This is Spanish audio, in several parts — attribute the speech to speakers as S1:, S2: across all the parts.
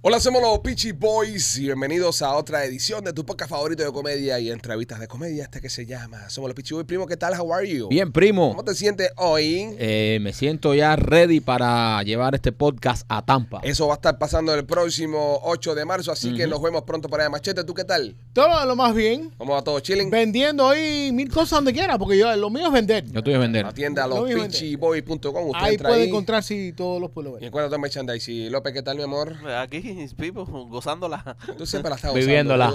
S1: Hola, somos los Peachy Boys y bienvenidos a otra edición de tu podcast favorito de comedia y entrevistas de comedia, este que se llama Somos los Peachy Boys. Primo, ¿qué tal? How are you?
S2: Bien, primo.
S1: ¿Cómo te sientes hoy?
S2: Eh, me siento ya ready para llevar este podcast a Tampa.
S1: Eso va a estar pasando el próximo 8 de marzo, así que nos vemos pronto para allá. Machete, ¿tú qué tal?
S3: Todo lo más bien.
S1: ¿Cómo va todo, chilling?
S3: Vendiendo ahí mil cosas donde quiera, porque yo lo mío es vender.
S2: Yo estoy a vender.
S1: Atienda a los
S3: Lo mismo,
S1: peachyboys.com. Usted
S3: Ahí
S1: entra
S3: puede
S1: ahí
S3: encontrar si todos los
S1: Y
S3: pullovers.
S1: encuentra todo el merchandising. López, ¿qué tal, mi amor?
S4: Aquí, vivo, gozándola.
S1: Tú siempre la estás
S2: Viviéndola,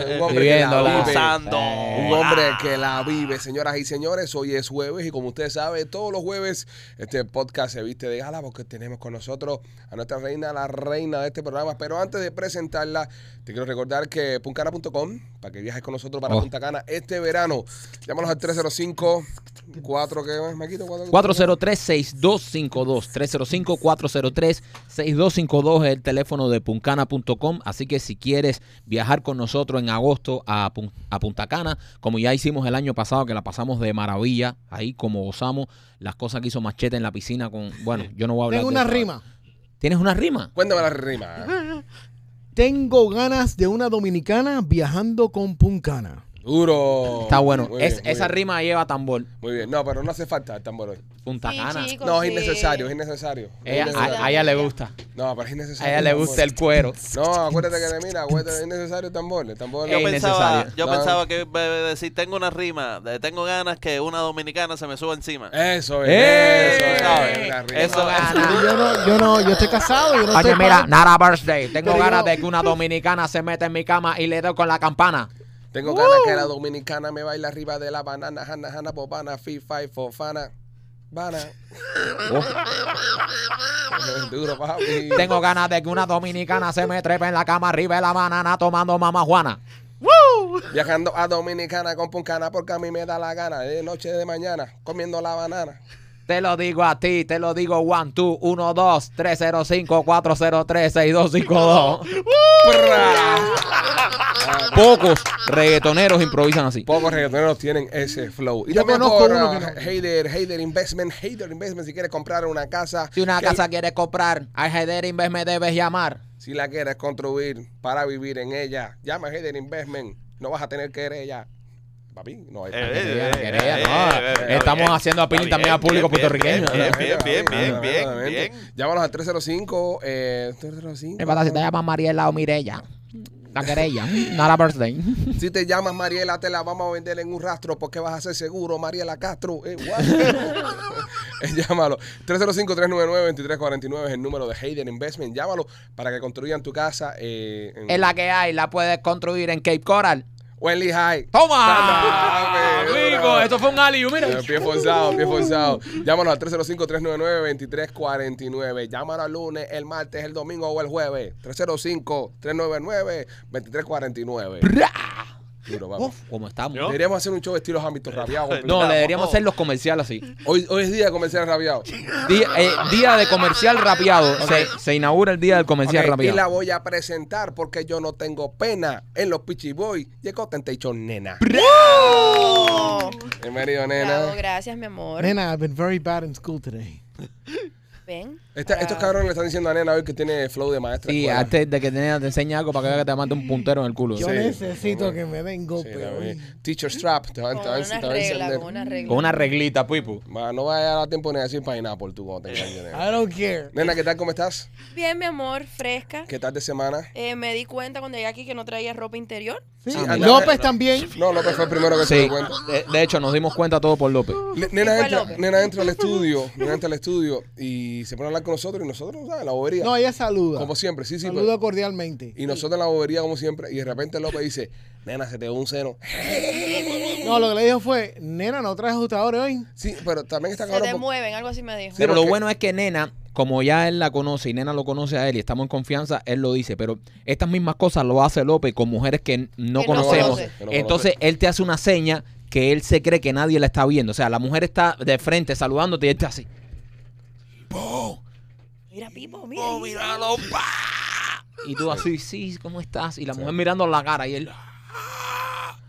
S1: usando. ¿eh? Un hombre que la Eh.
S2: viviéndola.
S1: vive.
S4: Gozando.
S1: Un hombre que la vive, señoras y señores. Hoy es jueves y como ustedes saben, todos los jueves este podcast se viste de gala porque tenemos con nosotros a nuestra reina, la reina de este programa. Pero antes de presentarla, te quiero recordar que puncana.com, para que viajes con nosotros para
S2: Oh.
S1: Punta Cana este verano. Llámanos al 305 4 ¿qué más, Maquito?
S2: 403-6252. 305-403-6252 es el teléfono de puncana.com. Así que si quieres viajar con nosotros en agosto a, Pun- a Punta Cana, como ya hicimos el año pasado, que la pasamos de maravilla, ahí como gozamos las cosas que hizo Machete en la piscina con... Bueno, yo no voy a hablar
S3: Tengo
S2: de
S3: una
S2: eso. ¿eh?
S3: rima.
S2: ¿Tienes una rima?
S1: Cuéntame la rima.
S3: Tengo ganas de una dominicana viajando con Puncana.
S1: Duro.
S2: Está bueno.
S1: Muy
S2: Es-
S1: bien, muy
S2: esa
S1: bien.
S2: rima lleva tambor.
S1: Muy bien. No, pero no hace falta el tambor hoy.
S2: Punta
S5: Sí,
S2: Cana.
S5: chicos,
S1: No, es
S5: sí.
S1: innecesario, es innecesario. Es
S2: Ella-
S1: innecesario.
S2: Eh, a, a ella le gusta.
S1: No, pero es
S2: A
S1: innecesario.
S2: ella le
S1: tambor.
S2: gusta el cuero.
S1: No, acuérdate que mira, acuérdate, es innecesario el tambor. El tambor
S4: Yo
S2: Ey,
S4: pensaba,
S2: innecesario.
S4: yo
S1: No.
S4: pensaba que iba a decir, tengo una rima, de, tengo ganas que una dominicana se me suba encima.
S1: Eso es.
S2: ¡Eh!
S1: Eso es.
S4: ¿Sabes?
S1: la rima.
S4: Eso es.
S3: Yo no, yo no, yo estoy casado, yo no
S2: ah, Oye,
S3: estoy
S2: mira, Nara
S3: para-
S2: Birthday. Tengo
S3: Pero
S2: ganas
S3: yo-
S2: de que una dominicana se meta en mi cama y le doy con la campana.
S1: Tengo ganas que la dominicana me baile arriba de la banana, jana, jana, popana, fi, fi, fofana. Bana. Duro, papi.
S2: Oh. Tengo ganas de que una dominicana se me trepe en la cama arriba de la banana tomando mamá Juana.
S1: Viajando a Dominicana con Puncana porque a mí me da la gana. De noche, de mañana, comiendo la banana.
S2: Te lo digo a ti, te lo digo one, two, uno, dos, tres, cero, cinco, cuatro, cero, tres, seis, dos, cinco, dos. Pocos reggaetoneros improvisan así.
S1: Pocos reggaetoneros tienen ese flow. Y
S3: Yo
S1: también
S3: conozco
S1: por
S3: uno
S1: uh,
S3: que no.
S1: Hater, Hater Investment, Hater Investment, si quieres comprar una casa.
S2: Si una
S1: que-
S2: casa quieres comprar, a Hedering me debes llamar.
S1: Si la quieres construir para vivir en ella, llama a Hader Investment. No vas a tener que ir ella. Papi, no hay.
S4: Eh, eh,
S2: Quería,
S4: eh,
S2: quería,
S4: eh,
S2: no.
S4: eh, eh,
S2: Estamos
S4: bien.
S2: haciendo appeal
S4: Está
S2: también
S4: bien,
S2: al público
S4: bien, bien,
S2: puertorriqueño,
S4: Bien,
S2: ¿no?
S4: bien, bien, bien, bien,
S1: Exactamente.
S4: bien.
S1: Llámanos al 305. Eh, 305
S2: No importa si te llamas Mariela o Mirella. La querella. Not a birthday.
S1: Si te llamas Mariela, te la vamos a vender en un rastro porque vas a ser seguro, Mariela Castro. Eh, what? Eh, Llámalo. 305-399-2349 es el número de Hayden Investment. Llámalo para que construyan tu casa eh, en,
S2: Es la que hay. La puedes construir en Cape Coral.
S1: o en Lehigh.
S2: ¡Toma!
S1: Dame, dame.
S2: Amigo, esto fue un aliu, mira.
S1: Eh, Pie forzado, pie forzado. Llámanos al 305-399-2349. Llámanos el lunes, el martes, el domingo o el jueves. 305-399-2349. Duro, vamos.
S2: Uf, ¿Cómo estamos?
S4: Yo-
S1: Deberíamos hacer un show estilo ámbitos rabiados. completo.
S2: No, le deberíamos hacer los comerciales así.
S1: Hoy, hoy es día de comercial rabiado.
S2: Día, eh, día de comercial rapeado. Se, se inaugura el día del comercial
S1: Ok, y
S2: rapeado.
S1: la voy a presentar porque yo no tengo pena. En los Pichi Boy llegó Tentation Nena. Bienvenido,
S5: Bravo,
S1: nena.
S5: gracias, mi amor.
S3: Nena, I've been very bad in school today.
S5: Ven.
S1: Esta- Este,
S5: Bravo.
S1: estos cabrones le están diciendo a nena hoy que tiene flow de maestra.
S2: Sí,
S1: escuela.
S2: antes de que te, te enseñe algo para que vea que te mate un puntero en el culo.
S3: Yo
S1: Sí.
S3: necesito que me den golpe
S1: Sí, la
S3: hoy.
S1: vi. Teacher Strap. Te va,
S5: Con
S1: te va a- te
S5: una
S1: va a
S5: regla,
S1: encender.
S5: con una regla.
S2: Con una reglita, Pipo.
S1: Ma, no vaya a dar tiempo ni a decir pineapple tú cuando te engañes, nena.
S5: Ah,
S3: I don't care.
S1: Nena, ¿qué tal? ¿Cómo estás?
S5: Bien, mi amor, fresca.
S1: ¿Qué tal de semana?
S5: Eh, me di cuenta cuando llegué aquí que no traía ropa interior.
S3: Sí,
S1: Ah, mira.
S3: López también.
S1: No, López fue el primero que se
S2: Sí,
S1: dio cuenta.
S2: de, de hecho nos dimos cuenta todo por López.
S1: Ne- Nena
S5: fue
S1: entra,
S5: López.
S1: nena entra al estudio, nena entra al estudio y se pone a hablar con nosotros y nosotros, ¿sabes? La bobería.
S3: No, ella saluda.
S1: como siempre, sí, sí.
S3: saluda
S1: pero-
S3: cordialmente.
S1: y nosotros en la bobería como siempre y de repente López dice, nena, se te dio un seno.
S3: No, lo que le dijo fue, nena, no traes ajustadores hoy.
S1: Sí, pero también está
S5: Se
S1: cabrón.
S5: te
S1: porque-
S5: mueven, algo así me dijo.
S1: Sí,
S2: Pero lo
S1: porque-
S2: bueno es que Nena, como ya él la conoce y Nena lo conoce a él y estamos en confianza, él lo dice. Pero estas mismas cosas lo hace López con mujeres que n- no
S5: Que no
S2: conocemos.
S5: conoce.
S1: Que no
S2: Entonces él te hace una seña que él se cree que nadie la está viendo. O sea, la mujer está de frente saludándote y él te hace.
S5: Mira, Pipo, mira.
S4: Oh, míralo, pa.
S2: Y tú así, sí, ¿cómo estás? Y la mujer mirando la cara y él.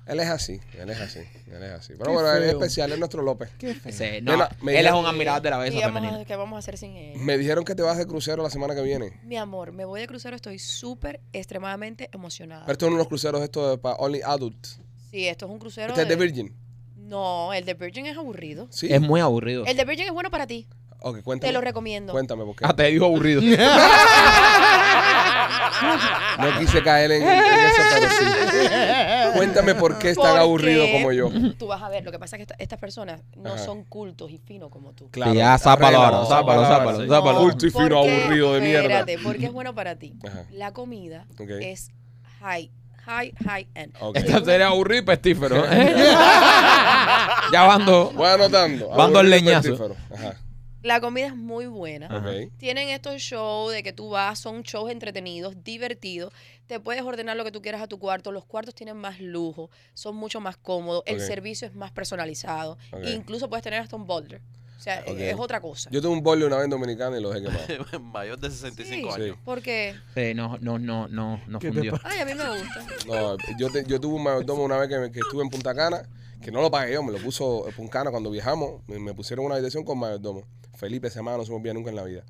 S1: Él es así, él es así, él es así. Pero
S3: Qué
S1: bueno, él es
S3: feo.
S1: especial, él es nuestro López.
S3: Qué feo.
S2: Ese- no,
S1: Mira, me
S2: él es
S1: llamo-
S2: un admirador de la
S5: ¿Y
S2: belleza
S5: vamos a-
S2: femenina.
S5: qué vamos a hacer sin él?
S1: Me dijeron que te vas de crucero la semana que viene.
S5: Mi amor, me voy de crucero, estoy súper, extremadamente emocionada.
S1: Pero esto es uno de los cruceros esto de para Only Adults.
S5: sí, esto es un crucero.
S1: Este es de Virgin.
S5: No, el de Virgin es aburrido.
S1: Sí.
S2: Es muy aburrido.
S5: El de Virgin es bueno para ti.
S1: Ok,
S5: Te lo
S1: cuéntame.
S5: recomiendo.
S1: Cuéntame, porque
S2: Ah, te dijo aburrido.
S1: no quise caer en, en eso, pero sí. Cuéntame por qué es tan
S5: Porque
S1: aburrido como yo.
S5: Tú vas a ver, lo que pasa es que esta- estas personas no
S1: Ajá.
S5: son cultos y finos como tú.
S1: Claro.
S2: ya, zápalo
S1: Arregla,
S2: ahora, zápalo,
S1: ahora,
S2: zápalo,
S1: sí.
S2: zápalo.
S5: No,
S1: Culto y fino,
S5: porque-
S1: aburrido de mierda.
S5: Espérate, porque es bueno para ti.
S1: Ajá.
S5: La comida
S1: Ok.
S5: es high, high, high end.
S1: Ok.
S2: Esta sería aburrida y pestífero. ¿eh? ya bando.
S1: Voy anotando.
S2: Van dos
S1: Aburrido y
S2: leñazos.
S1: pestífero. Ajá.
S5: La comida es muy buena.
S1: Ok.
S5: Tienen estos shows de que tú vas, son shows entretenidos, divertidos. Te puedes ordenar lo que tú quieras a tu cuarto. Los cuartos tienen más lujo, son mucho más cómodos. El
S1: Ok.
S5: servicio es más personalizado.
S1: Ok.
S5: Incluso puedes tener hasta un boulder. O sea,
S1: Ok.
S5: es otra cosa.
S1: Yo tuve un bol una vez en Dominicana y lo dejé quemado.
S4: Mayor de 65
S1: Eh. Sí.
S4: años.
S5: Porque,
S2: Sí, no, no, no, no, no
S3: ¿Qué te
S2: fundió.
S3: pasa?
S5: ay, a mí me gusta.
S1: No, yo, te- yo tuve un mayordomo una vez que, me- que estuve en Punta Cana, que no lo pagué yo, me lo puso eh, Puncana cuando viajamos. Me, me pusieron una habitación con mayordomo. Felipe se llamaba, no se me olvida nunca en la vida.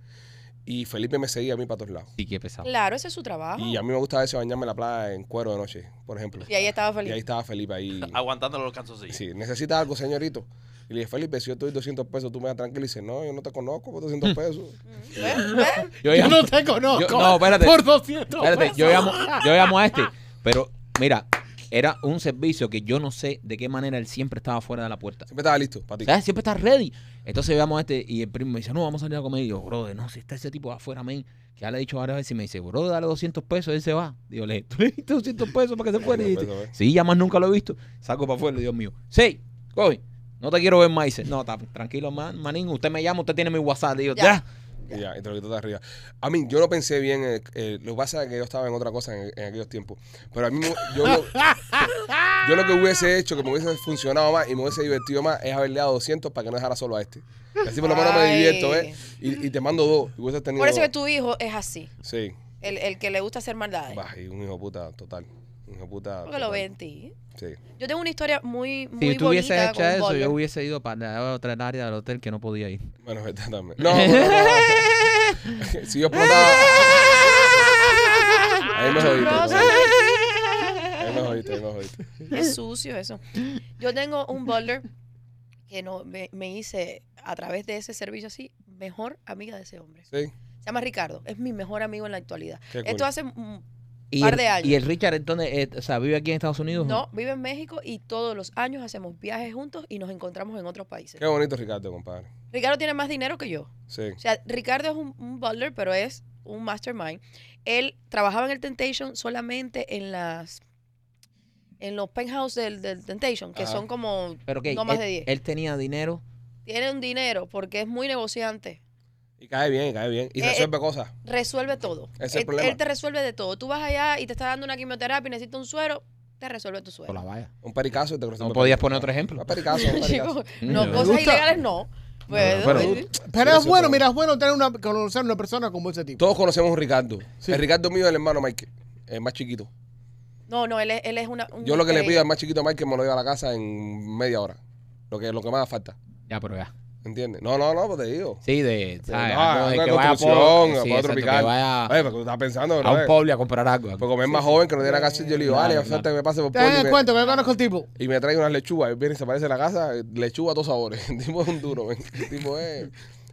S1: Y Felipe me seguía a mí para todos lados.
S2: Sí, qué pesado.
S5: Claro, ese es su trabajo.
S1: Y a mí me gustaba eso, bañarme en la playa en cuero de noche, por ejemplo.
S5: Ah. Y ahí Ah, estaba
S1: Y
S5: feliz.
S1: ahí estaba Felipe ahí.
S4: Aguantándole los canzoncillos.
S1: Sí, necesita algo, señorito. Y le dije, Felipe, si yo te doy 200 pesos, tú me das tranquilo. Y dice, no, yo no te conozco por 200 pesos.
S5: Mm.
S2: Yo
S3: Yo
S2: llamo,
S3: no te conozco.
S2: Yo- no, espérate.
S3: Por 200
S2: espérate,
S3: pesos.
S2: yo llamo, yo llamo a este. Pero, mira, era un servicio que yo no sé de qué manera él siempre estaba fuera de la puerta.
S1: Siempre estaba listo para ti.
S2: ¿Sabes? Siempre está ready. Entonces veamos a este y el primo me dice, no, vamos a salir a comer. Y yo, brother, no, si está ese tipo afuera, men. Que ya le he dicho varias veces y me dice, brother, dale 200 pesos, él se va. Digo, le tú le diste 200 pesos para que se fuera. Y dice,
S1: Pesos, ¿eh?
S2: sí, ya más nunca lo he visto. Saco para afuera, Dios mío. Sí, coge, no te quiero ver más. Y dice, no, ta- tranquilo, man, manín, usted me llama, usted tiene mi WhatsApp. Digo,
S5: Ya.
S2: ya.
S1: Y ya, y te lo quitaste arriba. A mí, yo no pensé bien. eh, eh, lo que pasa es que yo estaba en otra cosa en, en aquellos tiempos. Pero a mí, me- yo, lo, yo lo que hubiese hecho, que me hubiese funcionado más y me hubiese divertido más, es haberle dado 200 para que no dejara solo a este. Así por lo menos me
S5: Ay.
S1: divierto, ¿eh? Y, y te mando dos. Y hubiese tenido
S5: Por eso que
S1: dos.
S5: tu hijo es así,
S1: Sí.
S5: el, el que le gusta hacer maldades.
S1: Bah, y un hijo de puta total. Un hijo de puta.
S5: Porque lo
S1: total.
S5: ve en ti.
S1: Sí.
S5: Yo tengo una historia muy, muy
S2: Si tú hubieses
S5: bonita
S2: hecho
S5: con un
S2: eso,
S5: boulder.
S2: yo hubiese ido para otra área del hotel que no podía ir.
S1: Bueno, es verdad también. No, pero no. si yo explotaba. Ahí me jodiste. pues.
S5: Rosa.
S1: Ahí me jodiste, ahí me jodiste.
S5: Es sucio eso. Yo tengo un boulder que no me, me hice a través de ese servicio así, mejor amiga de ese hombre.
S1: Sí.
S5: Se llama Ricardo, es mi mejor amigo en la actualidad.
S1: Qué cool.
S5: Esto hace mm,
S2: Y
S5: Par
S2: el,
S5: de años.
S2: y el Richard, entonces, eh, o sea, vive aquí en Estados Unidos.
S5: no, vive en México y todos los años hacemos viajes juntos y nos encontramos en otros países.
S1: Qué bonito Ricardo, compadre.
S5: Ricardo tiene más dinero que yo.
S1: Sí.
S5: O sea, Ricardo es un, un butler, pero es un mastermind. Él trabajaba en el Temptation solamente en las en los penthouse del, del Temptation, que
S1: Ajá.
S5: son como
S2: Pero que
S5: no más
S2: él,
S5: de 10.
S2: él tenía dinero.
S5: Tiene un dinero porque es muy negociante.
S1: Y cae bien, cae bien. Y
S5: Eh,
S1: resuelve cosas.
S5: Resuelve todo.
S1: Ese es el
S5: él,
S1: problema.
S5: él te resuelve de todo. Tú vas allá y te está dando una quimioterapia y necesitas un suero, te resuelve tu
S2: Por
S5: suero.
S2: la vaya.
S1: Un pericazo y te resuelve.
S2: No podías
S1: cosas.
S2: poner otro ejemplo.
S1: Un pericazo, un pericazo.
S5: Chico, no,
S2: Mm, Me
S5: cosas
S3: gusta.
S5: ilegales no. Pues,
S2: pero-
S5: oye,
S3: Pero
S1: Eso
S3: es bueno,
S1: es
S3: mira, es bueno tener una, conocer una persona como ese tipo.
S1: Todos conocemos a un Ricardo.
S3: Sí.
S1: El Ricardo mío es el hermano Mike. El más chiquito.
S5: no, no, él es, él es una. un
S1: Yo lo que le pido
S5: estrella.
S1: al más chiquito Mike me lo lleva a la casa en media hora. Lo que, lo que más hace falta.
S2: Ya, pero ya.
S1: ¿Entiendes? No, no, no, pues te digo.
S2: Sí, de. ¿sabes?
S1: no,
S2: Ah, Algo
S1: es
S2: de
S1: una
S2: que vaya a
S1: construcción,
S2: Puebla. Sí,
S1: a Puebla
S2: exacto, que
S1: Tropical.
S2: vaya
S1: Oye, pero tú estás pensando,
S2: a un
S1: ¿no?
S2: pueblo a comprar algo.
S1: Porque me es más joven que no tiene la casa, yo le digo,
S2: Claro,
S1: vale, hace
S2: claro.
S1: falta que me pase por
S3: Te dan
S1: pueblo.
S3: en cuenta que yo conozco el tipo.
S1: Y me trae unas lechugas. Y viene y se aparece en la casa, lechuga a todos sabores. El tipo es un duro, ven. El tipo es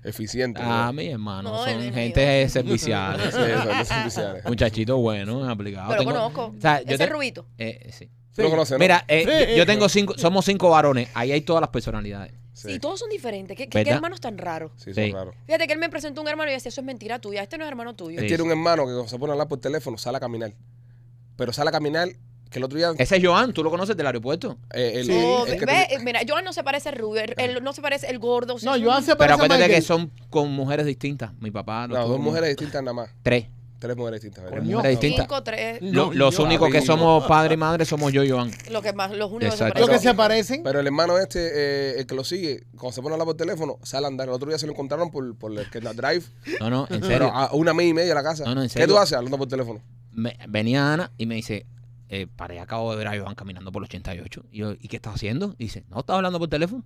S1: eficiente.
S2: Ah,
S1: ¿no?
S2: mi hermano.
S5: No,
S2: son
S5: el mío.
S2: gente
S1: Sí,
S2: servicial.
S1: eso, no son viciales.
S2: Muchachito bueno, aplicado.
S5: Pero
S2: Ah, Tengo-
S5: conozco.
S2: o sea, yo
S5: Ese es
S2: te-
S5: Rubito.
S2: eh, sí.
S1: Tú lo conoces, ¿no?
S2: Mira, eh,
S3: Sí.
S2: yo tengo cinco, somos cinco varones, ahí hay todas las personalidades.
S1: Sí,
S5: Y todos son diferentes. ¿Qué, qué- qué
S2: ¿Verdad?
S5: hermanos tan raros?
S1: sí,
S2: Sí.
S1: son raros.
S5: Fíjate que él me presentó un hermano y yo decía, eso es mentira tuya, este no es hermano tuyo.
S1: Él
S2: Sí.
S1: tiene un hermano que cuando se pone a hablar por teléfono, sale a caminar. Pero sale a caminar que el otro día...
S2: Ese es Joan, tú lo conoces del aeropuerto.
S1: eh, el-
S3: Sí.
S5: Oh,
S1: el que
S5: ve-
S1: te-
S5: eh, mira, Joan no se parece al rubio, el- el- no se parece el gordo. o sea,
S3: No,
S5: es
S3: yo
S5: un-
S3: hace
S2: Pero acuérdate que son con mujeres distintas. Mi papá.
S1: No,
S2: tuvo
S1: dos
S2: con-
S1: mujeres distintas nada más.
S2: Tres.
S1: Tres mujeres distintas. ¿verdad?
S2: Tres
S3: Coño.
S2: mujeres distintas.
S5: cinco, tres,
S2: Lo- los únicos que
S1: Amigo.
S2: somos padre y madre somos yo y Joan.
S5: lo que más, los únicos
S2: Exacto.
S3: Lo que se
S5: parecen.
S3: parecen.
S1: Pero el hermano este, eh, el que lo sigue, cuando se pone a hablar por teléfono, sale a andar. El otro día se lo encontraron por, por el que la drive.
S2: No, no, en
S1: Pero
S2: serio.
S1: a una media y media de la casa.
S2: No, no, en
S1: ¿Qué
S2: serio.
S1: tú haces hablando por teléfono?
S2: Me- venía Ana y me dice, eh, paré, acabo de ver a Joan caminando por el 88. Y yo, ¿y qué estás haciendo? Y dice, no, estaba hablando por teléfono.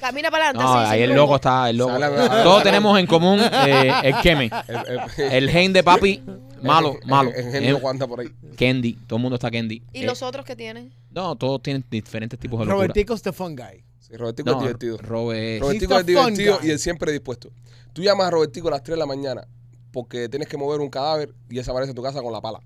S5: Camina para
S1: Ah,
S5: adelante.
S2: No,
S5: así,
S2: ahí
S5: sin
S2: el
S5: rumbo.
S2: loco está, el loco.
S1: Sale a hablar- a
S2: Todos
S1: hablar-
S2: tenemos en común eh, el Keme.
S1: El, el-
S2: El gen de papi, malo,
S1: el-
S2: malo.
S1: El, el genio
S2: Eh,
S1: aguanta por ahí.
S2: Candy, todo el mundo está Candy.
S5: ¿Y
S2: Eh,
S5: los otros que tienen?
S2: No, todos tienen diferentes tipos de locura.
S3: Robertico Stefan Guy.
S1: Sí, Robertico
S2: No,
S1: es divertido.
S2: Robert es-
S1: Robertico
S3: He's
S1: es
S3: the fun
S1: divertido
S3: guy.
S1: y él siempre dispuesto. Tú llamas a Robertico a las 3 de la mañana porque tienes que mover un cadáver y él se aparece en tu casa con la pala.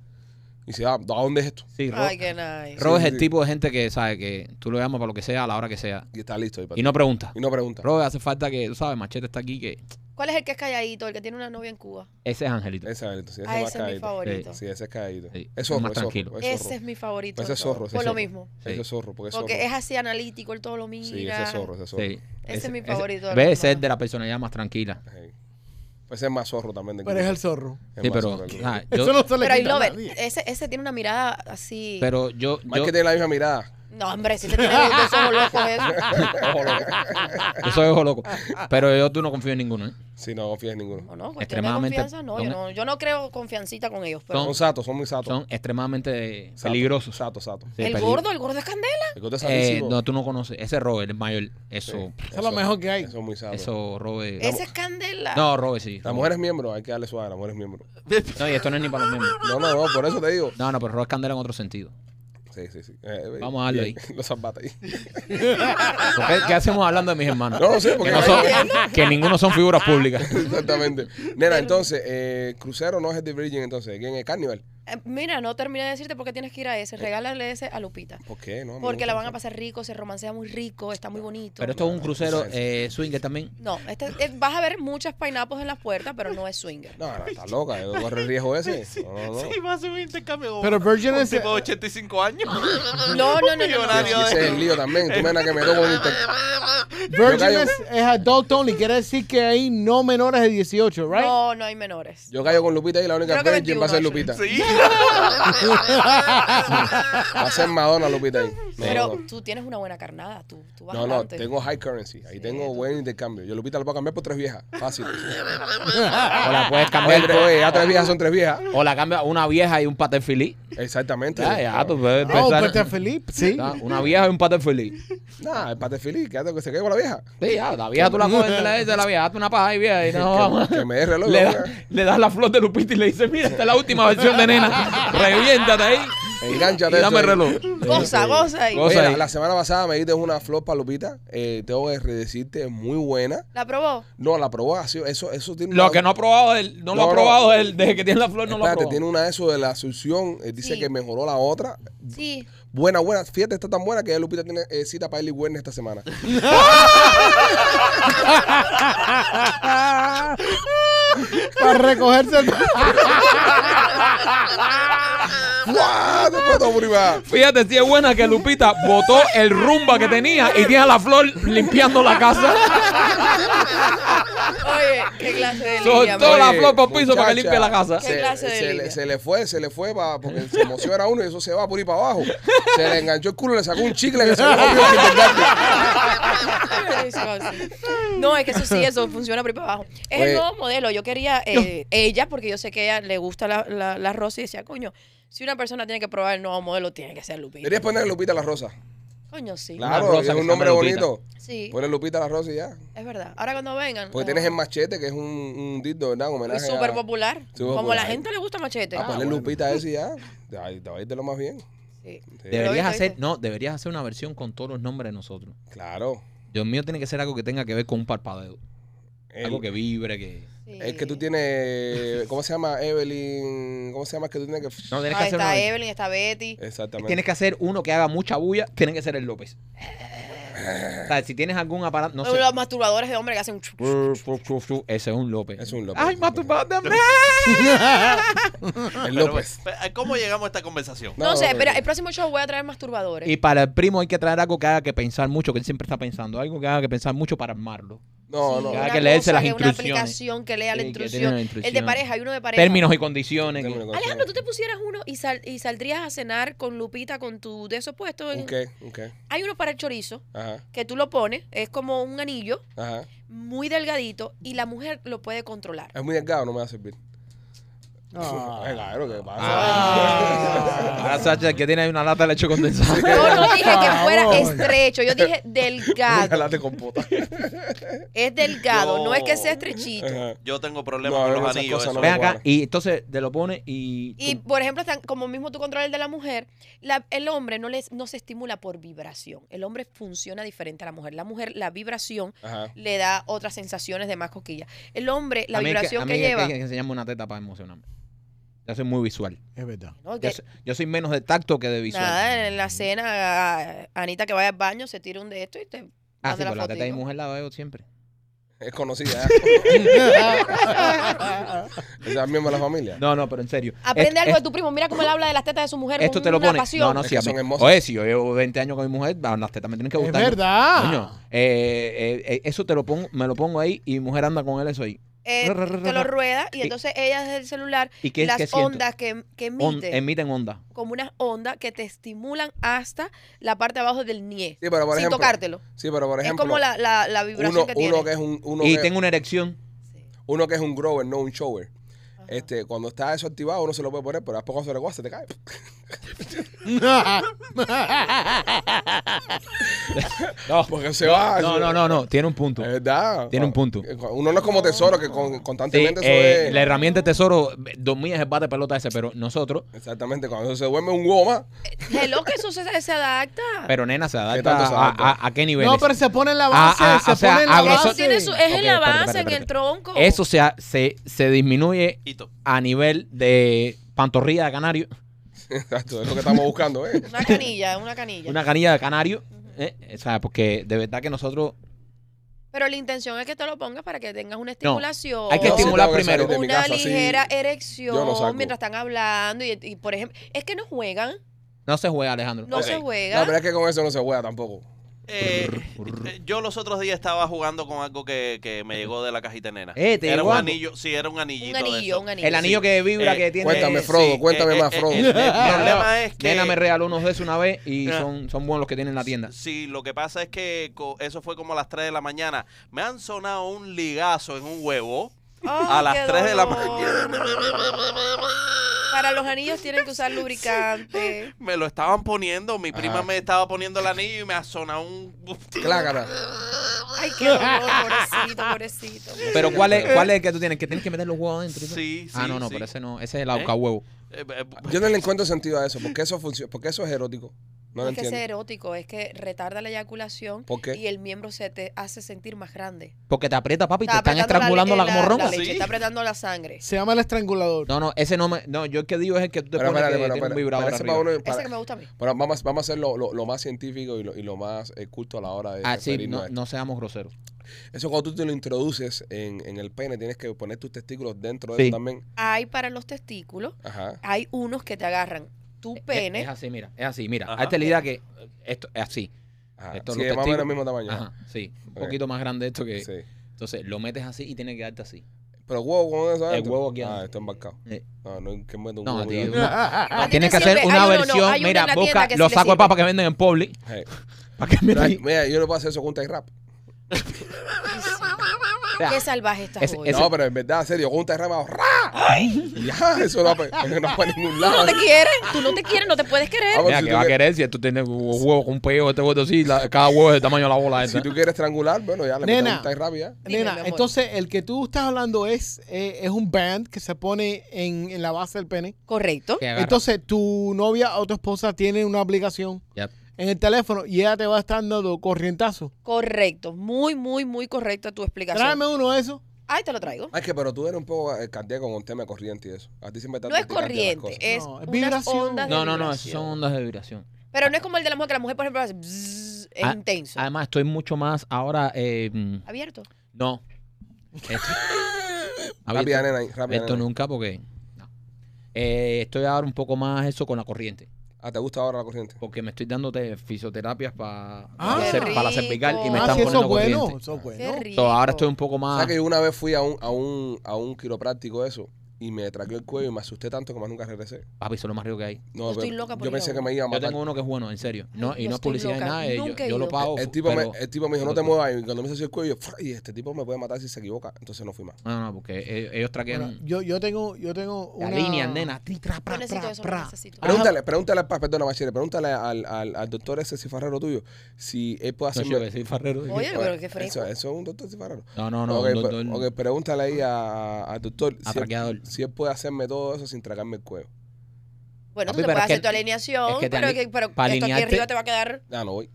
S1: Y dice, ah, ¿a dónde es esto?
S2: sí, Ro-
S5: Ay, qué nice.
S2: Rob
S1: Sí,
S2: es
S1: sí,
S2: el
S1: sí.
S2: tipo de gente que sabe que tú lo llamas para lo que sea, a la hora que sea.
S1: Y está listo. ahí para ti.
S2: Y no pregunta.
S1: y no Pues pregunta.
S2: Rob, hace falta que, tú sabes, Machete está aquí, que
S5: ¿Cuál es el que es calladito? El que tiene una novia en Cuba.
S2: ese es Angelito.
S1: Ese es, sí, ese
S5: Ah,
S1: es más
S5: ese es mi
S1: caído.
S5: favorito.
S1: Sí, ese es caído.
S2: Sí,
S1: Es
S2: es
S1: zorro,
S2: más
S1: es zorro,
S2: tranquilo.
S1: es zorro.
S5: Ese es mi favorito.
S1: Ese
S5: de
S1: es zorro,
S5: todos,
S1: ese
S5: Por
S1: es
S5: lo
S1: zorro.
S5: mismo.
S2: Sí.
S1: Ese es zorro, porque es zorro.
S5: Porque es así analítico, él todo lo mira.
S1: Sí, ese es zorro, ese es zorro.
S2: Sí.
S5: Ese es mi favorito de
S2: Ve, ese
S5: los
S2: es
S5: hermanos.
S2: de la personalidad más tranquila.
S1: Sí. Pues es más zorro también. del
S3: Pero es
S1: grupo.
S3: el zorro.
S1: Es más
S2: Sí, pero,
S1: zorro del grupo.
S2: ah,
S3: Eso
S2: yo,
S3: no se le
S5: Pero I
S3: quita a
S5: love
S3: nadie.
S5: it. Ese, ese tiene una mirada así.
S2: pero yo,
S1: Más
S2: yo,
S1: que tiene la misma mirada.
S5: No, hombre, si te tiene los dos ojos locos eso.
S1: Ojo loco.
S2: yo soy ojo loco. Pero yo tú no confío en ninguno, ¿eh?
S1: Sí, no confías en ninguno.
S5: No, no, cuestión de
S2: Extremadamente-
S5: confianza, no yo,
S2: son-
S5: no. yo no creo confiancita con ellos. Pero
S2: Son-
S1: Son satos, son muy satos.
S2: Son extremadamente
S1: Satos,
S2: peligrosos.
S1: Satos, satos.
S2: Sí,
S5: el
S2: peli-
S5: gordo, el gordo es candela.
S1: El gordo es
S2: Eh,
S1: satísimo.
S2: no, tú no conoces. Ese es Robert, el mayor. Eso,
S3: Eso es lo mejor que hay.
S1: Eso es muy sato.
S2: eso, Robert.
S5: Ese es candela.
S2: No, Robert, sí.
S1: La
S2: Robert.
S1: mujer es miembro, hay que darle suave, la mujer es miembro.
S2: No, y esto no es ni para los miembros.
S1: No, no, no, por eso te digo.
S2: No, no, pero Robert Candela en otro sentido.
S1: Sí, sí, sí. Eh,
S2: Vamos a darle
S1: bien, Los zapatos ahí.
S2: ¿Por qué, qué hacemos hablando de mis hermanos?
S1: Ah. No, no sé,
S2: que,
S1: porque
S2: no
S1: hay-
S2: son- que ninguno son figuras públicas.
S1: Exactamente. Nena, entonces, eh, crucero no es el de Virgin, entonces. ¿Quién es Carnival?
S5: Eh, Mira, no terminé de decirte por qué tienes que ir a ese. Regálale ese a Lupita.
S1: ¿Por qué? No, a mí me
S5: Porque la
S1: gusta
S5: van a
S1: eso.
S5: pasar rico, se romancea muy rico, está muy bonito.
S2: Pero esto es un crucero eh, swinger también.
S5: No, este, eh, vas a ver muchas pineapples en las puertas, pero no es swinger.
S1: No, no, está loca. Yo corro el riesgo ese. No, no, no.
S4: Sí, va a ser un intercambio.
S3: Pero Virgin
S4: un
S3: es-
S4: tipo de 85 años.
S5: No, no, no, no, no.
S1: Y
S4: millonario.
S1: ese es el lío también. Tú me que me toco un inter- Yo
S3: Virgin
S1: callo.
S3: es, es adult only. Quiere decir que hay no menores de 18, ¿right?
S5: No, no hay menores.
S1: Yo callo con Lupita y la única
S5: Creo que
S1: Virgin va a ser
S5: 21,
S1: Lupita.
S4: Sí.
S1: Va a ser Madonna Lupita ahí. No,
S5: pero
S1: no, no.
S5: tú tienes una buena carnada, tú, tú vas
S1: No, no,
S5: adelante.
S1: tengo high currency. Ahí
S5: Sí,
S1: tengo
S5: tú-
S1: buen intercambio. Yo Lupita la puedo cambiar por tres viejas. Fácil.
S2: O la
S1: Oye,
S2: puedes Pues, cambiar.
S1: tres- oye, ya tres viejas son tres viejas.
S2: O la cambia una vieja y un pater feliz.
S1: Exactamente.
S2: Ya, ya, tú
S1: No.
S2: puedes
S3: Oh,
S2: pensar-
S3: Peter Felipe, sí.
S2: Ya, Una vieja y un pater feliz.
S1: Nah, el pate feliz, quédate que se quede con la vieja.
S2: Sí, ya, la vieja tú la coges, te la dices, la vieja, hazte una paja y vieja, y no vamos.
S1: Que me dé reloj.
S2: Le,
S1: ¿no?
S2: da- le das la flor de Lupita y le dices, mira, esta es la última versión de nena. Reviéntate ahí.
S1: Engánchate
S2: Y dame
S1: eso ahí.
S2: reloj.
S5: Goza, goza ahí.
S2: Goza.
S1: Oye, la,
S2: ahí.
S1: la semana pasada me diste una flor para Lupita. Eh, tengo que decirte, muy buena.
S5: ¿La probó?
S1: No, la probó así. Eso, eso tiene
S2: Lo
S1: una-
S2: que no ha probado él, no,
S1: No,
S2: lo
S1: no.
S2: ha probado él, desde que tiene la flor no lo ha
S1: Espérate,
S2: probado.
S1: tiene una de eso de la succión. eh, dice
S5: Sí.
S1: que mejoró la otra.
S5: Sí.
S1: Buena, buena. Fíjate, está tan buena que ya Lupita tiene eh, cita para Ellie Werner esta semana.
S3: Para recogerse.
S1: ¡Guau! Te puedo privar.
S2: Fíjate si es buena que Lupita botó el rumba que tenía y tiene a la flor limpiando la casa.
S5: Oye, qué clase de lidia,
S2: Soltó
S5: man.
S2: la
S1: Oye,
S2: flor por piso para
S1: muchacha,
S2: que limpie la casa.
S5: ¿Qué
S1: Se,
S5: clase de
S1: se le,
S5: lidia?
S1: se le fue, se le fue pa- porque se emociona uno y eso se va por ahí para abajo. Se le enganchó el culo, le sacó un chicle que se lo comió sin verdad.
S5: No, es que eso sí, eso funciona por ahí para abajo. Es
S1: Oye.
S5: el nuevo modelo. Yo quería eh, ella, porque yo sé que a ella le gusta la, la, la rosa y decía, coño, si una persona tiene que probar el nuevo modelo, tiene que ser Lupita.
S1: Deberías poner Lupita la Rosa.
S5: Coño, sí.
S2: La-
S1: Claro,
S2: rosa que
S1: es
S2: se
S1: un
S2: llama
S1: nombre
S2: Lupita.
S1: bonito.
S5: Sí,
S1: Ponle Lupita la Rosa y ya.
S5: es verdad. Ahora cuando vengan.
S1: Porque
S5: eh,
S1: tienes el machete, que es un, un dildo, ¿verdad? Un
S5: es
S1: homenaje
S5: súper
S1: a-
S5: popular.
S1: Súper
S5: Como a la
S1: popular.
S5: gente le gusta machete.
S1: Ah,
S5: Ah,
S1: ponle
S5: bueno.
S1: Lupita ese y ya. Te va a ir- te va a ir de lo más bien.
S5: Sí.
S1: Sí.
S5: Debe-
S2: Deberías
S5: ¿Lo viste,
S2: hacer,
S5: viste?
S2: no, deberías hacer una versión con todos los nombres de nosotros.
S1: Claro.
S2: Dios mío, tiene que ser algo que tenga que ver con un parpadeo. Algo
S1: El,
S2: que vibre, que.
S5: sí.
S1: el que tú tienes. ¿Cómo se llama? Evelyn. ¿Cómo se llama? el que tú tienes que.
S2: No, tienes que
S5: Ah,
S2: hacer
S5: está
S2: una.
S5: Evelyn, está Betty.
S1: Exactamente.
S2: Tienes que hacer uno que haga mucha bulla, tiene que ser el López. O sea, si tienes algún aparato, no sé.
S5: Los masturbadores de hombre que hacen un chup, chup.
S2: Ese es un López.
S1: Es un López.
S2: Ay, masturbate, hombre.
S1: El
S4: Pero,
S1: López.
S4: pe- ¿Cómo llegamos a esta conversación?
S5: No, sé, pero el próximo show voy a traer masturbadores.
S2: Y para el primo hay que traer algo que haga que pensar mucho, que él siempre está pensando. Algo que haga que pensar mucho para armarlo.
S1: No,
S5: Sí,
S1: no.
S2: Cada
S5: una
S2: que leerse
S5: cosa,
S2: las
S5: que
S2: instrucciones.
S5: Una aplicación que lea la
S2: Sí, que tiene
S5: instrucción.
S2: una
S5: El de
S2: instrucción.
S5: pareja, hay uno de pareja.
S2: Términos y condiciones. que-
S1: Término con-
S5: Alejandro, tú te pusieras uno y, sal- y saldrías a cenar con Lupita, con tu de esos puestos. en-
S1: Ok, ok.
S5: Hay uno para el chorizo,
S1: Ajá,
S5: que tú lo pones, es como un anillo,
S1: ajá.
S5: muy delgadito, y la mujer lo puede controlar.
S1: Es muy delgado, no me va a servir.
S3: Ah.
S1: Ay, claro, ¿qué pasa?
S2: Ah. Ahora a Sacha que tiene ahí una lata de leche condensada.
S5: Yo no dije que fuera
S2: Ah,
S3: favor.
S5: estrecho, yo dije delgado.
S1: Ojalá te compota.
S5: Es delgado,
S4: Yo-
S5: no es que sea estrechito.
S1: Ajá.
S4: Yo tengo problemas
S1: No, a
S4: con
S1: ver,
S4: los
S1: esas
S4: anillos.
S1: cosas
S4: eso.
S2: Ven
S1: no.
S2: acá y entonces te lo pone y...
S5: Y por ejemplo, están- como mismo tú controlas el de la mujer, la- el hombre no, les, no se estimula por vibración. El hombre funciona diferente a la mujer. La mujer, la vibración
S1: Ajá.
S5: le da otras sensaciones de más cosquillas. El hombre, la
S2: a mí es
S5: vibración
S2: a
S5: que,
S2: mí es
S5: lleva.
S2: Hay que enseñarme una teta para emocionarme. Yo soy muy visual.
S3: Es verdad.
S5: ¿no?
S2: Yo
S5: Que-
S2: soy, yo soy menos de tacto que de visual.
S5: nada, en la cena, a- Anita que vaya al baño, se tira un de esto y te
S2: Ah,
S5: manda
S2: sí,
S5: la
S2: pero la teta de
S5: fotico.
S2: mujer la veo siempre.
S1: Es conocida. ¿eh? Esa misma la familia.
S2: No, no, pero en serio.
S5: Aprende
S2: Esto-
S5: algo de tu primo. Mira cómo él habla de las tetas de su mujer.
S2: Esto
S5: con
S2: te lo
S5: una
S2: pone.
S5: pasión.
S2: No, no,
S1: Es
S2: sí,
S1: que
S2: a mí.
S1: son hermosas.
S2: Oye, si yo llevo 20 años con mi mujer, va, las tetas me tienen que
S3: Es
S2: gustar.
S3: verdad.
S5: Ah.
S2: Coño, eh, eh, eh, eso te lo pongo, me lo pongo ahí y mi mujer anda con él eso ahí.
S5: Eh, te lo rueda y entonces ella desde el celular,
S2: ¿Y qué,
S5: las
S2: qué siento?
S5: ondas que, que
S2: On- em-
S5: emite,
S2: emiten onda.
S5: como unas ondas que te estimulan hasta la parte de abajo del nie,
S1: Sí, pero por
S5: sin
S1: ejemplo.
S5: tocártelo.
S1: Sí, pero por ejemplo.
S5: es como la, la, la vibración
S1: uno,
S5: que tiene.
S1: uno que es un uno
S2: y
S1: que,
S2: tengo una erección.
S5: Sí.
S1: uno que es un grower, no un shower.
S5: Ajá.
S1: Este, cuando está eso activado, uno se lo puede poner, pero a poco se le gusta, se te cae.
S2: No,
S1: Porque se va.
S2: no,
S1: eso-
S2: no, no, no, tiene un punto.
S1: Es verdad. Eh,
S2: Tiene un punto.
S1: Uno no es como tesoro que con-
S2: Sí,
S1: constantemente eso
S2: eh,
S1: es.
S2: La herramienta de tesoro, eh, dos millas es bate de pelota ese, pero nosotros,
S1: Exactamente, cuando se duerme un goma,
S5: Hello, que eso se, se adapta.
S2: pero nena, se adapta,
S1: tanto se
S2: a-
S1: adapta?
S2: A, a qué niveles.
S3: No, pero se pone en la base.
S2: Ah, ah,
S3: se
S2: o sea,
S3: pone en la
S2: a
S5: Eso
S2: nosotros-
S3: base.
S5: tiene su- es
S2: Ok,
S5: en la
S2: espérate,
S5: base,
S2: espérate,
S5: en el
S2: espérate.
S5: tronco.
S2: Eso se, ha- se, se disminuye
S4: Hito.
S2: a nivel de pantorrilla de canario,
S1: exacto, es lo que estamos buscando, ¿eh?
S5: Una canilla, una canilla.
S2: una canilla de canario. eh, o sea, porque de verdad que nosotros
S5: Pero la intención es que te lo pongas para que tengas una estimulación.
S2: hay que
S1: Yo sí
S2: estimular
S1: tengo que salir
S2: primero.
S1: de mi
S5: Una
S1: casa así.
S5: ligera
S1: yo no salgo.
S5: erección mientras están hablando. Y, y, por ejemplo, es que no juegan,
S2: no se juega, Alejandro.
S5: no
S4: Ok.
S5: se
S1: La
S5: juegan.
S1: verdad es que con eso no se juega tampoco.
S4: Eh, eh, yo los otros días estaba jugando con algo que, que me llegó de la cajita nena.
S2: Eh, te
S4: era
S2: llegó
S4: un
S2: algo.
S4: anillo, sí, era un
S5: un
S4: anillito. de
S5: anillo,
S4: esos.
S5: un anillo.
S2: El anillo que vibra,
S4: Eh,
S2: que tiene.
S1: Cuéntame, Frodo, cuéntame más, Frodo.
S4: el, el problema es que
S2: Nena me regaló unos de eso una vez y
S4: Ah.
S2: son, son buenos los que tienen en la tienda.
S4: Sí, lo que pasa es que co- eso fue como a las 3 de la mañana. Me han sonado un ligazo en un huevo
S5: Ay,
S4: a las
S5: qué
S4: 3 de la
S5: dolor.
S4: mañana.
S5: Para los anillos tienen que usar lubricante.
S4: Me lo estaban poniendo, mi prima
S1: Ajá.
S4: me estaba poniendo el anillo y me ha sonado un...
S1: Clácara.
S5: Ay, qué dolor, pobrecito, pobrecito.
S2: Pero ¿cuál es, cuál es el que tú tienes? Que tienes que meter los huevos adentro. y todo.
S4: Sí,
S2: Ah,
S4: sí,
S2: no, no,
S4: sí.
S2: pero ese no. Ese es el
S4: ¿Eh?
S2: auca huevo.
S4: Eh, eh,
S1: Yo no le encuentro sentido a eso, porque eso funciona, porque eso es erótico. No lo
S5: es que es
S1: entiendo.
S5: erótico, es que retarda la eyaculación
S1: ¿Por qué?
S5: y el miembro se te hace sentir más grande.
S2: Porque te aprieta, papi, y te
S5: Está
S2: están
S5: apretando
S2: estrangulando la,
S5: le-
S2: morronga.
S5: leche,
S4: Sí.
S5: Está apretando la sangre.
S3: Se llama el estrangulador.
S2: No, no, ese no me. No, yo el que digo es el que tú te
S1: Pero
S2: pones
S1: espérate,
S2: que
S1: pero,
S2: tiene
S1: espérate,
S2: un vibrador
S1: parece para
S2: arriba.
S1: uno- para-
S5: Ese que me gusta a mí.
S1: Bueno, vamos, vamos a hacer lo, lo- lo más científico y lo, y lo más eh, culto a la hora de
S2: Ah, sí,
S1: referirnos a
S2: no,
S1: esto.
S2: no seamos groseros.
S1: Eso cuando tú te lo introduces en, en el pene, tienes que poner tus testículos dentro de
S2: Sí.
S1: eso también.
S5: Hay para los testículos,
S1: Ajá.
S5: hay unos que te agarran tu pene.
S2: Es, es así, mira, es así, mira.
S4: Ajá.
S2: Esta es la idea que eh, esto es así.
S1: ajá.
S2: Esto
S1: sí,
S2: los
S1: más o menos el
S2: testículos.
S1: mismo tamaño.
S2: Ajá, sí. Un
S1: Ok.
S2: poquito más grande esto que.
S1: Sí.
S2: Entonces, lo metes así y tiene que darte así.
S5: Ah,
S1: Pero huevo con eso
S2: El
S1: adentro?
S2: huevo aquí
S1: Ah,
S2: adentro.
S1: está embarcado.
S2: Eh,
S1: No, no, que meto un
S2: No,
S1: huevo
S2: tío,
S1: ahí
S2: no.
S5: A ti
S2: Tienes que
S5: te
S2: hacer
S5: sirve,
S2: una
S5: hay uno, Ah, no,
S2: versión.
S5: hay uno en
S2: mira,
S5: la tienda
S2: busca
S5: que sí
S2: los
S5: le
S2: sacos de
S5: sirve.
S2: papa que venden en Publix.
S1: adentro.
S2: Para que mira
S1: Hey.
S2: ahí.
S1: Mira, yo no puedo hacer eso con un tie rap.
S2: O sea,
S5: Qué salvaje estás
S2: Ese-
S5: hoy.
S2: ese-
S1: No, pero en verdad, en serio, con un tie rap hago ¡ra! Ya, eso no va pa- no va para ningún
S5: Tú
S1: lado.
S5: no te quieres, tú no te quieres, no te puedes querer.
S1: Vamos,
S2: Mira,
S1: si
S2: que
S1: tú
S2: va a
S1: quieres-
S2: querer si tú tienes huevos con peo, este huevo así, la- cada huevo es del tamaño de la bola esa.
S1: Si tú quieres estrangular, bueno, ya le metes
S3: Nena.
S1: un tie rap y ya.
S5: Dime,
S3: Nena,
S5: mi amor.
S3: entonces el que tú estás hablando es, eh, es un band que se pone en, en la base del pene.
S5: Correcto.
S2: Que agarra.
S3: Entonces tu novia o tu esposa tiene una aplicación
S2: Ya.
S3: en el teléfono y ella te va a estar dando corrientazo.
S5: Correcto. Muy, muy, muy correcta tu explicación.
S3: Tráeme uno de esos.
S5: Ay, te lo traigo.
S1: Ay, que pero tú eres un poco eh, cardíaco con tema de corriente y eso. A ti siempre te
S5: No es
S1: te cambian las cosas.
S5: corriente, es,
S3: No, es
S5: unas
S3: vibración.
S5: ondas de
S2: No, no, no, esas
S5: vibración.
S2: son ondas de vibración.
S5: Pero no es como el de la mujer, que la mujer, por ejemplo, hace bzzz, es
S2: Ah,
S5: intenso.
S2: Además, estoy mucho más ahora. eh, mm,
S5: Abierto.
S2: no. Esto,
S1: Rápida, nena, ahí, rápida,
S2: esto
S1: nena.
S2: nunca porque. no. Eh, estoy ahora un poco más eso con la corriente.
S1: Ah, ¿te gusta ahora la corriente?
S2: Porque me estoy dando te- fisioterapias para
S3: Ah.
S2: la, cer-
S5: Qué
S2: para la cervical y me
S5: rico.
S3: Ah,
S2: están
S3: sí, eso es
S2: poniendo
S3: bueno.
S2: corriente.
S3: Eso es
S5: Qué
S3: bueno.
S5: rico.
S2: Ah. So, ahora estoy un poco más.
S1: ¿Sabes que yo una vez fui a un, a un, a un quiropráctico eso? y me traqueó el cuello y me asusté tanto que más nunca regresé.
S2: Papi, eso es lo más rico que hay.
S1: No,
S5: Yo estoy
S1: pero
S5: loca por
S1: yo
S5: ir
S1: pensé
S5: a
S1: que
S5: uno.
S1: me iba a
S2: Yo
S1: matar.
S2: tengo uno que es bueno, en serio. No, y
S5: Yo
S2: no es
S5: estoy
S2: publicidad ni
S5: loca,
S2: nada. eh, Yo,
S5: nunca he
S2: yo lo
S5: ido.
S2: pago.
S1: el tipo,
S2: pero-
S1: me, el tipo me dijo, no te muevas. Y cuando me hizo así el cuello, yo, "Fra", y este tipo me puede matar si se equivoca. Entonces no fui más.
S2: No, no, porque ellos- ellos
S3: Bueno,
S2: traquean
S3: yo, yo tengo, yo tengo
S2: la
S3: una
S2: línea, nena. Tri, tra, pra,
S5: Yo necesito
S2: pra,
S5: eso,
S2: pra.
S5: lo necesito.
S3: Ajá.
S1: Pregúntale, pregúntale, al pa- perdona, Machete, pregúntale al, al, al doctor ese cifarrero tuyo si él puede
S2: No,
S1: hacerme...
S2: yo soy farrero.
S5: Oye, pero qué fresco.
S1: eso, eso es un doctor cifarrero.
S2: No, no, no.
S1: ok,
S2: un
S1: pre-
S2: doctor
S1: ok, pues, pregúntale ahí a- al doctor si él,
S2: Atraqueador.
S1: si él puede hacerme todo eso sin tragarme el cuello.
S5: Bueno,
S2: Papi,
S5: tú te
S2: pero
S5: puedes
S2: es que-
S5: hacer tu alineación,
S2: es que te
S5: pero,
S2: ali-
S5: que- pero esto
S2: para
S5: aquí
S2: alinearte-
S5: arriba te va a quedar.
S1: Ah, no voy.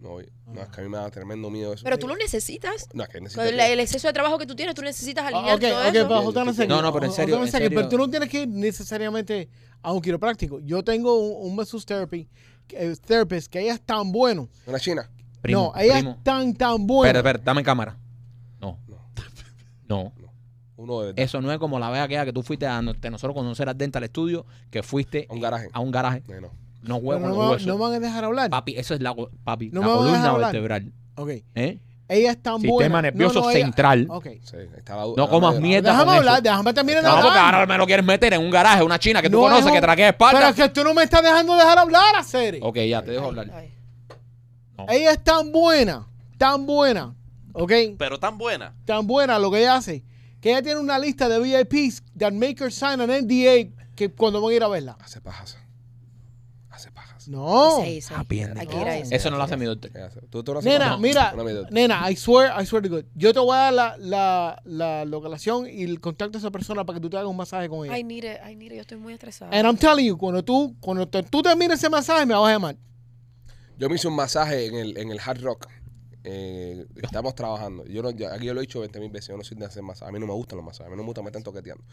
S1: No voy. No, es que a mí me da tremendo miedo eso.
S5: Pero tú lo necesitas.
S1: No, es que
S5: Con
S1: necesito...
S5: el, el exceso de trabajo que tú tienes, tú necesitas
S3: Ah,
S5: alinear
S3: Ok,
S5: todo
S3: ok,
S5: eso.
S3: pero Jota, no sé
S2: No,
S3: qué.
S2: no, pero en
S3: Jota,
S2: serio,
S3: no sé
S2: en
S3: qué, Pero
S2: serio.
S3: tú no tienes que ir necesariamente a un quiropráctico. Yo tengo un, un masseuse therapy, que- eh, therapist, que ella es tan bueno.
S1: Una china.
S2: Primo,
S3: no, ella
S2: primo.
S3: es tan, tan buena.
S2: Espera, espera, dame cámara. No. No.
S1: Uno de verdad.
S2: Eso no es como la vez aquella que tú fuiste a no- de nosotros conocer al Dental Studio, que fuiste
S1: A un garaje.
S2: a un garaje.
S1: No, no.
S2: No
S3: Pero
S2: huevo,
S3: no,
S2: no,
S3: me-
S2: hueso.
S3: no me van a dejar hablar.
S2: Papi, eso es la, go- papi,
S3: No
S2: la
S3: me vas a dejar
S2: columna
S3: hablar.
S2: vertebral.
S3: Ok,
S2: ¿eh?
S3: ella es tan buena.
S2: Sistema
S3: No,
S2: nervioso
S3: no, ella-
S2: central.
S3: Ok.
S1: Sí, ahí está la
S2: No comas mierda.
S3: Déjame
S2: con eso.
S3: hablar, déjame terminar de
S2: No, porque
S3: hablar.
S2: ahora me lo quieres meter en un garaje, una china que tú
S3: No,
S2: conoces,
S3: hijo,
S2: que traquea
S3: Pero
S2: espalda.
S3: es que tú no me estás dejando dejar hablar, Aceri.
S2: Ok, ya, te dejo
S5: Ay,
S2: hablar.
S5: ay.
S3: Ella es tan buena, tan buena, ¿ok?
S4: Pero tan buena.
S3: Tan buena lo que ella hace, que ella tiene una lista de VIPs that make her sign an NDA que cuando van a ir a verla.
S1: Hace pajas. Hace pajas.
S3: No.
S5: Esa, esa.
S2: Ah, bien.
S5: Hay que ir a esa.
S2: Eso no lo hace mi doctor.
S1: ¿Qué hace? ¿Tú, tú no haces
S3: Nena,
S1: pajas?
S3: mira,
S1: No, mi doctor.
S3: nena, I swear, I swear to God. Yo te voy a dar la, la, la localización y el contacto de esa persona para que tú te hagas un masaje con ella.
S5: Ay, Nire, ay, Nire, yo estoy muy estresada.
S3: And I'm telling you, cuando tú, cuando te- tú termines ese masaje, me vas a llamar.
S1: Yo me hice un masaje en el, en el Hard Rock. Eh, estamos trabajando. Yo no- yo- aquí yo lo he dicho 20 mil veces. Yo no soy de hacer masajes. A mí no me gustan los masajes. A mí no me gusta me están toqueteando.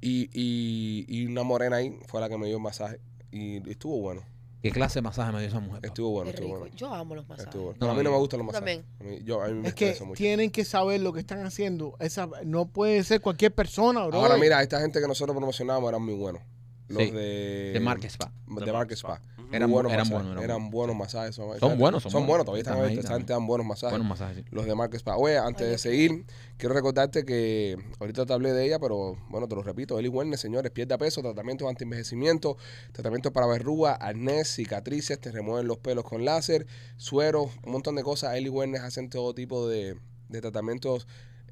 S1: Y, y, y una morena ahí fue la que me dio el masaje. Y, y estuvo bueno.
S2: ¿Qué clase de masaje me dio esa mujer? papi?
S1: Estuvo
S5: Qué
S1: bueno. Estuvo
S5: rico.
S1: bueno.
S5: Yo amo los masajes.
S1: Estuvo bueno.
S2: No,
S1: No, a mí no
S2: yo-
S1: me gustan los
S5: yo
S1: masajes. A mí, yo, a mí me
S3: Es que
S1: estresa mucho.
S3: tienen que saber lo que están haciendo. Esa, no puede ser cualquier persona, bro.
S1: Ahora mira, esta gente que nosotros promocionábamos eran muy buenos. Los
S2: Sí,
S1: de...
S2: De Marques Spa.
S1: De Marques Spa.
S4: Ujú.
S1: Muy
S2: Eran bu- eran
S1: masajes,
S2: buenos, eran
S1: Eran buenos masajes. Son
S2: buenos, son
S1: Son
S2: buenos.
S1: buenos. Todavía
S2: Están
S1: están
S2: ahí, están
S1: interesantes.
S2: ahí.
S1: Dan buenos masajes.
S2: Buenos masajes, sí.
S1: los de Marques Spa. Oye, antes
S5: Ay,
S1: de
S5: ok.
S1: seguir, quiero recordarte que ahorita te hablé de ella, pero bueno, te lo repito, Eli Wellness, señores, pierda peso, tratamientos anti-envejecimiento, tratamientos para verrugas, arnés, cicatrices, te remueven los pelos con láser, sueros, un montón de cosas. Eli Wellness hacen todo tipo de, de tratamientos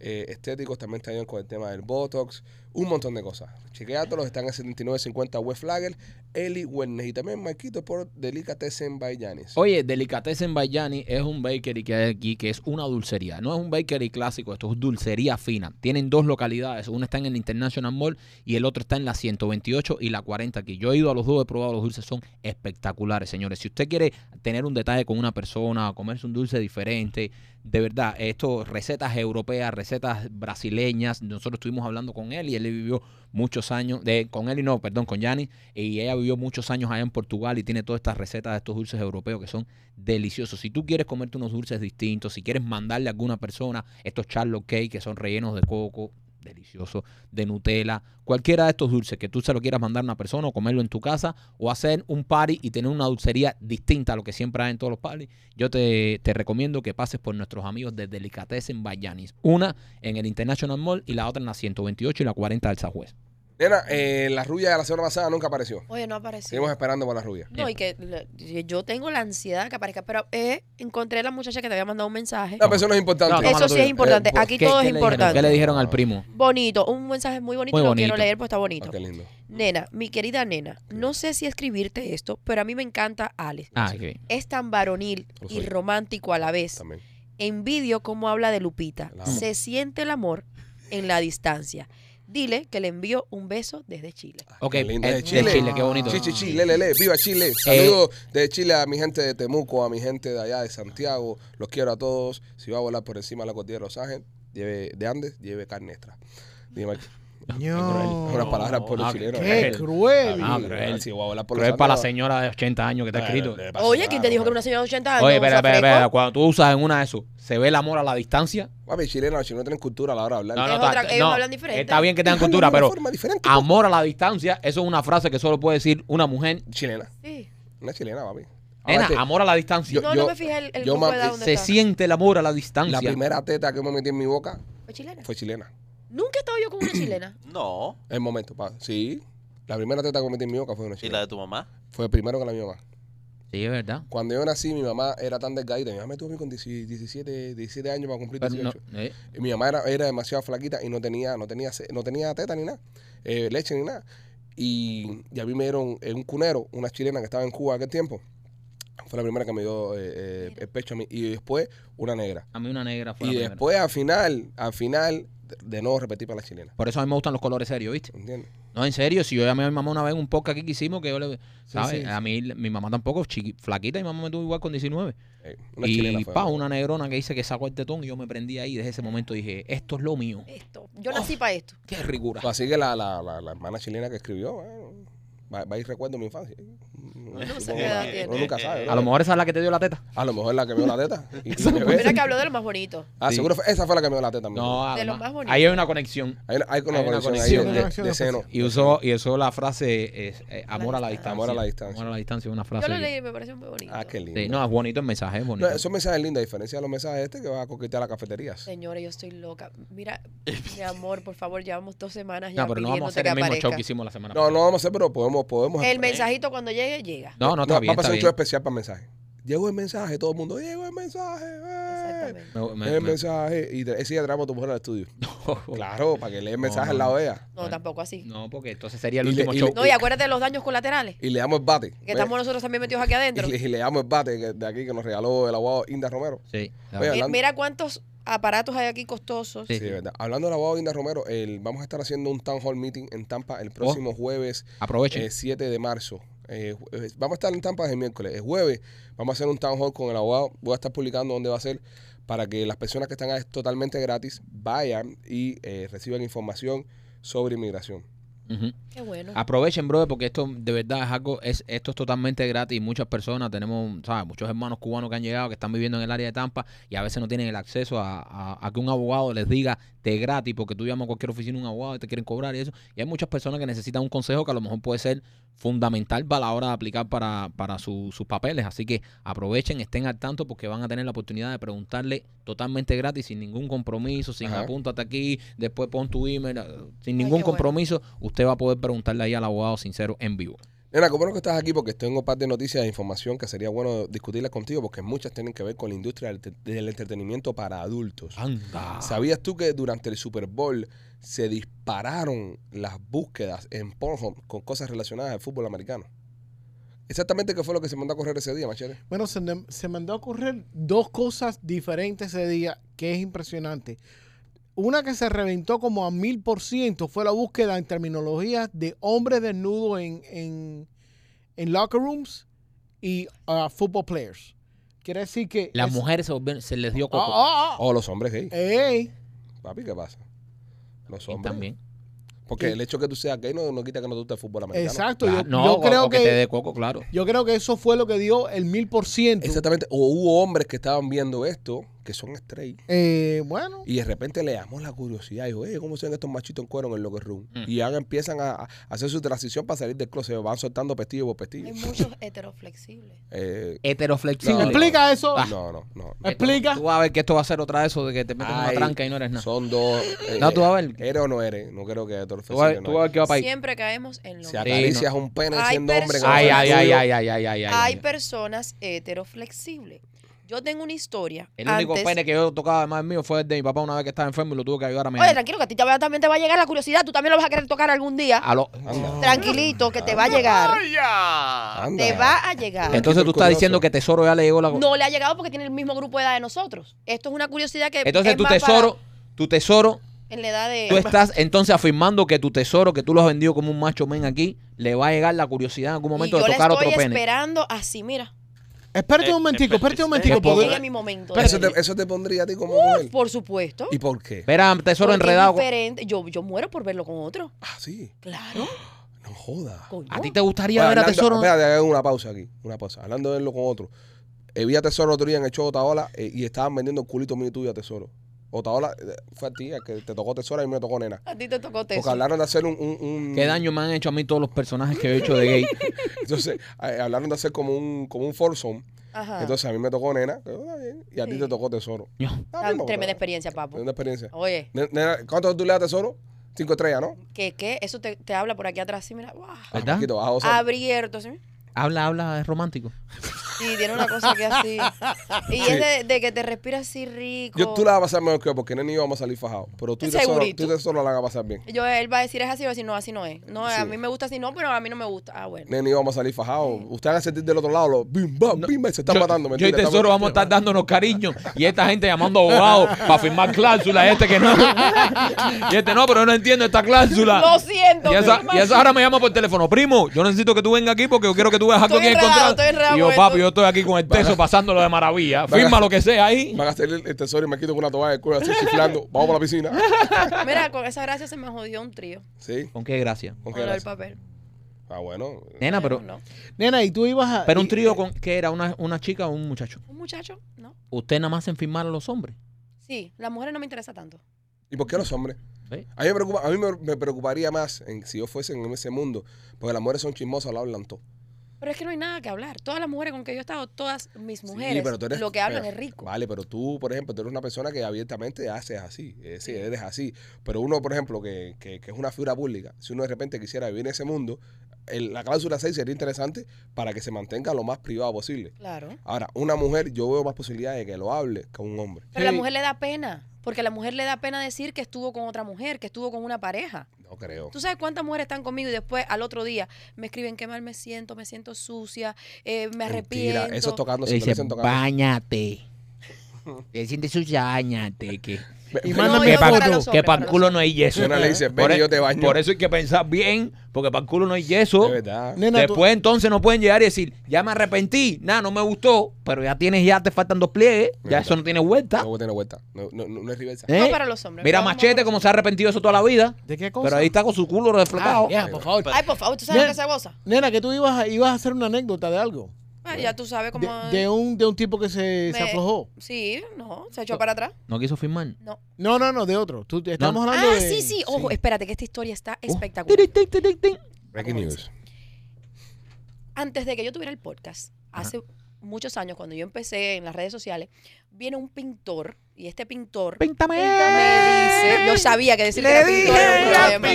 S1: eh, estéticos, también te ayudan con el tema del Botox, un montón de cosas. Chequeátolos, están en 7950 West Flagler, Eli Wellness y también Marquito por Delicatessen by Giannis.
S2: Oye, Delicatessen Bayani es un bakery que hay aquí que es una dulcería. No es un bakery clásico, esto es dulcería fina. Tienen dos localidades, una está en el International Mall y el otro está en la 128 y la 40 aquí. Yo he ido a los dos, he probado los dulces, son espectaculares, señores. Si usted quiere tener un detalle con una persona, o comerse un dulce diferente, de verdad, esto recetas europeas, recetas brasileñas. Nosotros estuvimos hablando con él y él vivió muchos años, de, con él y no, perdón, con Yanni, y ella vivió muchos años allá en Portugal y tiene todas estas recetas de estos dulces europeos que son deliciosos. Si tú quieres comerte unos dulces distintos, si quieres mandarle a alguna persona estos charlotte cake que son rellenos de coco, delicioso, de Nutella, cualquiera de estos dulces que tú se lo quieras mandar a una persona o comerlo en tu casa o hacer un party y tener una dulcería distinta a lo que siempre hay en todos los parties, yo te, te recomiendo que pases por nuestros amigos de Delicatessen Bayanis. Una en el International Mall y la otra en la 128 y la 40 del Sajuez.
S1: Nena, eh, la rubia de la semana pasada nunca apareció.
S5: Oye, no apareció.
S1: Seguimos esperando por la rubia.
S5: No, y que le- yo tengo la ansiedad que aparezca, pero eh, encontré la muchacha que te había mandado un mensaje.
S1: No, pero eso no es importante.
S2: No, no,
S5: Eso sí es importante.
S1: Eh,
S5: Aquí todo es
S2: ¿Qué le
S5: importante.
S2: dijeron al primo?
S5: Bonito, un mensaje muy bonito,
S2: Muy
S5: lo quiero
S2: bonito.
S5: leer, pues está
S1: Ah,
S5: bonito.
S1: qué lindo.
S5: Nena, mi querida nena, no sé si escribirte esto, pero a mí me encanta Alex.
S2: Ah, ok.
S5: Es tan varonil
S1: Lo
S5: y
S1: soy.
S5: romántico a la vez.
S1: También.
S5: Envidio cómo habla de Lupita.
S1: La amo.
S5: Se siente el amor en la distancia. Dile que le envío un beso desde Chile.
S2: Ok,
S1: Ah, qué lindo.
S2: el-
S1: De
S2: de
S1: eh, Chile.
S2: Chile. qué bonito. Eh,
S1: Chi, chi, chi, le, le, le. Viva Chile. Saludos de Chile a mi gente de Temuco, a mi gente de allá de Santiago. Los quiero a todos. Si va a volar por encima de la cordillera de Los Ángeles, lleve de Andes, lleve carne extra. Dime,
S3: No.
S1: unas palabras por los
S2: Ah,
S1: chilenos.
S3: Qué cruel.
S2: Ah,
S1: Sí,
S2: cruel.
S1: Si va a volar por
S2: Pero es para la
S1: Andes,
S2: señora de 80 años que está escrito.
S1: le pasa
S5: Oye,
S1: nada,
S5: ¿quién te dijo que
S1: no?
S5: era una señora de 80 años?
S2: Oye, espera,
S5: O sea,
S2: espera, espera.
S5: fresco.
S2: Cuando tú usas en una de eso, ¿se ve el amor a la distancia?
S1: Papi, chileno, los chilenos tienen cultura a la hora de hablar.
S5: Es
S2: está-
S5: otra- ellos hablan diferente.
S2: Está bien que tengan
S1: Hablan de
S2: cultura,
S1: una
S2: pero
S1: forma diferente.
S2: amor a la distancia, eso es una frase que solo puede decir una mujer.
S1: Chilena.
S5: Sí.
S1: Una chilena, papi.
S2: Nena,
S1: Aparte,
S2: amor a la distancia.
S1: Yo-
S5: No, no me fijé el, el
S1: yo
S5: grupo de
S1: ma-
S5: edad donde
S2: Se
S5: está.
S2: siente el amor a la
S1: la
S2: distancia.
S1: primera teta que me metí en mi boca
S5: ¿Fue chilena?
S1: fue chilena.
S5: Nunca he estado yo con una chilena.
S4: No.
S1: El momento, pa. Sí. La primera teta que cometí mi boca fue una
S4: ¿Y la
S1: chica.
S4: de tu mamá?
S1: Fue primero que la de mi mamá.
S2: Sí, es verdad.
S1: Cuando yo nací, mi mamá era tan delgadita. Mi mamá me tuvo a mí con 17, 17, 17 años para cumplir
S2: Pero
S1: 18.
S2: no, eh,
S1: Y mi mamá era, era demasiado flaquita y no tenía, no tenía, se- no tenía teta ni nada, eh, leche ni nada. Y, y a mí me dieron eh, un cunero, una chilena que estaba en Cuba en aquel tiempo. Fue la primera que me dio eh, eh,
S5: Mira.
S1: el pecho a mí. Y después una negra.
S2: a mí una negra fue
S1: Y
S2: la primera.
S1: después al final, al final, de- de nuevo repetir para la chilena.
S2: Por eso a mí me gustan los colores serios, ¿viste?
S1: ¿Entiendes?
S2: No, en serio, si yo llamé a mi mamá una vez en un podcast aquí que hicimos, que yo le... ¿Sabes?
S3: sí,
S2: A mí, mi mamá tampoco, chiqui- flaquita, mi mamá me tuvo igual con 19.
S1: Eh, una chilena
S2: y
S1: fue.
S2: pa, una negrona que dice que sacó el tetón y yo me prendí ahí. Desde ese momento dije, esto es lo mío.
S5: Esto. Yo
S2: Oh.
S5: nací para esto.
S2: Qué rigura.
S1: Pues Así que la, la, la, la hermana chilena que escribió, bueno, va, va a ir recuerdo mi infancia.
S5: No sé
S1: Supongo
S5: qué
S1: que-
S5: edad tiene.
S1: uno nunca sabe.
S2: Eh, A lo mejor esa es la que te dio la teta.
S1: A lo mejor es la que me dio la teta. Y- y me ve.
S5: Mira que habló de lo más bonito.
S1: Ah,
S2: Sí.
S1: seguro fue- esa fue la que me dio la teta. mi amor.
S2: No,
S5: De lo
S2: además,
S5: más bonito.
S2: ahí hay una conexión.
S1: Hay, hay una
S2: Hay una
S1: conexión, ahí
S2: conexión.
S1: de-
S3: Una
S1: de,
S3: conexión
S1: de seno.
S2: Y usó, y usó la frase es, eh, amor a la distancia.
S1: Amor a la distancia.
S2: Amor a la distancia es una frase.
S5: Yo lo
S2: que-
S5: leí y me pareció muy bonito.
S1: Ah, qué lindo.
S2: Sí, no, es bonito el mensaje, es bonito.
S1: No, son mensajes lindos, a diferencia de los mensajes este que vas a coquetear las cafeterías.
S5: Señores, yo estoy loca. Mira, mi amor, por favor, llevamos dos semanas ya
S2: No, pero no vamos a
S5: pidiéndote
S2: hacer el
S5: que
S2: mismo show
S5: aparezca.
S2: que hicimos ¿eh? la semana
S1: No, no vamos a hacer, pero podemos, podemos.
S5: El mensajito cuando llegue, llega.
S2: No, no, está bien.
S1: va a pasar
S2: está
S1: un show
S2: bien.
S1: especial para mensajes. Llegó el mensaje, todo el mundo, llegó el mensaje. eh".
S5: Exactamente.
S2: Me- me-
S1: el
S2: me-
S1: mensaje. Y te- ese día traemos a tu mujer al estudio. Claro, para que lea el
S2: No,
S1: mensaje
S2: no.
S1: al lado de ella.
S5: No, tampoco así.
S2: No, porque entonces sería el
S1: Y le-
S2: último
S1: y le-
S2: show.
S5: No, y acuérdate de los daños colaterales.
S1: Y le damos el bate.
S5: Que
S1: Ve,
S5: estamos nosotros también metidos aquí
S1: y,
S5: adentro.
S1: le, y le damos el bate que- de aquí que nos regaló el abogado Inda Romero.
S2: Sí,
S1: Oye,
S2: está bien.
S5: Mi-
S1: hablando-
S5: Mira cuántos aparatos hay aquí costosos.
S2: Sí,
S1: Sí,
S2: sí.
S1: verdad. Hablando del abogado Inda Romero, el, vamos a estar haciendo un town hall meeting en Tampa
S2: Oh.
S1: el próximo jueves
S2: aprovechen.
S1: eh, 7 de marzo. Eh, ju- eh, vamos a estar en Tampa desde el miércoles. El jueves vamos a hacer un town hall con el abogado. Voy a estar publicando dónde va a ser para que las personas que están ahí es totalmente gratis vayan y eh, reciban información sobre inmigración.
S2: Ujú.
S5: Qué bueno.
S2: Aprovechen, brother, porque esto de verdad es algo, es, esto es totalmente gratis. Muchas personas, tenemos, ¿sabes? Muchos hermanos cubanos que han llegado, que están viviendo en el área de Tampa y a veces no tienen el acceso a, a- a que un abogado les diga de gratis, porque tú llamas a cualquier oficina un abogado y te quieren cobrar y eso. Y hay muchas personas que necesitan un consejo que a lo mejor puede ser fundamental para la hora de aplicar para, para su- sus papeles. Así que aprovechen, estén al tanto porque van a tener la oportunidad de preguntarle totalmente gratis, sin ningún compromiso, sin
S1: Ajá.
S2: apúntate aquí, después pon tu email, eh, sin
S5: Ay,
S2: ningún
S5: qué bueno.
S2: compromiso. Usted va a poder preguntarle ahí al abogado sincero en vivo.
S1: Nena, qué bueno que estás aquí porque tengo un par de noticias e información que sería bueno discutirlas contigo porque muchas tienen que ver con la industria del, te- del entretenimiento para adultos.
S2: Anda.
S1: ¿Sabías tú que durante el Super Bowl se dispararon las búsquedas en Pornhub con cosas relacionadas al fútbol americano? Exactamente qué fue lo que se mandó a correr ese día, Machete.
S3: Bueno, se, me- se mandó a ocurrir dos cosas diferentes ese día que es impresionante. Una que se reventó como a mil por ciento fue la búsqueda en terminologías de hombres desnudos en, en, en locker rooms y ah, football players. Quiere decir que...
S2: Las
S3: es-
S2: mujeres se, volvieron- se
S5: Oh,
S2: les dio
S3: Ah,
S2: coco.
S3: ah, ah.
S1: O Oh, los hombres gay.
S3: Ey,
S1: Papi, ¿qué pasa? Los
S2: Y
S1: hombres.
S2: también.
S1: Porque
S3: Y-
S1: el hecho de que tú seas gay no, no quita que no te guste el fútbol americano.
S3: exacto. yo-
S2: Claro, no,
S3: yo,
S2: o-
S3: creo
S2: o que, te
S3: que,
S2: dé coco, claro.
S3: yo creo que eso fue lo que dio el mil por ciento.
S1: Exactamente. O hubo hombres que estaban viendo esto, que son straight,
S3: Eh, bueno,
S1: y de repente le damos la curiosidad. Dijo, oye, ¿cómo se ven estos machitos en cuero en el locker room?
S2: Mm.
S1: Y ahora empiezan a, a hacer su transición para salir del closet. Van soltando pestillo por
S5: Hay
S1: pestillo.
S5: muchos heteroflexibles.
S1: Eh,
S2: Heteroflexible.
S1: No, Ah.
S3: explica eso.
S2: Ah.
S1: no, no, no.
S2: Esto-
S3: Explica.
S2: Tú vas a ver que esto va a ser otra de eso de que te meten una
S1: Ay,
S2: tranca y no eres nada.
S1: Son dos. eh,
S2: No, tú vas a ver.
S1: ¿Eres o no eres? No creo que tú
S2: Tú vas, a ver- tú vas a ver que va para ahí.
S5: Siempre caemos
S1: Si
S5: en lo mismo.
S2: Sí,
S1: acaricias un pene
S5: Hay
S1: siendo hombre. que no
S2: Ay,
S1: sea
S2: ay,
S1: tuyo,
S2: ay, ay, ay, ay, ay, ay,
S5: Hay
S2: ay.
S5: personas heteroflexibles. Yo tengo una historia.
S2: El único
S5: antes-
S2: pene que yo tocaba además del mío fue el de mi papá una vez que estaba enfermo y lo tuve que ayudar a mi
S5: Oye, tranquilo, que a ti te va- también te va a llegar la curiosidad. Tú también lo vas a querer tocar algún día.
S2: A lo-
S1: Anda,
S5: Tranquilito, que te va a llegar.
S4: ¡Vaya!
S1: anda.
S5: Te va a llegar.
S2: Entonces tú
S1: curioso.
S2: estás diciendo que Tesoro ya le llegó la
S5: No le ha llegado porque tiene el mismo grupo de edad de nosotros. Esto es una curiosidad que.
S2: Entonces
S5: es
S2: tu
S5: más
S2: tesoro, tu tesoro,
S5: para- en la edad de.
S2: tú estás entonces afirmando que tu tesoro, que tú lo has vendido como un macho men aquí, le va a llegar la curiosidad en algún momento
S5: y yo
S2: de
S5: la
S2: tocar otro
S5: estoy
S2: pene.
S5: esperando así, mira.
S3: Espérate
S4: Eh,
S3: un momentico, espérate un momentico.
S5: Que
S2: Porque-
S5: llegue mi momento. de
S1: Pero eso,
S5: verdad.
S1: te, eso te pondría a ti como
S5: Uf,
S1: mujer.
S5: por supuesto.
S1: ¿Y por qué?
S2: Espera, tesoro
S5: Porque es
S2: enredado. con-
S5: diferente. Yo, yo muero por verlo con otro.
S1: Ah, sí.
S5: Claro.
S1: No joda.
S5: coño.
S2: ¿A ti te gustaría ver a
S1: Hablando-
S2: tesoro?
S1: Espérate, hagan una pausa aquí. Una pausa. Hablando de verlo con otro. Eh, vi a Tesoro otro día en el show de Otaola eh, y estaban vendiendo el culito mío y tuyo a Tesoro. Otaola eh, fue a ti, a que te tocó Tesoro y me tocó nena.
S5: A ti te tocó
S1: Porque
S5: teso.
S1: hablaron de hacer un. un- un-
S2: ¿Qué daño me han hecho a mí todos los personajes que he hecho de gay?
S1: Entonces, eh, hablaron de hacer como un, como un foursome
S5: Ajá.
S1: Entonces a mí me tocó nena, que "Oh, está bien, y a ti
S5: Ah. Sí.
S1: te tocó tesoro.
S2: Ño.
S1: Está
S5: Ah,
S1: bien, porque-
S5: tremenda experiencia, papo.
S1: Tremenda experiencia.
S5: Oye,
S1: Ne- nena, ¿Cuánto tú le das a tesoro? Cinco estrellas, ¿no?
S5: que qué? Eso te, te habla por aquí atrás, sí, mira. ¡guau!
S1: Ah,
S2: ¿Verdad?
S1: Marquito, vas a gozar.
S5: Abierto, sí.
S2: Habla, habla, es romántico.
S5: Sí, tiene una cosa que así. Y
S1: Sí.
S5: es de, de que te respira así rico.
S1: Yo tú la vas a pasar mejor que yo porque Nene y yo vamos a salir fajados. Pero tú y tesoro,
S5: Segurito.
S1: tú y tesoro la van a pasar bien.
S5: Yo, él va a decir es así, va a decir no, así no es. No,
S1: Sí.
S5: a mí me gusta así, no, pero a mí no me gusta. Ah, bueno.
S1: Nene y yo vamos a salir fajados. Ustedes van a sentir del otro lado los bim, bam, bim, se están
S2: Yo-
S1: matando.
S2: Yo y
S1: mentira,
S2: Tesoro
S1: estamos-
S2: vamos a estar dándonos cariño. Y esta gente llamando abogados para firmar cláusulas. Este que no. Y este no, pero no entiendo esta cláusula.
S5: Lo siento.
S2: Y esa,
S5: prima.
S2: y esa ahora me llama por teléfono, primo, yo necesito que tú vengas aquí porque yo quiero que tú veas algo
S5: Estoy
S2: que
S5: enredado,
S2: encontrar.
S5: estoy enredado
S2: Y yo,
S5: con
S2: papi,
S5: esto.
S2: yo estoy aquí con el teso pasándolo de maravilla. Firma lo que sea ahí.
S1: Van a salir el tesoro y me quito con una toalla de cuero así chiflando. Vamos para la piscina.
S5: Mira, con esa gracia se me jodió un trío.
S1: Sí.
S2: ¿Con qué gracia?
S1: ¿Con
S5: Con
S1: qué
S5: lo del
S1: gracia?
S5: papel.
S1: Ah, bueno.
S2: Nena,
S5: Bueno,
S2: pero,
S5: no.
S3: Nena, y tú ibas a.
S2: pero un
S3: y-
S2: trío con que era una, una chica o un muchacho.
S5: ¿Un muchacho? No.
S2: Usted nada más en firmar a los hombres.
S5: Sí, las mujeres no me interesa tanto.
S1: ¿Y por qué los hombres?
S2: Sí.
S1: A mí, me, preocupa, a mí me, me preocuparía más en, si yo fuese en ese mundo, porque las mujeres son chismosas, lo hablan todo.
S5: Pero es que no hay nada que hablar. Todas las mujeres con que yo he estado, todas mis mujeres,
S1: pero tú eres-
S5: lo que hablan
S1: pero-
S5: es rico.
S1: Vale, pero tú, por ejemplo, tú eres una persona que abiertamente haces así, eh, sí, eres así. Pero uno, por ejemplo, que, que- que es una figura pública, si uno de repente quisiera vivir en ese mundo, el- la cláusula 6 sería interesante para que se mantenga lo más privado posible.
S5: Claro.
S1: Ahora, una mujer, yo veo más posibilidades de que lo hable que un hombre.
S5: Pero a la
S3: Sí.
S5: mujer le da pena. Porque a la mujer le da pena decir que estuvo con otra mujer, que estuvo con una pareja.
S1: No creo.
S5: ¿Tú sabes cuántas mujeres están conmigo y después al otro día me escriben qué mal me siento, me siento sucia, eh, me arrepiento?
S1: Mentira, eso es tocándose,
S2: Le dice,
S1: parecen tocándose.
S2: bañate. Te sientes sucia, bañate. Que,
S3: Y
S1: Ve-
S3: manda
S5: No,
S3: mi
S5: yo
S3: papo,
S5: para los hombres,
S2: para el
S5: para
S2: culo no hay yeso.
S1: Nena le dice, ven y yo te baño.
S2: por eso hay que pensar bien, porque para el culo no hay yeso.
S1: De verdad.
S3: Nena, tú-
S2: Después entonces no pueden llegar y decir, ya me arrepentí, nada, no me gustó, pero ya tienes, ya te faltan dos pliegues, ya
S1: Mira.
S2: eso no tiene vuelta.
S1: No voy a tener vuelta. No, no, no, no es reversa.
S2: ¿eh?
S5: No para los hombres.
S2: Mira
S5: no,
S2: Machete
S5: no,
S2: como se ha arrepentido eso toda la vida,
S3: ¿De qué cosa?
S2: pero ahí está con su culo
S3: Ah,
S2: reflotado.
S3: ya, por favor.
S5: no. Ay, por favor, ¿tú sabes
S3: Nena.
S5: que se goza?
S3: Nena, que tú ibas a, ibas a hacer una anécdota de algo.
S5: Ah, ya tú
S3: De,
S5: sabes cómo...
S3: de un, de un tipo que se, se
S5: Me-
S3: aflojó.
S5: Sí, no, se echó para atrás.
S2: No quiso firmar.
S5: No.
S3: No, no, no, de otro. Tú, estamos
S2: No.
S3: hablando
S5: Ah,
S3: de.
S5: sí, sí. Ojo, espérate, que esta historia está
S2: Oh,
S5: espectacular.
S2: tiri, tiri, tiri, tiri.
S1: Breaking news.
S5: antes de que yo tuviera el podcast,
S2: Ajá.
S5: hace muchos años, cuando yo empecé en las redes sociales, viene un pintor y este pintor
S2: Píntame.
S5: me
S2: ¡Eh!
S5: dice, yo sabía que decirle que era pintor era un problema.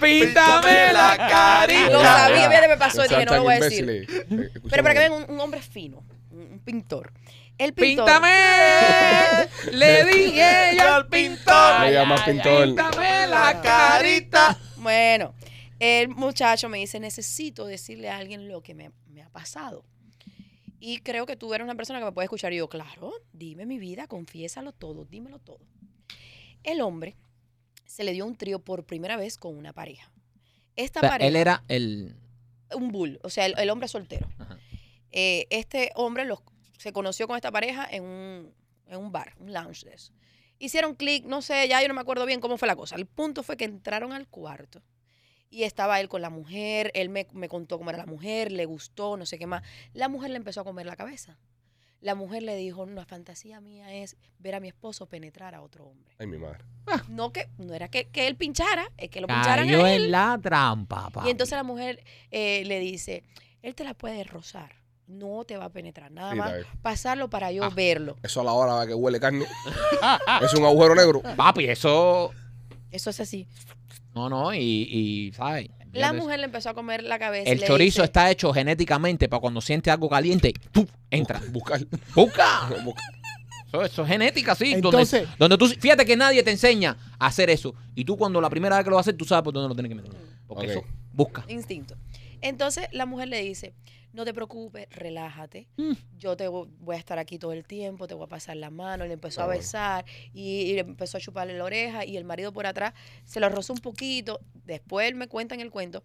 S2: píntame la carita.
S5: Lo sabía, mira, me pasó y dije, no lo voy a decir.
S1: decir.
S5: Pero para que vean un, un hombre fino, un, un pintor. El pintor.
S2: Píntame, le dije yo al pintor.
S1: Me llama pintor.
S2: Píntame la carita.
S5: Bueno, el muchacho me dice, necesito decirle a alguien lo que me, me ha pasado. Y creo que tú eres una persona que me puede escuchar. Y yo, claro, dime mi vida, confiésalo todo, dímelo todo. El hombre se le dio un trío por primera vez con una pareja. Esta pareja,
S2: Él era el...
S5: un bull, o sea, el, el hombre soltero.
S2: Ajá.
S5: Eh, este hombre los- se conoció con esta pareja en un, en un bar, un lounge de eso. Hicieron clic, no sé, ya yo no me acuerdo bien cómo fue la cosa. El punto fue que entraron al cuarto y estaba él con la mujer, él me, me contó cómo era la mujer, le gustó, no sé qué más. La mujer le empezó a comer la cabeza. La mujer le dijo, una fantasía mía es ver a mi esposo penetrar a otro hombre.
S1: Ay, mi madre.
S5: No que no era que, que él pinchara, es que lo pincharan
S2: Cayó
S5: a él.
S2: en la trampa, papá.
S5: Y entonces la mujer eh, le dice, él te la puede rozar, no te va a penetrar, nada
S1: Sí,
S5: más
S1: está bien.
S5: pasarlo para yo
S2: Ah.
S5: verlo.
S1: Eso a la hora que huele carne. es un agujero negro.
S2: Papi, eso...
S5: Eso es así.
S2: No, no, y, y ¿sabes?
S5: La
S2: Fíjate,
S5: mujer le empezó a comer la cabeza.
S2: El
S5: le
S2: chorizo
S5: dice,
S2: está hecho genéticamente para cuando siente algo caliente, ¡puf! entra.
S1: Buscar.
S2: ¡Busca!
S1: buscar.
S2: Eso, eso es genética, sí.
S3: Entonces-
S2: donde, donde tú, fíjate que nadie te enseña a hacer eso. Y tú cuando la primera vez que lo haces, tú sabes por dónde lo tienes que meter. Porque
S1: Ok.
S2: eso busca.
S5: Instinto. Entonces la mujer le dice, no te preocupes, relájate.
S2: Mm.
S5: Yo te vo- voy a estar aquí todo el tiempo, te voy a pasar la mano. Y le empezó
S1: Ah,
S5: a
S1: bueno.
S5: besar y, y le empezó a chuparle la oreja y el marido por atrás se lo rozó un poquito. Después él me cuenta en el cuento.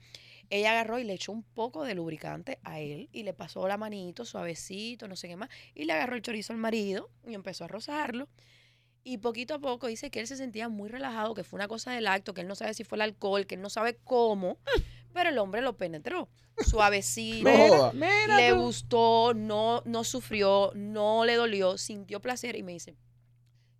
S5: Ella agarró y le echó un poco de lubricante a él y le pasó la manito suavecito, no sé qué más. Y le agarró el chorizo al marido y empezó a rozarlo. Y poquito a poco dice que él se sentía muy relajado, que fue una cosa del acto, que él no sabe si fue el alcohol, que él no sabe cómo, pero el hombre lo penetró. Suavecito,
S1: No joda.
S5: le gustó, no, no sufrió, no le dolió, sintió placer y me dice,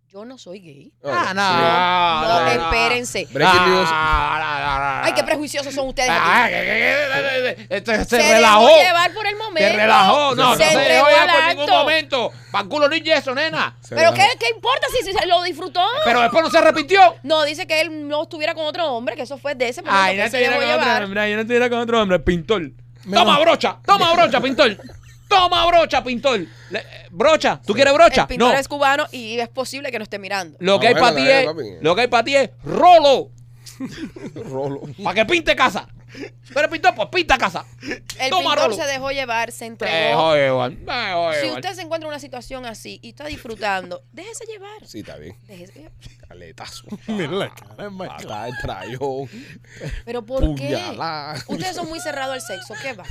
S5: yo no soy gay.
S2: Ah,
S5: No,
S2: no, no, no.
S5: espérense.
S1: Breaking news.
S2: Ah, no, no, no, no.
S5: Ay, qué prejuiciosos son ustedes.
S2: Ah,
S5: aquí.
S2: que- que- que- que- que- que- que- que- que-
S5: Se
S2: se
S5: dejó
S2: relajó.
S5: llevar por el momento.
S2: Te relajó, no,
S5: se
S2: no se
S5: entregó
S2: dejó ya
S5: al
S2: por ningún
S5: acto.
S2: momento. Para culo ni yeso, nena.
S1: Se
S5: Pero
S1: relajó.
S5: ¿qué, qué importa si, si se lo disfrutó.
S2: Pero después no se arrepintió.
S5: No, dice que él no estuviera con otro hombre, que eso fue de ese momento
S2: Ay,
S5: que
S2: no
S5: él pues se
S2: estuviera
S5: dejó
S2: con otro
S5: llevar.
S2: hombre, ay, no estuviera con otro hombre, pintor.
S3: Me
S2: Toma
S3: va-
S2: brocha, toma brocha, pintor. Toma brocha, pintor. Le- eh, brocha, ¿tú quieres brocha?
S5: El pintor
S2: No.
S5: es cubano y es posible que no esté mirando.
S2: Lo
S1: Ah,
S2: que hay
S1: bueno,
S2: para ti
S1: dale,
S2: es,
S1: papi.
S2: lo que hay para ti es rolo,
S1: Rolo.
S2: para que pinte casa. Tú eres pintor, pues pinta casa.
S5: El
S2: Toma
S5: pintor
S2: rolo.
S5: se dejó llevar, se
S2: Eh,
S5: entregó.
S2: joder, Juan, eh, joder,
S5: si
S2: Juan.
S5: usted se encuentra en una situación así y está disfrutando, déjese llevar.
S1: Sí, está bien.
S5: Déjese llevar.
S1: Aletazo.
S3: Mira la cara de Michael.
S1: Patada de trayón.
S5: Pero ¿por
S1: Puñalada.
S5: qué? Ustedes son muy cerrados al sexo, ¿qué va?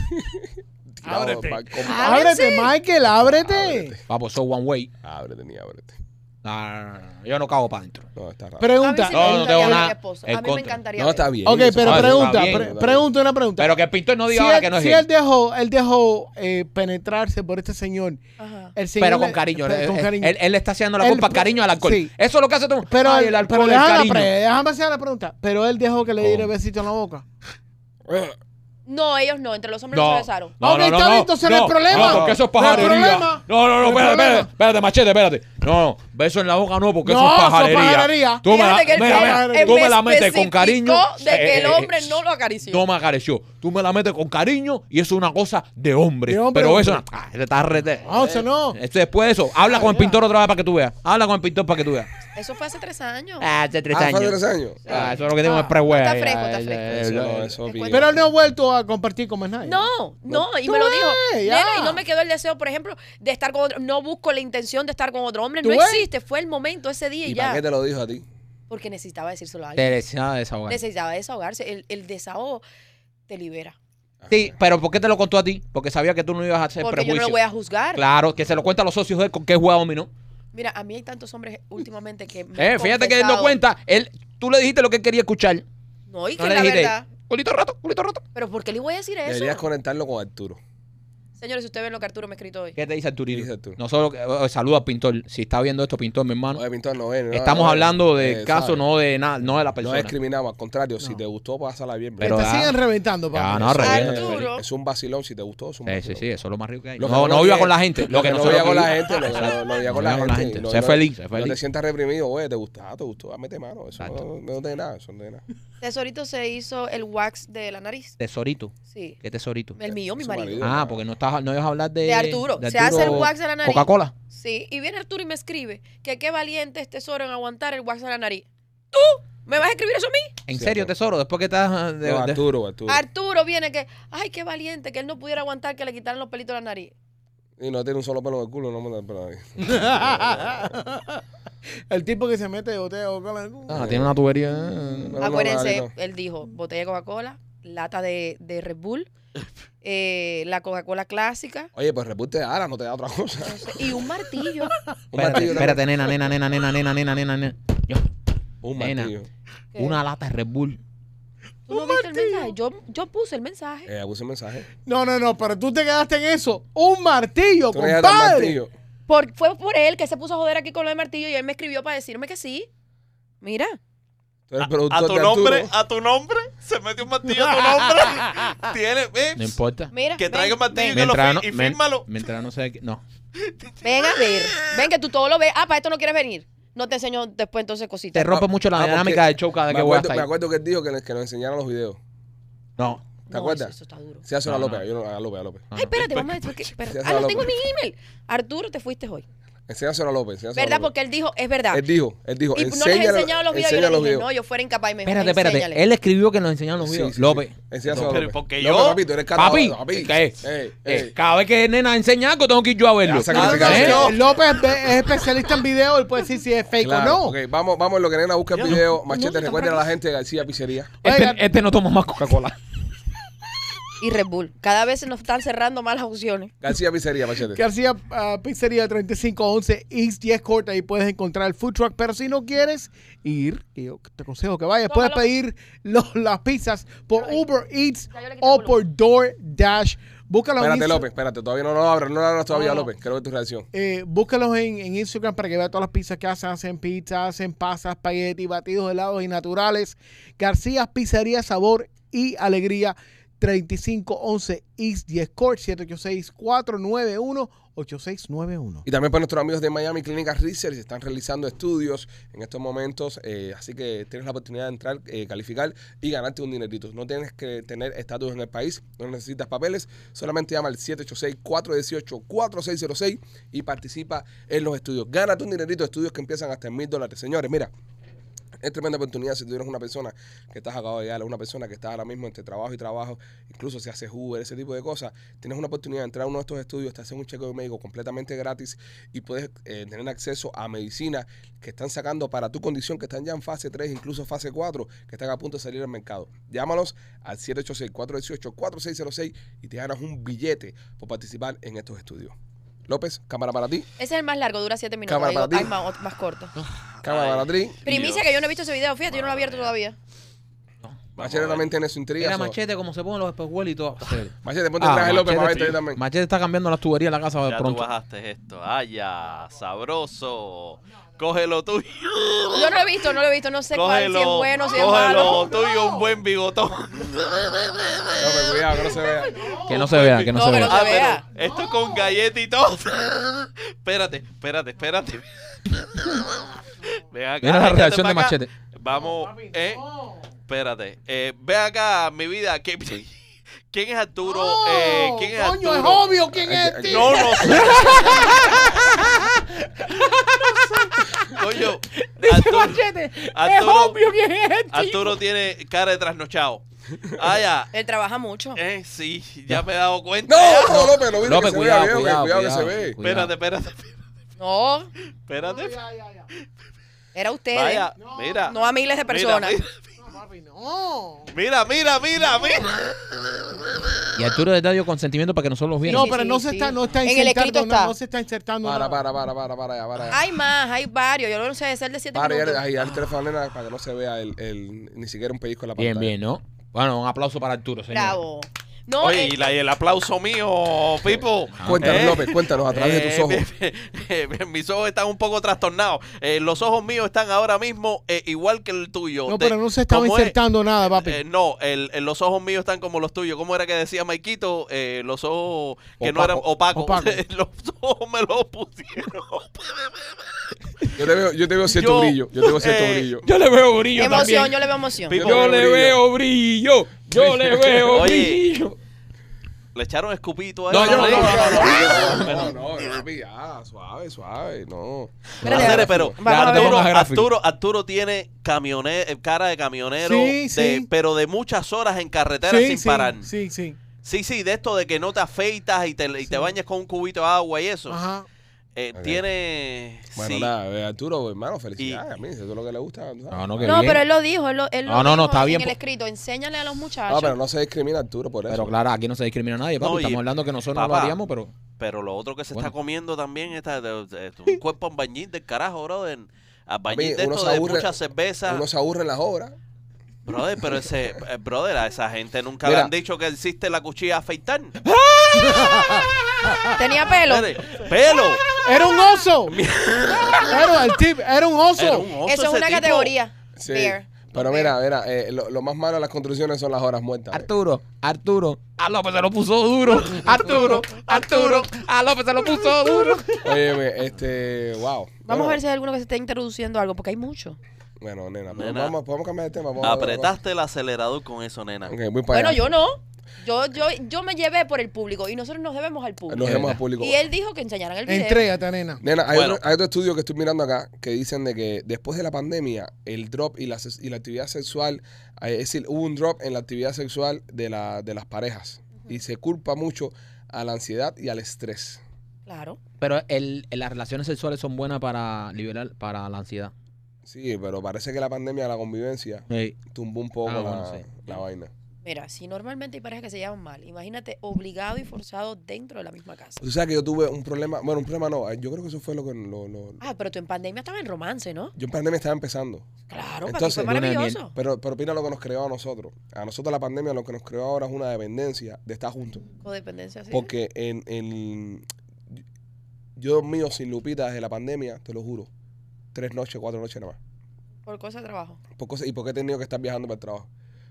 S1: Tirado
S2: Ábrete.
S1: pa'l com-
S5: Ábrense.
S3: Ábrete, Michael, ábrete.
S2: Papo, eso one way.
S1: Ábrete ni ábrete.
S2: No, no, no, no, yo no cago para adentro.
S1: No, está raro.
S3: Pregunta.
S5: A mí sí
S2: No,
S5: me
S2: no
S5: gustaría
S2: tengo
S5: ver
S2: nada
S5: mi esposo.
S2: en
S5: A mí me
S2: contra.
S5: encantaría.
S1: No,
S5: ver.
S1: está bien.
S3: ok,
S1: eso
S3: pero
S1: está
S2: Ah,
S1: bien,
S3: pregunta,
S1: está bien,
S3: pre-
S1: está bien.
S3: pregunta una pregunta.
S2: Pero que el pintor no
S3: si
S2: diga
S3: él,
S2: ahora que no es
S3: si
S2: gay.
S3: él dejó, él dejó eh, penetrarse por este señor.
S5: Ajá.
S3: El señor
S2: Pero con
S3: le-
S2: cariño.
S3: pe-
S2: eh,
S3: con
S2: eh,
S3: cariño.
S2: Él, él le está haciendo la
S3: Él-
S2: culpa al cariño al alcohol.
S3: sí.
S2: Eso es lo que hace todo. el mundo.
S3: pero
S2: Ay,
S3: el
S2: el alcohol, el
S3: déjame,
S2: cariño.
S3: pre- déjame hacer la pregunta. Pero él dejó que le diera
S2: Oh.
S3: besito en la boca.
S5: No, ellos no, entre los hombres no,
S2: No,
S5: se besaron.
S2: no, no,
S3: Ok,
S2: no,
S3: está
S2: no,
S3: bien, entonces no hay problema.
S2: No, porque eso es
S3: No hay
S2: pajarería.
S3: problema.
S2: No, no, no,
S3: No hay
S2: espérate,
S3: problema.
S2: espérate, espérate, machete, espérate. No, beso en la boca no, porque eso
S3: No,
S2: es
S3: eso es
S2: pajarería.
S3: pajarería.
S2: Tú me la,
S5: Fíjate que él
S2: mira,
S5: me-
S2: mira,
S5: él
S2: tú
S5: me
S2: me la metes con cariño.
S5: especificó de que el
S2: Eh, eh,
S5: hombre
S2: eh,
S5: no lo acarició.
S2: No me acarició. Tú me la metes con cariño y eso es una cosa de hombre.
S3: De hombre,
S2: pero
S3: hombre.
S2: eso no. Ah, ese está rete.
S3: No, eso no.
S2: Esto después de eso, habla con el pintor otra vez para que tú veas. Habla con el pintor para que tú veas.
S5: Eso fue hace tres años.
S2: Ah, hace tres
S1: Ah, fue
S2: años.
S1: hace tres años.
S2: Ah, eso es lo que tengo es pre
S5: Está fresco, está fresco.
S1: Eso no, eso
S5: Te
S1: bien.
S5: cuento.
S3: Pero él no ha
S2: eh.
S3: vuelto a compartir con más nadie.
S5: No, no, y
S3: Tú
S5: me lo dijo.
S3: ves, ya.
S5: Nena, y no me quedó el deseo, por ejemplo, de estar con otro. No busco la intención de estar con otro hombre.
S3: ¿Tú
S5: No
S3: ves?
S5: existe. Fue el momento ese día y,
S1: ¿Y para
S5: ya.
S1: qué te lo dijo a ti?
S5: Porque necesitaba decírselo a alguien.
S2: Teresa desahogar.
S5: Necesitaba desahogarse. El, el desahogo te libera.
S2: Sí, pero ¿por qué te lo contó a ti? Porque sabía que tú no ibas a hacer
S5: Porque
S2: prejuicio.
S5: yo no lo voy a juzgar.
S2: Claro, que se lo cuenta a los socios de él con qué jugaba dominó.
S5: Mira, a mí hay tantos hombres últimamente que. me
S2: Eh,
S5: han
S2: fíjate que él no
S5: confesado-
S2: cuenta. Él, tú le dijiste lo que él quería escuchar.
S5: No, y que
S2: No le
S5: la
S2: dijiste.
S5: verdad.
S2: Culito roto, culito roto.
S5: Pero ¿por qué le voy a decir eso?
S1: Deberías conectarlo con Arturo.
S5: Señores, si ustedes ven lo que Arturo me ha escrito hoy.
S2: ¿Qué te dice Arturito?
S1: ¿Qué dice Arturo?
S2: Nosotros, eh, eh, saluda al pintor. Si está viendo esto, pintor, mi hermano.
S1: Oye, pintor, no ven. no,
S2: Estamos
S1: no,
S2: hablando de
S1: eh,
S2: caso,
S1: ¿sabes?
S2: no de nada, no de la
S1: No
S2: persona.
S1: discriminamos, al contrario, si te gustó, pásala bien.
S2: Pero
S3: te
S2: da-
S3: siguen reventando,
S2: Ah. Ya,
S3: papi.
S1: Eso
S2: no,
S1: es-
S2: reviéntate,
S5: Arturo.
S2: Felipe.
S1: Es un vacilón, si te gustó, es un
S2: Sí, sí,
S1: vacilón.
S2: sí, eso es lo más rico que hay.
S1: Lo que
S2: no, no
S1: lo
S2: viva
S1: que-
S2: con la gente. Lo que no, se
S1: viva
S2: lo
S1: con la
S2: viva.
S1: gente, lo que no- no viva con la gente. No-
S2: Sé
S1: no-
S2: feliz, sé
S1: No te
S2: feliz.
S1: sientas reprimido, oye, te gustaba, te gustó, mete mano. Eso
S2: Exacto.
S1: no, no tiene nada, eso no tiene nada.
S5: Tesorito se hizo el wax de la nariz.
S2: Tesorito.
S5: Sí.
S2: ¿Qué tesorito?
S5: El mío, mi
S1: Su
S5: marido.
S1: marido.
S2: Ah, porque no estás, no ibas a hablar de.
S5: De Arturo. Se hace el wax de la nariz.
S2: Coca-Cola.
S5: Sí, y viene Arturo y me escribe que qué valiente es Tesoro en aguantar el wax en la nariz. ¿Tú me vas a escribir eso a mí?
S2: ¿En
S1: Sí,
S2: serio,
S1: Arturo.
S2: tesoro? Después que estás. ah, de-
S1: No,
S2: de-
S1: Arturo, Arturo.
S5: Arturo viene que, ay, qué valiente que él no pudiera aguantar que le quitaran los pelitos de la nariz.
S1: Y no tiene un solo pelo en el culo, no me da pelo ahí.
S3: El tipo que se mete de botella de Coca-Cola.
S2: Ah, tiene una tubería.
S1: No, no,
S5: Acuérdense,
S1: no, no.
S5: él dijo botella de Coca-Cola, lata de, de Red Bull, eh, la Coca-Cola clásica
S1: Oye, pues repute ahora, no te da otra cosa.
S5: no sé, y un martillo.
S1: Un
S2: Espérate,
S1: martillo.
S2: espérate, nena, nena, nena, nena, nena, nena, nena, nena. Yo-
S1: Un
S2: Nena.
S1: martillo.
S5: ¿Qué?
S2: Una lata de Red Bull.
S5: ¿Tú no viste el mensaje? Yo, yo puse el mensaje.
S1: Eh, puse un mensaje.
S3: No, no, no, pero tú te quedaste en eso. Un martillo,
S1: Tú no llegas tan
S3: compadre.
S1: martillo.
S5: Por, fue por él que se puso a joder aquí con lo de martillo y él me escribió para decirme que sí. Mira.
S1: Tú eres
S4: A
S1: productor
S4: tu
S1: de Arturo.
S4: nombre, a tu nombre, se metió un martillo a tu nombre. Tiene, eh,
S2: No importa.
S5: Mira,
S4: que
S5: ven,
S4: traiga un martillo y, que lo
S2: Mientras
S4: fir-
S2: no,
S4: y
S2: men-
S4: fírmalo.
S2: mientras no sea que- No.
S1: Ah,
S5: Ven a ver. Ven que tú todo lo ves. Ah, para esto no quieres venir. No te enseño después entonces
S2: Te
S5: cositas.
S2: rompe mucho
S1: Ah,
S2: la
S1: porque
S2: dinámica del show cada vez
S1: me
S2: que voy a
S1: acuerdo,
S2: estar
S1: me
S2: ahí.
S1: acuerdo que él dijo que, le- que nos enseñaron los videos.
S2: No.
S1: ¿Te
S5: No,
S1: acuerdas?
S5: Eso, eso está duro.
S1: Se hace
S2: No,
S1: la López,
S2: no.
S1: yo no, a López, a López.
S2: Ah,
S5: Ay, espérate, vamos a decir que- espérate.
S1: Ya se
S5: Ah, lo
S1: habló. pues.
S5: tengo en mi email. Arturo, te fuiste hoy.
S1: Enséñaselo a López. enséñaselo a
S5: ¿Verdad?
S1: López.
S5: Porque él dijo, es verdad.
S1: Él dijo, él dijo,
S5: y no les he
S1: enséñalo-
S5: enseñado los videos. Yo
S1: enseña
S5: le
S1: los
S5: dije,
S1: videos.
S5: no, yo fuera incapaz. Y me dijo,
S2: Espérate, espérate.
S5: enséñale.
S2: Él escribió que nos enseñaron los
S1: Sí,
S2: videos.
S1: sí, sí.
S2: López.
S1: Enséñaselo a
S4: Pero,
S1: López.
S4: porque
S1: López,
S4: yo-
S1: papi, tú eres carajo,
S2: Papi,
S1: papi.
S2: ¿qué es?
S1: Ey,
S2: Eh,
S1: ey.
S2: cada vez que nena enseña algo, tengo que ir yo a verlo.
S1: Ya, sacrificado.
S2: Claro, ¿eh?
S1: Sacrificado.
S3: No, no, López es especialista en video, él puede decir si es fake
S1: Claro,
S3: o
S1: ok,
S3: no.
S1: vamos, vamos en lo que nena busca el video.
S5: no,
S1: Machete,
S5: están
S1: recuerda a la
S5: practicando.
S1: gente de García Pizzería.
S3: Oigan.
S2: Este, este no toma más Coca-Cola.
S5: Y Red Bull. Cada vez se nos están cerrando más las opciones.
S1: García Pizzería, Machete.
S3: García ah, Pizzería 3511 East 10 Court, ahí puedes encontrar el food truck, pero si no quieres ir, que yo te aconsejo que vayas, puedes
S5: Tómalo.
S3: pedir los- las pizzas por Uber Eats
S5: Ya yo le quité
S3: o
S5: el
S3: por DoorDash. Búscalos en
S1: Espérate,
S3: Insta-
S1: López, espérate. Todavía no lo abras, no lo abras todavía,
S5: No, no.
S1: López. Quiero ver tu reacción.
S3: Eh, búscalos en, en Instagram para que veas todas las pizzas que hacen. Hacen pizza, hacen pasas, espagueti, batidos helados y naturales. García Pizzería Sabor y Alegría. 3511 East 10 Court, 786-491-8691.
S1: Y también para nuestros amigos de Miami Clinical Research, están realizando estudios en estos momentos, eh, así que tienes la oportunidad de entrar, eh, calificar y ganarte un dinerito. No tienes que tener estatus en el país, no necesitas papeles, solamente llama al 786-418-4606 y participa en los estudios. Gánate un dinerito, estudios que empiezan hasta en mil dólares. Señores, mira, es tremenda oportunidad si tú eres una persona que estás acabado de llegar, una persona que está ahora mismo entre trabajo y trabajo, incluso si haces Uber, ese tipo de cosas, tienes una oportunidad de entrar a uno de estos estudios, te hacen un chequeo médico completamente gratis y puedes eh, tener acceso a medicina que están sacando para tu condición, que están ya en fase 3, incluso fase 4, que están a punto de salir al mercado. Llámalos al 786-418-4606 y te ganas un billete por participar en estos estudios. López, cámara para ti,
S5: Ese es el más largo, dura 7 minutos.
S1: Cámara
S5: Digo,
S1: para ti.
S5: hay más, más corto.
S1: cámara para
S4: Ay,
S1: ti.
S5: Primicia
S4: Dios.
S5: que yo no he visto ese video, fíjate, yo no lo he abierto todavía.
S4: Vamos a
S1: Machete
S4: ver.
S1: también tiene su intriga.
S2: Era
S1: so-
S2: machete como se ponen los espejuelos y todo.
S1: Machete, ponte el
S2: Ah,
S1: traje López para
S2: machete,
S1: verte yo también.
S2: Machete está cambiando las tuberías de la casa de
S4: Ya tú
S2: pronto.
S4: bajaste esto. ¡Ay, ya! ¡Sabroso! Cógelo tuyo.
S5: Yo no lo he visto, no lo he visto, no sé cuál, si es
S4: Cógelo.
S5: bueno, si es
S4: Cógelo
S5: malo.
S4: tuyo, un buen bigotón.
S1: López, cuidado, que no se vea.
S2: Que no se vea, que no,
S5: No,
S2: se
S5: que no
S2: vea.
S5: se vea.
S4: pero esto con galleta y todo. espérate, espérate, espérate. Ven acá,
S2: Mira la
S4: échate
S2: reacción
S4: pa'
S2: de
S4: acá.
S2: Machete.
S4: Vamos, eh, espérate. Eh, ve acá, mi vida. ¿qué- ¿Quién es Arturo? Eh, ¿Quién es
S3: Oh, coño, es
S4: Arturo?
S3: obvio quién
S1: Ay,
S3: es. este.
S1: ay,
S3: tío.
S4: Este, No, no sé. Coño, Arturo, Arturo-
S3: quién es. este,
S4: Arturo tiene cara de trasnochado. Ah, ya.
S5: Él trabaja mucho.
S4: Eh, sí, ya me he dado cuenta.
S1: No, no, López, no viste
S2: López,
S1: que se vea
S2: cuidado,
S1: viejo, que
S2: cuidado,
S1: cuidado,
S2: cuidado.
S1: que se ve.
S4: Espérate, espérate,
S5: No,
S4: espérate.
S3: Ya, ya, ya.
S5: era usted.
S4: Vaya,
S3: No.
S4: mira.
S5: No a miles de personas.
S4: Mira,
S3: No, papi, no.
S4: Mira, mira, mira, mira.
S2: Y Arturo le da dio consentimiento para que nosotros los viéramos.
S3: No,
S5: sí,
S3: pero
S5: sí,
S3: no se
S5: sí.
S3: está, no está
S5: En el escrito
S3: insertando, no,
S5: está.
S3: no se está insertando.
S1: Para,
S3: nada.
S1: para, para, para, para, allá, para. allá.
S5: Hay más, hay varios. Yo no sé de ser de 7
S1: Para, ya le-
S5: minutos.
S1: ahí, dale el teléfono a nena para que no se vea el, el- ni siquiera un pellizco en la pantalla.
S2: Bien, bien, ¿no? Bueno, un aplauso para Arturo, señor.
S5: Bravo. No,
S4: Oye,
S5: eh,
S4: y, la- y el aplauso mío, Pipo.
S2: Ah,
S1: Cuéntanos,
S4: Eh,
S1: López, cuéntanos a través de tus
S4: eh,
S1: ojos.
S4: mi- mis ojos están un poco trastornados. Eh, los ojos míos están ahora mismo eh, igual que el tuyo.
S3: No,
S4: De-
S3: pero no se estaba
S4: ¿cómo es?
S3: insertando nada, papi.
S4: Eh, no, el- el- los ojos míos están como los tuyos. ¿Cómo era que decía Maikito? Eh, los ojos que no eran opacos.
S3: Opaco.
S4: los ojos me los pusieron.
S1: Yo te veo, yo te veo cierto
S4: Yo-
S1: brillo. Yo te veo cierto
S4: eh,
S1: brillo.
S2: Yo le veo brillo
S5: emoción, yo le veo emoción.
S4: Pipo,
S1: Yo le veo
S2: brillo. Yo le veo
S4: Oye. Le echaron escupito a
S2: No,
S4: eso,
S2: yo no,
S4: ¿eh?
S2: no, no, no,
S1: No, no, papi, ya, suave, suave, no.
S5: Pero
S4: Hacer,
S5: le-
S4: pero
S5: Vamos a
S4: Arturo,
S2: ver.
S4: Arturo, Arturo tiene camionero, cara de camionero,
S3: Sí,
S4: de-
S3: sí.
S4: pero de muchas horas en carretera sin
S3: sí,
S4: parar. Sí.
S3: Sí, sí.
S4: sí, de esto de que no te afeitas y te, y te bañas con un cubito de agua y eso.
S3: Ajá.
S4: Eh,
S1: Ok.
S4: Tiene...
S1: Bueno,
S4: sí.
S1: nada, eh, Arturo, hermano, felicidades. A mí, si eso es lo que le gusta. tú sabes.
S2: No, no, que
S5: No,
S2: bien.
S5: pero él lo dijo, él lo, él lo
S2: No, no, no,
S5: dijo
S2: está bien,
S5: en
S2: po-
S5: el escrito. Enséñale a los muchachos.
S1: No, pero no se discrimina Arturo por eso.
S2: Pero claro, aquí no se discrimina a nadie, papi.
S4: No, y-
S2: Estamos hablando que nosotros no lo
S4: papá.
S2: haríamos, pero.
S4: Pero lo otro que se
S2: Bueno.
S4: está comiendo también está de- de- de un cuerpo albañil del carajo, brother. Albañil de
S1: uno
S4: esto
S1: se
S4: de
S1: aburre-
S4: muchas cervezas.
S1: Uno se aburre en las obras.
S4: Brother, pero ese, eh, brother, a esa gente nunca
S1: Mira.
S4: le han dicho que existe la cuchilla a afeitar.
S5: Tenía pelo.
S4: Espere, Pelo.
S3: Era un oso. era el tip, era un oso.
S4: Era un oso
S5: Eso es
S4: ese
S5: una
S4: tipo.
S5: categoría.
S1: Sí.
S5: Bear.
S1: Pero mira, mira, eh, lo, lo más malo de las construcciones son las horas muertas. eh.
S2: Arturo, Arturo. A López se lo puso duro. Arturo, Arturo. A López se lo puso duro.
S1: Óyeme, este, wow.
S5: Vamos
S1: Bueno,
S5: a ver si hay alguno que se esté introduciendo algo, porque hay mucho.
S1: Bueno, nena, pero
S4: Nena.
S1: Vamos, podemos cambiar de tema. Vamos a ver otra
S4: Apretaste el acelerador con eso, nena.
S1: cosa. Ok, voy para
S5: Bueno,
S1: allá.
S5: yo no. Yo, yo, yo me llevé por el público y nosotros nos debemos al público.
S1: Nos vemos al público.
S5: Y él dijo que enseñaran el video.
S3: Entrégate, nena.
S1: Nena, hay,
S4: Bueno.
S1: otro, hay otro estudio que estoy mirando acá que dicen de que después de la pandemia, el drop y la, ses- y la actividad sexual, eh, es decir, hubo un drop en la actividad sexual de, la, de las parejas. Y se culpa mucho a la ansiedad y al estrés.
S5: Claro.
S2: Pero el, las relaciones sexuales son buenas para liberar, para la ansiedad.
S1: Sí, pero parece que la pandemia, la convivencia, tumbó un poco
S2: Ah,
S1: la,
S2: bueno, sí.
S1: la vaina.
S5: Mira, si normalmente hay parejas que se llevan mal, imagínate obligado y forzado dentro de la misma casa.
S1: Tú sabes que yo tuve un problema, bueno, un problema no, yo creo que eso fue lo que... lo- lo-
S5: Ah, pero tú en pandemia estaba en romance, ¿no?
S1: yo en pandemia estaba empezando.
S5: Claro,
S1: Entonces,
S2: luna de
S5: para ti fue
S2: miel.
S5: maravilloso.
S1: Pero, pero mira lo que nos creó a nosotros. A nosotros la pandemia lo que nos creó ahora es una dependencia de estar juntos.
S5: Codependencia, sí.
S1: Porque en, en- yo dormí sin Lupita desde la pandemia, te lo juro. Tres noches, cuatro noches nada más.
S5: Por cosa de trabajo.
S1: Por cosas- y porque he tenido que estar viajando para el trabajo.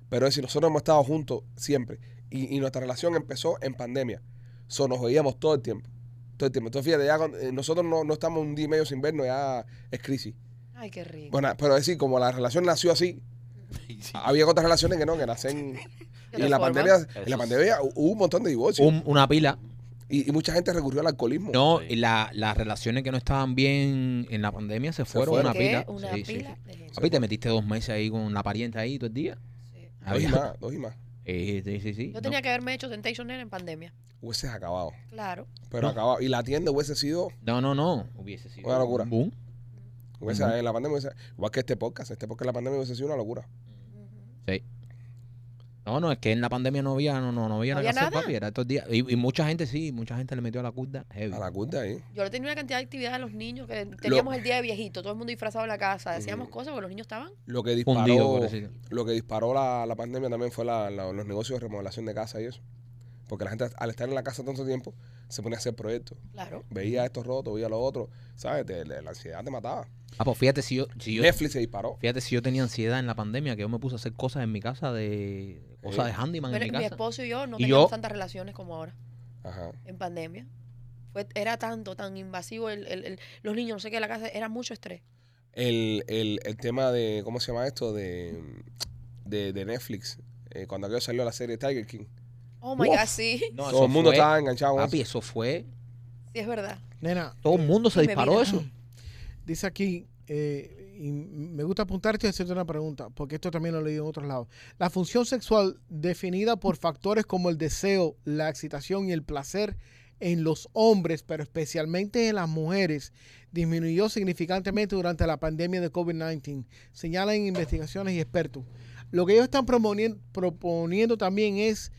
S1: Pero es decir, nosotros hemos estado juntos siempre. Y, y nuestra relación empezó en pandemia. So, nos veíamos todo el tiempo. Todo el tiempo. Entonces, fíjate, ya cuando- eh, nosotros no, no estamos un día y medio sin vernos, ya es crisis.
S5: Ay, qué rico.
S1: Bueno, pero es decir, como la relación nació así, había otras relaciones que no, que nacen.
S5: De
S1: Y
S5: otra
S1: en la,
S5: forma.
S1: pandemia, en
S4: Eso
S1: la
S4: sí.
S1: pandemia hu- hubo un montón de divorcios.
S2: Un- una pila.
S1: Y, y mucha gente recurrió al alcoholismo.
S2: No,
S4: Sí.
S2: y la- las relaciones que no estaban bien en la pandemia se fueron,
S1: fueron.
S2: una
S5: ¿Qué?
S2: pila.
S5: Una
S2: Sí, sí,
S5: pila
S2: sí.
S5: de gente.
S2: Papi, te metiste dos meses ahí con la pariente ahí todo el día.
S5: Sí.
S1: Dos y
S2: Había-
S1: más, dos y más.
S2: Eh, sí, sí, sí.
S5: Yo tenía que haberme hecho Temptation Nena en pandemia.
S1: Hubieses acabado.
S5: Claro.
S1: Pero
S2: No.
S1: acabado. Y la tienda hubiese sido,
S2: No, no, no. Hubiese sido
S1: Una locura.
S2: un boom.
S1: hubiese,
S2: Ujú.
S1: en la pandemia hubiese, igual que este podcast, este podcast en la pandemia hubiese sido una locura.
S2: Sí. No, no, es que en la pandemia no había, no, no, no había,
S5: No
S2: nada que
S5: había
S2: hacer,
S5: nada.
S2: papi. Era estos días. Y, y mucha gente sí, mucha gente le metió a la curda. heavy.
S1: A la curta ahí.
S5: Yo tenía una cantidad de actividades a los niños que teníamos el día de viejito, todo el mundo disfrazado en la casa, hacíamos
S1: Mm.
S5: cosas porque los niños estaban.
S1: Lo que
S2: Fundido,
S1: disparó,
S2: pobrecito.
S1: lo que disparó la, la pandemia también fue la- la- los negocios de remodelación de casa y eso. Porque la gente al estar en la casa tanto tiempo se ponía a hacer proyectos.
S5: Claro.
S1: Veía esto roto, veía lo otro. ¿Sabes? Te- la la ansiedad te mataba.
S2: Ah, pues fíjate si yo, si yo,
S1: Netflix se disparó.
S2: fíjate si yo tenía ansiedad en la pandemia, que yo me puse a hacer cosas en mi casa de cosas de handyman
S5: Pero
S2: en mi
S5: mi,
S2: casa.
S5: esposo y yo no
S2: Y
S5: teníamos
S2: yo-
S5: tantas relaciones como ahora,
S1: Ajá.
S5: en pandemia. Fue, era tanto, tan invasivo, el, el- el- los niños, no sé qué, en la casa, era mucho estrés.
S1: El, el, el tema de, ¿cómo se llama esto? De, de, de Netflix. Eh, cuando aquello salió la serie Tiger King.
S5: Oh my
S1: Uf.
S5: God, sí,
S2: No,
S1: Todo
S2: eso
S1: el mundo
S2: fue-
S1: estaba enganchado. con
S2: Papi,
S1: eso.
S2: eso fue.
S5: sí es verdad.
S3: Nena,
S2: Todo el mundo se
S5: Y
S2: disparó
S5: bebida.
S2: eso.
S3: Dice aquí, eh, y me gusta apuntarte y hacerte una pregunta, porque esto también lo leí en otros lados. La función sexual definida por factores como el deseo, la excitación y el placer en los hombres, pero especialmente en las mujeres, disminuyó significantemente durante la pandemia de COVID-19, señalan investigaciones y expertos. Lo que ellos están promonien- proponiendo también es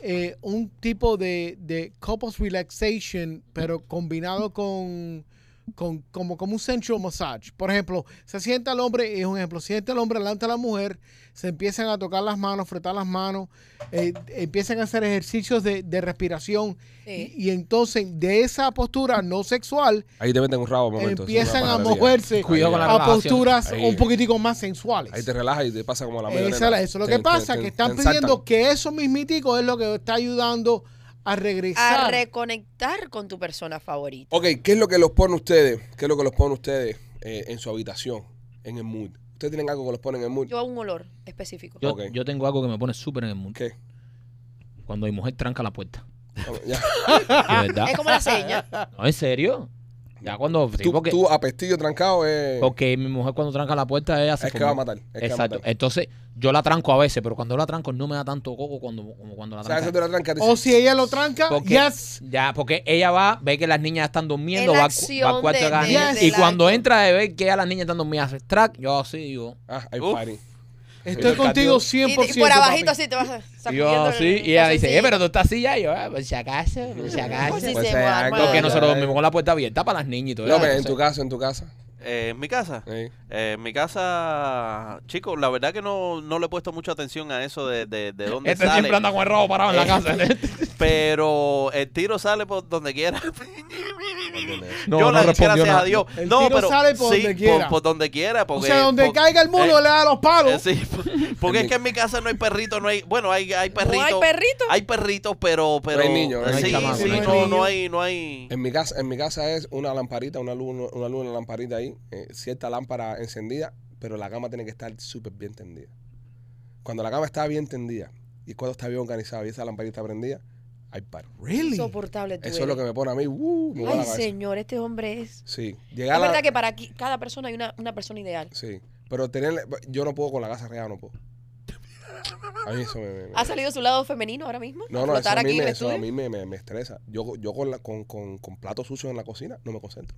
S3: eh, un tipo de, de couples relaxation, pero combinado con con, como, como un central massage. Por ejemplo, se sienta el hombre, es un ejemplo, sienta el hombre delante de la mujer, se empiezan a tocar las manos, frotar las manos, eh, empiezan a hacer ejercicios de, de respiración
S5: Sí.
S3: y, y entonces de esa postura no sexual
S1: Ahí te meten un rabo un momento. eso es una
S3: empiezan a
S1: maravilla.
S5: Ah.
S3: moverse
S2: Cuidado con la
S3: a
S2: relajación.
S3: posturas
S1: Ahí.
S3: un poquitico más sensuales.
S1: Ahí te relajas y te pasa como la
S3: Esa
S1: mayoría.
S3: es la- eso es lo que pasa, que están pidiendo que eso mismitico es lo que está ayudando a regresar.
S5: A reconectar con tu persona favorita.
S1: Ok, ¿qué es lo que los pone ustedes? ¿Qué es lo que los pone ustedes eh, en su habitación? En el mood. ¿Ustedes tienen algo que los pone en el mood?
S5: Yo un olor específico.
S2: Yo,
S1: Ok.
S2: yo tengo algo que me pone súper en el mundo.
S1: ¿Qué?
S2: Cuando mi mujer tranca la puerta.
S1: Vamos, ya.
S2: De verdad.
S5: Es como la seña.
S2: No, en serio. Ya cuando. sí,
S1: tú,
S2: porque,
S1: tú eh. a pestillo trancado eh,
S2: porque mi mujer cuando tranca la puerta, ella se.
S1: es que
S2: formó.
S1: va a matar. Es que va a
S2: Exacto.
S1: matar.
S2: Entonces, yo la tranco a veces, pero cuando la tranco no me da tanto coco cuando, como cuando la
S1: ¿Sabes
S2: tranco.
S1: eso de la tranca?
S3: o si ella lo tranca,
S2: Porque-
S3: yes.
S2: Ya, porque ella va, ve que las niñas están durmiendo,
S5: Es la
S2: va, al cu-
S5: acción
S2: va al cuarto de,
S5: de-
S2: cada
S5: de-
S2: niña,
S3: de
S2: Y
S5: la
S2: cuando
S5: acción.
S2: entra de ver que ya las niñas están durmiendo, hace track, yo así digo.
S1: Ah, hay
S4: Uf.
S1: party.
S3: Estoy
S1: Sí,
S3: contigo
S5: Y,
S3: 100%.
S5: y por abajito
S3: papi.
S5: así te vas a-
S2: Y
S5: sacudiendo
S2: yo
S5: el-
S2: así. Y ella dice,
S5: entonces,
S2: eh, pero tú estás así ya. Y yo, ah, por si acaso, por si acaso.
S5: Por si
S1: Pues
S5: se
S1: hay
S5: va
S1: algo
S5: armando.
S2: Porque
S1: Ay,
S2: nosotros
S1: ay.
S2: dormimos con la puerta abierta para las niñas y todo eso.
S1: López, en
S2: Entonces,
S1: tu casa, en tu casa.
S4: Eh, en mi casa.
S1: Eh,
S4: Eh, en mi casa, chicos, la verdad que no, no le he puesto mucha atención a eso de, de, de dónde
S2: Este
S4: sale.
S2: siempre anda con el robo parado en la
S4: Eh,
S2: casa.
S4: Pero el tiro sale por donde quiera.
S2: No,
S4: Yo
S2: no
S4: la
S2: respondió
S4: gracias
S2: nada.
S4: a Dios.
S3: El
S4: no,
S3: tiro
S4: pero
S3: sale por
S4: sí,
S3: donde quiera.
S4: Por, por donde quiera.
S3: O
S4: Porque,
S3: sea, donde
S4: por-
S3: caiga el muro
S4: eh,
S3: le da los
S4: eh,
S3: palos.
S4: sí, porque es que en mi casa no hay perrito, no hay, bueno, hay, hay perrito.
S5: No hay perrito.
S4: Hay perritos, pero, pero
S1: hay niños, no hay
S4: sí,
S2: chamacos,
S4: sí,
S2: no hay
S4: no, no
S3: niños.
S4: hay, no hay.
S1: En mi casa, en mi casa es una lamparita, una luz, una luz, una lamparita ahí, eh, cierta lámpara encendida, pero la cama tiene que estar súper bien tendida. Cuando la cama está bien tendida y cuando está bien organizada y esa lamparita prendida, hay par.
S3: Really?
S5: Insoportable tú
S1: Eso es lo que
S5: eres.
S1: me pone a mí, uh, me vuela
S5: Ay,
S1: la cabeza.
S5: señor, este hombre es...
S1: Sí,
S5: Es
S1: llegar a
S5: verdad
S1: la,
S5: que para aquí, cada persona hay una, una persona ideal.
S1: sí, pero tener, yo no puedo con la casa real, no puedo. A mí eso me, me- me-
S5: ¿Ha salido su lado femenino ahora mismo?
S1: no, no, eso
S5: Flotar
S1: a
S5: aquí
S1: mí, me,
S5: en el
S1: eso a
S5: estudio.
S1: mí me, me- me estresa. Yo, yo con, la, con, con, con platos sucios en la cocina no me concentro.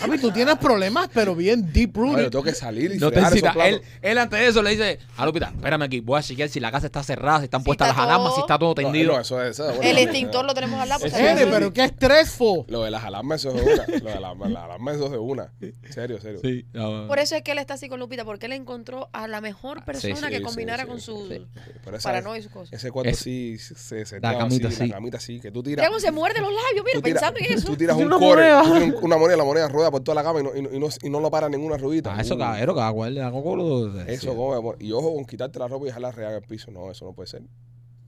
S3: Papi, tú tienes problemas, pero bien deep
S1: Ahora, yo
S3: rooted.
S1: tengo que salir y
S2: No te
S1: fregar esos
S2: incita.
S1: platos.
S2: Él, él antes de eso le dice, a Lupita, espérame aquí, voy a chequear si la casa está cerrada, si están
S5: Si
S2: puestas
S5: está
S2: las alarmas,
S5: todo-
S2: si está todo
S1: No,
S2: tendido.
S1: no, eso es- eso es bueno,
S5: El
S1: no,
S5: extintor
S1: no.
S5: lo tenemos al lado. pues, por si
S3: Nene,
S5: acaso.
S3: pero qué estressful.
S1: Lo de las alarmas, eso es de una. Lo de la- las alarmas, eso es de una. Serio, serio.
S2: Sí, no,
S5: Por eso es que él está así con Lupita, porque él encontró a la mejor persona
S2: sí,
S5: que
S1: sí,
S5: combinara
S1: sí,
S5: con
S1: sí,
S5: su
S1: sí. Por eso
S5: paranoia y sus cosas.
S1: Ese cuarto
S2: Es-
S1: sí se se
S2: La
S1: la
S2: camita,
S1: así,
S2: sí.
S1: la camita así, que tú
S5: Mira
S1: tiras.
S5: cómo se muerde los labios, mira,
S1: tú tiras-
S5: pensando en eso.
S1: Tú tiras un
S2: Una
S1: core,
S2: moneda.
S1: tú tiras un- una moneda, la moneda rueda rueda por toda la cama y no, y no- y no- y no lo para ninguna ruidita.
S2: Ah, eso,
S1: ningún-
S2: caballero, cada cual le da con culo.
S1: Eso,
S2: Sí.
S1: como, amor. Y ojo con quitarte la ropa y dejarla real en el piso. No, eso no puede ser.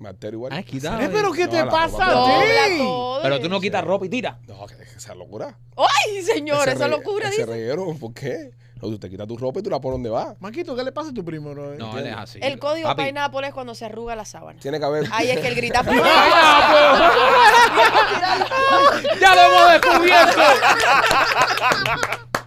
S1: Me altero igual.
S2: Ah, es quitado.
S3: Eh, pero ¿qué
S1: No,
S3: te
S1: la
S3: pasa
S1: ropa
S3: a
S1: blanca.
S3: ti?
S5: Dobla todo.
S2: Pero tú no quitas ropa y tira.
S1: No, que que esa locura.
S5: Ay, señor,
S1: Ese
S5: esa
S1: re-
S5: locura.
S1: Ese
S5: dice.
S1: reguero, ¿por qué? No, tú te quitas tu ropa y tú la pones donde va.
S3: Maquito, ¿qué le pasa a tu primo? bro?
S2: No, él es así.
S5: El código
S2: Papi,
S5: Pineapple es cuando se arruga la sábana.
S1: Tiene que haber.
S5: Ahí es que él grita.
S2: ¡Ya lo hemos descubierto!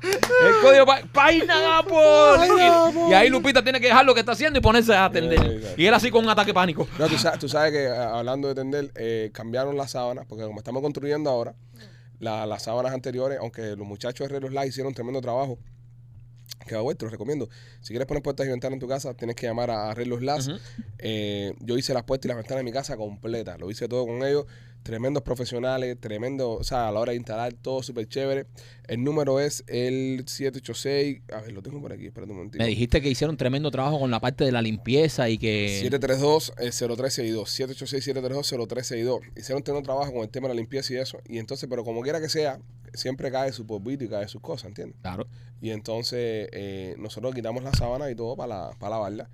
S2: El código pa Pineapple. Y, y ahí Lupita tiene que dejar lo que está haciendo y ponerse a atender. Y él así con un ataque pánico.
S1: No, tú sa- tú sabes, que a- hablando de tender, eh, cambiaron las sábanas, porque como estamos construyendo ahora, la- las sábanas anteriores, aunque los muchachos de Herreros Live hicieron tremendo trabajo, que va vuelto, los recomiendo. Si quieres poner puertas y ventanas en tu casa, tienes que llamar a Arreglos Las.
S2: Ujú.
S1: Eh, yo hice las puertas y las ventanas de mi casa completa. Lo hice todo con ellos. Tremendos profesionales, tremendo, o sea, a la hora de instalar, todo súper chévere. El número es el 786. A ver, lo tengo por aquí, espérate un momentito.
S2: Me dijiste que hicieron tremendo trabajo con la parte de la limpieza y que.
S1: eh, 732-0362, 786-732-0362. Hicieron tener un trabajo con el tema de la limpieza y eso. Y entonces, pero como quiera que sea, siempre cae su polvito y cae sus cosas, ¿entiendes?
S2: Claro.
S1: Y entonces eh, nosotros quitamos la sábana y todo para, la- para lavarla.